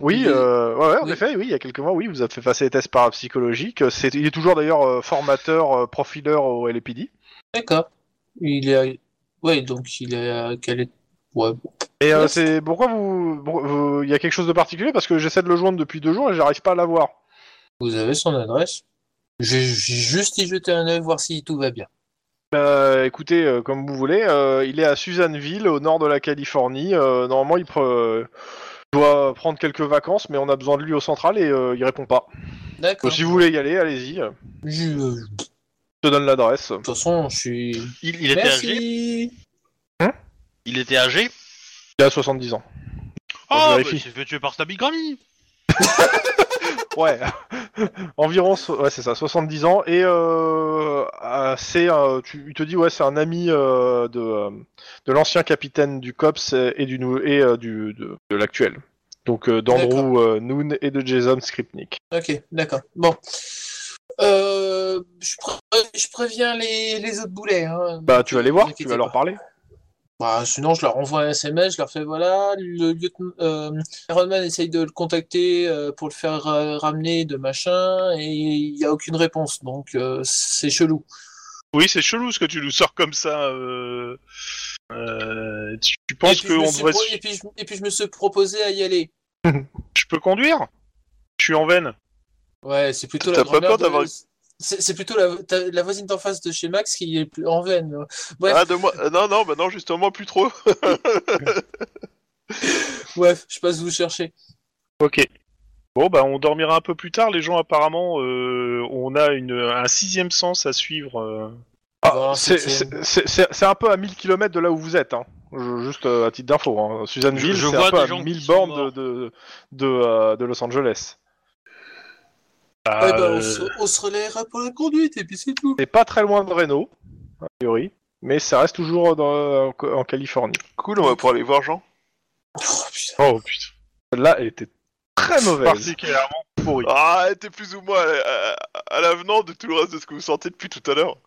Speaker 3: Oui.
Speaker 1: euh, ouais, ouais, en
Speaker 3: Oui.
Speaker 1: effet, oui, il y a quelques mois, oui, vous avez fait passer des tests parapsychologiques. C'est, il est toujours d'ailleurs euh, formateur, euh, profileur au LPD.
Speaker 3: D'accord. hein. Il est. Ouais, donc il est. Quel est... Ouais, bon.
Speaker 1: Et euh,
Speaker 3: Yes.
Speaker 1: c'est pourquoi vous, pour- vous- il y a quelque chose de particulier parce que j'essaie de le joindre depuis deux jours et j'arrive pas à l'avoir.
Speaker 3: vous avez son adresse. J'ai j'ai juste y jeté un œil, voir si tout va bien.
Speaker 1: Euh, écoutez, euh, comme vous voulez, euh, il est à Susanville, au nord de la Californie. Euh, normalement, il pre- doit prendre quelques vacances, mais on a besoin de lui au central et euh, il répond pas.
Speaker 3: D'accord.
Speaker 1: Si vous voulez y aller, allez-y.
Speaker 3: Je- euh, De
Speaker 1: Je te donne l'adresse.
Speaker 3: toute façon, je suis.
Speaker 2: Il, il était âgé
Speaker 3: Merci.
Speaker 2: Il était âgé
Speaker 1: Il a 70 ans.
Speaker 2: Ah, bah,
Speaker 1: vérifie.
Speaker 2: il s'est fait tuer par sa bigamie
Speaker 1: Ouais. <laughs> Environ, so- ouais, c'est ça, 70 ans. Et euh, euh, c'est, euh, tu, il te dit, ouais, c'est un ami euh, de, euh, de l'ancien capitaine du COPS et du nou- et euh, du de, de l'actuel. Donc euh, d'Andrew euh, Noon et de Jason Skripnik.
Speaker 3: Ok, d'accord. Bon. Euh, je, pré- je préviens les, les autres boulets. hein.
Speaker 1: Bah, tu vas les
Speaker 3: Ne
Speaker 1: voir,
Speaker 3: vous
Speaker 1: tu vas
Speaker 3: inquiétez
Speaker 1: leur
Speaker 3: pas.
Speaker 1: parler.
Speaker 3: Bah, sinon, je leur envoie un SMS, je leur fais voilà, le lieutenant euh, Iron Man essaye de le contacter euh, pour le faire euh, ramener de machin, et il n'y a aucune réponse, donc euh, c'est chelou.
Speaker 5: Oui, c'est chelou ce que tu nous sors comme ça. euh. Euh, tu tu
Speaker 3: Et
Speaker 5: penses
Speaker 3: puis, je me
Speaker 5: qu'on
Speaker 3: suis
Speaker 5: devrait.
Speaker 3: pro-
Speaker 5: su-
Speaker 3: et, puis, je... et puis, je me suis proposé à y aller.
Speaker 5: Je peux conduire Je suis en veine.
Speaker 3: Ouais, c'est plutôt la
Speaker 4: T'as pas
Speaker 3: grand-mère
Speaker 4: peur
Speaker 3: de-
Speaker 4: d'avoir-
Speaker 3: C'est c'est plutôt la, ta- la voisine d'en face de chez Max qui est plus- en veine. Bref.
Speaker 4: Ah, de moi... euh, Non, non, bah non, justement, plus trop.
Speaker 3: Bref, je passe vous chercher.
Speaker 5: Ok. Bon, bah, on dormira un peu plus tard. Les gens, apparemment, euh, on a une, un sixième sens à suivre. euh.
Speaker 2: Bah,
Speaker 3: Voilà,
Speaker 1: Ah, C'est-
Speaker 3: septième.
Speaker 2: euh,
Speaker 1: C'est c'est- c'est- c'est un peu à 1000 km de là où vous êtes, hein. Je- juste euh, à titre d'info. Hein. Susanville,
Speaker 2: Je- je
Speaker 1: c'est
Speaker 2: vois
Speaker 1: un peu
Speaker 2: des
Speaker 1: à
Speaker 2: gens qui
Speaker 1: 1000
Speaker 2: sont
Speaker 1: bornes de,
Speaker 2: morts.
Speaker 1: de, de, euh, de Los Angeles.
Speaker 5: Bah,
Speaker 3: Ouais, bah, on,
Speaker 5: euh,
Speaker 3: se, on se relèvera pour la conduite et puis c'est tout.
Speaker 1: C'est pas très loin de Reno, a priori, mais ça reste toujours dans- en, en Californie.
Speaker 4: Cool, on va pouvoir aller voir Jean.
Speaker 3: Oh, putain.
Speaker 5: Oh putain.
Speaker 1: Celle-là, elle était très mauvaise.
Speaker 5: Particulièrement pourri.
Speaker 4: Ah, t'es plus ou moins à, à- à l'avenant de tout le reste de ce que vous sentez depuis tout à l'heure.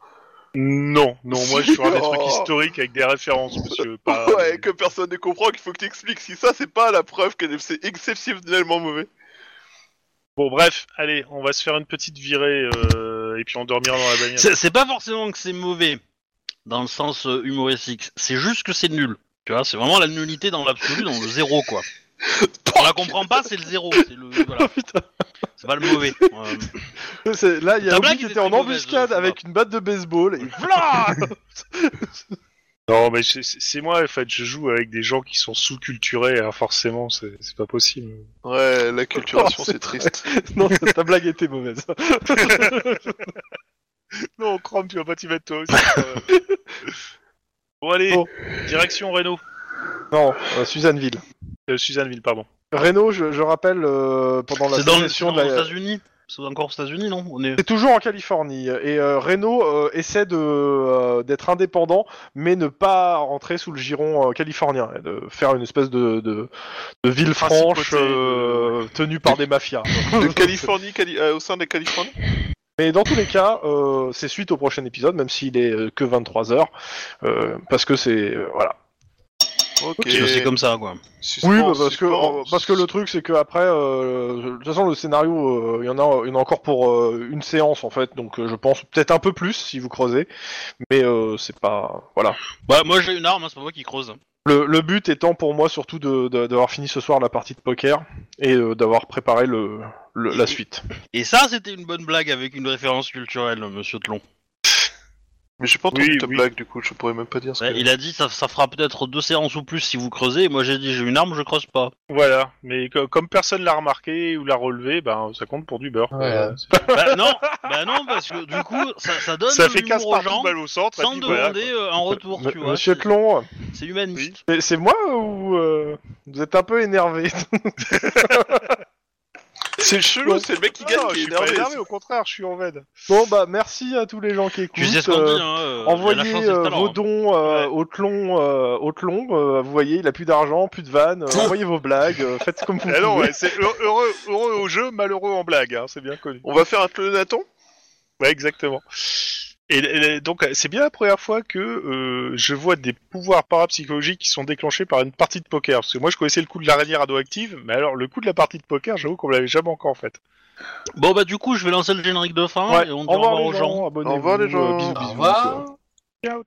Speaker 5: Non, non, moi
Speaker 1: <laughs>
Speaker 5: je suis un des trucs
Speaker 4: Oh.
Speaker 5: historiques avec des références, monsieur. Pas...
Speaker 4: Ouais, que personne ne comprend, qu'il faut que t'expliques. Si ça, c'est pas la preuve que c'est exceptionnellement mauvais.
Speaker 5: Bon, bref, allez, on va se faire une petite virée euh, et puis on dormira dans la bagnole.
Speaker 2: C'est c'est pas forcément que c'est mauvais, dans le sens euh, humoristique. C'est juste que c'est nul. Tu vois, c'est vraiment la nullité dans l'absolu, dans le zéro, quoi. On la comprend pas, c'est le zéro. C'est le- voilà. C'est pas le mauvais. Euh,
Speaker 1: C'est- Là, il y a
Speaker 2: Ta
Speaker 1: Obi
Speaker 2: blague
Speaker 1: qui
Speaker 2: était
Speaker 1: était en
Speaker 2: très mauvaise,
Speaker 1: embuscade
Speaker 2: je sais
Speaker 1: avec une batte de baseball. Et... <laughs> Voilà
Speaker 5: Non, mais c'est- c'est c'est moi, en fait, je joue avec des gens qui sont sous-culturés, alors forcément, c'est c'est pas possible.
Speaker 4: Ouais, la <laughs>
Speaker 1: Oh,
Speaker 4: culturation,
Speaker 1: c'est
Speaker 4: c'est triste.
Speaker 1: non, ta blague était mauvaise.
Speaker 5: Non, Chrome, tu vas pas t'y mettre toi aussi. euh. bon, allez,
Speaker 1: Bon.
Speaker 5: direction Renault.
Speaker 1: Non, euh, Suzanneville.
Speaker 5: Euh, Suzanneville, pardon.
Speaker 1: Reno, je, je rappelle, euh, pendant la
Speaker 2: C'est dans, c'est
Speaker 1: possession de
Speaker 2: dans
Speaker 1: la-
Speaker 2: les États-Unis. C'est encore aux États-Unis, non On est.
Speaker 1: C'est toujours en Californie et euh, Reno euh, essaie de euh, d'être indépendant mais ne pas rentrer sous le giron euh, californien, et de faire une espèce de, de, de ville
Speaker 5: Principauté,
Speaker 1: franche euh, tenue par des mafias.
Speaker 4: <laughs> De Californie, Cali- euh, au sein de la Californie
Speaker 1: Mais dans tous les cas, euh, c'est suite au prochain épisode, même s'il est euh, que 23 heures, euh, parce que c'est euh, voilà.
Speaker 4: Ok.
Speaker 2: Parce que C'est comme ça, quoi.
Speaker 4: Suspens,
Speaker 1: oui, bah, parce que
Speaker 4: suspens.
Speaker 1: parce que le truc c'est que après, euh, de toute façon le scénario, euh, il y en a, il y en a encore pour euh, une séance en fait, donc euh, je pense peut-être un peu plus si vous creusez, mais euh, c'est pas voilà.
Speaker 2: Bah, moi j'ai une arme, hein, c'est pas moi qui creuse. hein.
Speaker 1: Le, le but étant pour moi surtout de- de- d'avoir fini ce soir la partie de poker et euh, d'avoir préparé le, le- la suite.
Speaker 2: Et ça, c'était une bonne blague avec une référence culturelle, monsieur Tlon.
Speaker 4: Mais j'ai pas entendu
Speaker 5: Oui,
Speaker 4: ta
Speaker 5: oui.
Speaker 4: blague, du coup, je pourrais même pas dire ce
Speaker 2: Ouais,
Speaker 4: que...
Speaker 2: il a dit ça, ça fera peut-être deux séances ou plus si vous creusez. Et moi j'ai dit j'ai une arme, je creuse pas.
Speaker 5: Voilà, mais co- comme personne l'a remarqué ou l'a relevé, ben, ça compte pour du beurre.
Speaker 3: Voilà.
Speaker 5: Euh,
Speaker 2: bah non, bah non, parce que du coup ça, ça donne
Speaker 5: ça
Speaker 2: de
Speaker 5: fait
Speaker 2: l'humour
Speaker 5: 15
Speaker 2: aux
Speaker 5: partout
Speaker 2: gens
Speaker 5: balle au centre. et
Speaker 2: sans
Speaker 5: puis voilà,
Speaker 2: demander euh, en retour, tu
Speaker 1: M-
Speaker 2: vois.
Speaker 1: Monsieur
Speaker 2: c'est-
Speaker 1: Clon,
Speaker 2: c'est humaniste.
Speaker 1: c'est- c'est moi ou euh, vous êtes un peu énervé
Speaker 4: C'est chelou, c'est le mec qui
Speaker 5: Non,
Speaker 4: gagne
Speaker 5: non,
Speaker 4: qui
Speaker 5: je
Speaker 4: est
Speaker 5: suis pas
Speaker 4: énervé.
Speaker 5: énervé, au contraire, je suis en veine.
Speaker 1: Bon, bah, merci à tous les gens qui écoutent.
Speaker 2: Tu sais ce qu'on
Speaker 1: euh,
Speaker 2: dit, hein. euh, la
Speaker 1: Envoyez
Speaker 2: chance et le
Speaker 1: euh,
Speaker 2: talent,
Speaker 1: vos
Speaker 2: hein.
Speaker 1: dons euh,
Speaker 5: Ouais.
Speaker 1: Autelon, euh, Autelon, euh, vous voyez, il a plus d'argent, plus de vannes, euh, envoyez vos blagues, euh, faites
Speaker 5: <laughs>
Speaker 1: comme vous
Speaker 5: Eh non,
Speaker 1: voulez.
Speaker 5: ouais, c'est heureux, heureux- heureux au jeu, malheureux en blague, hein, c'est bien connu.
Speaker 4: On va faire un clonaton
Speaker 5: Ouais, exactement. Et, et donc, euh, c'est bien la première fois que euh, je vois des pouvoirs parapsychologiques qui sont déclenchés par une partie de poker. Parce que moi, je connaissais le coup de l'araignée radioactive, mais alors le coup de la partie de poker, j'avoue qu'on me l'avait jamais encore fait.
Speaker 2: Bon, bah, du coup, je vais lancer le générique de fin
Speaker 1: Ouais,
Speaker 2: et on dit
Speaker 1: au revoir
Speaker 2: aux
Speaker 1: les
Speaker 2: gens.
Speaker 1: gens, abonnez-vous,
Speaker 4: Au revoir, les gens.
Speaker 1: euh, bisous, bisous.
Speaker 3: Au revoir.
Speaker 5: Ciao,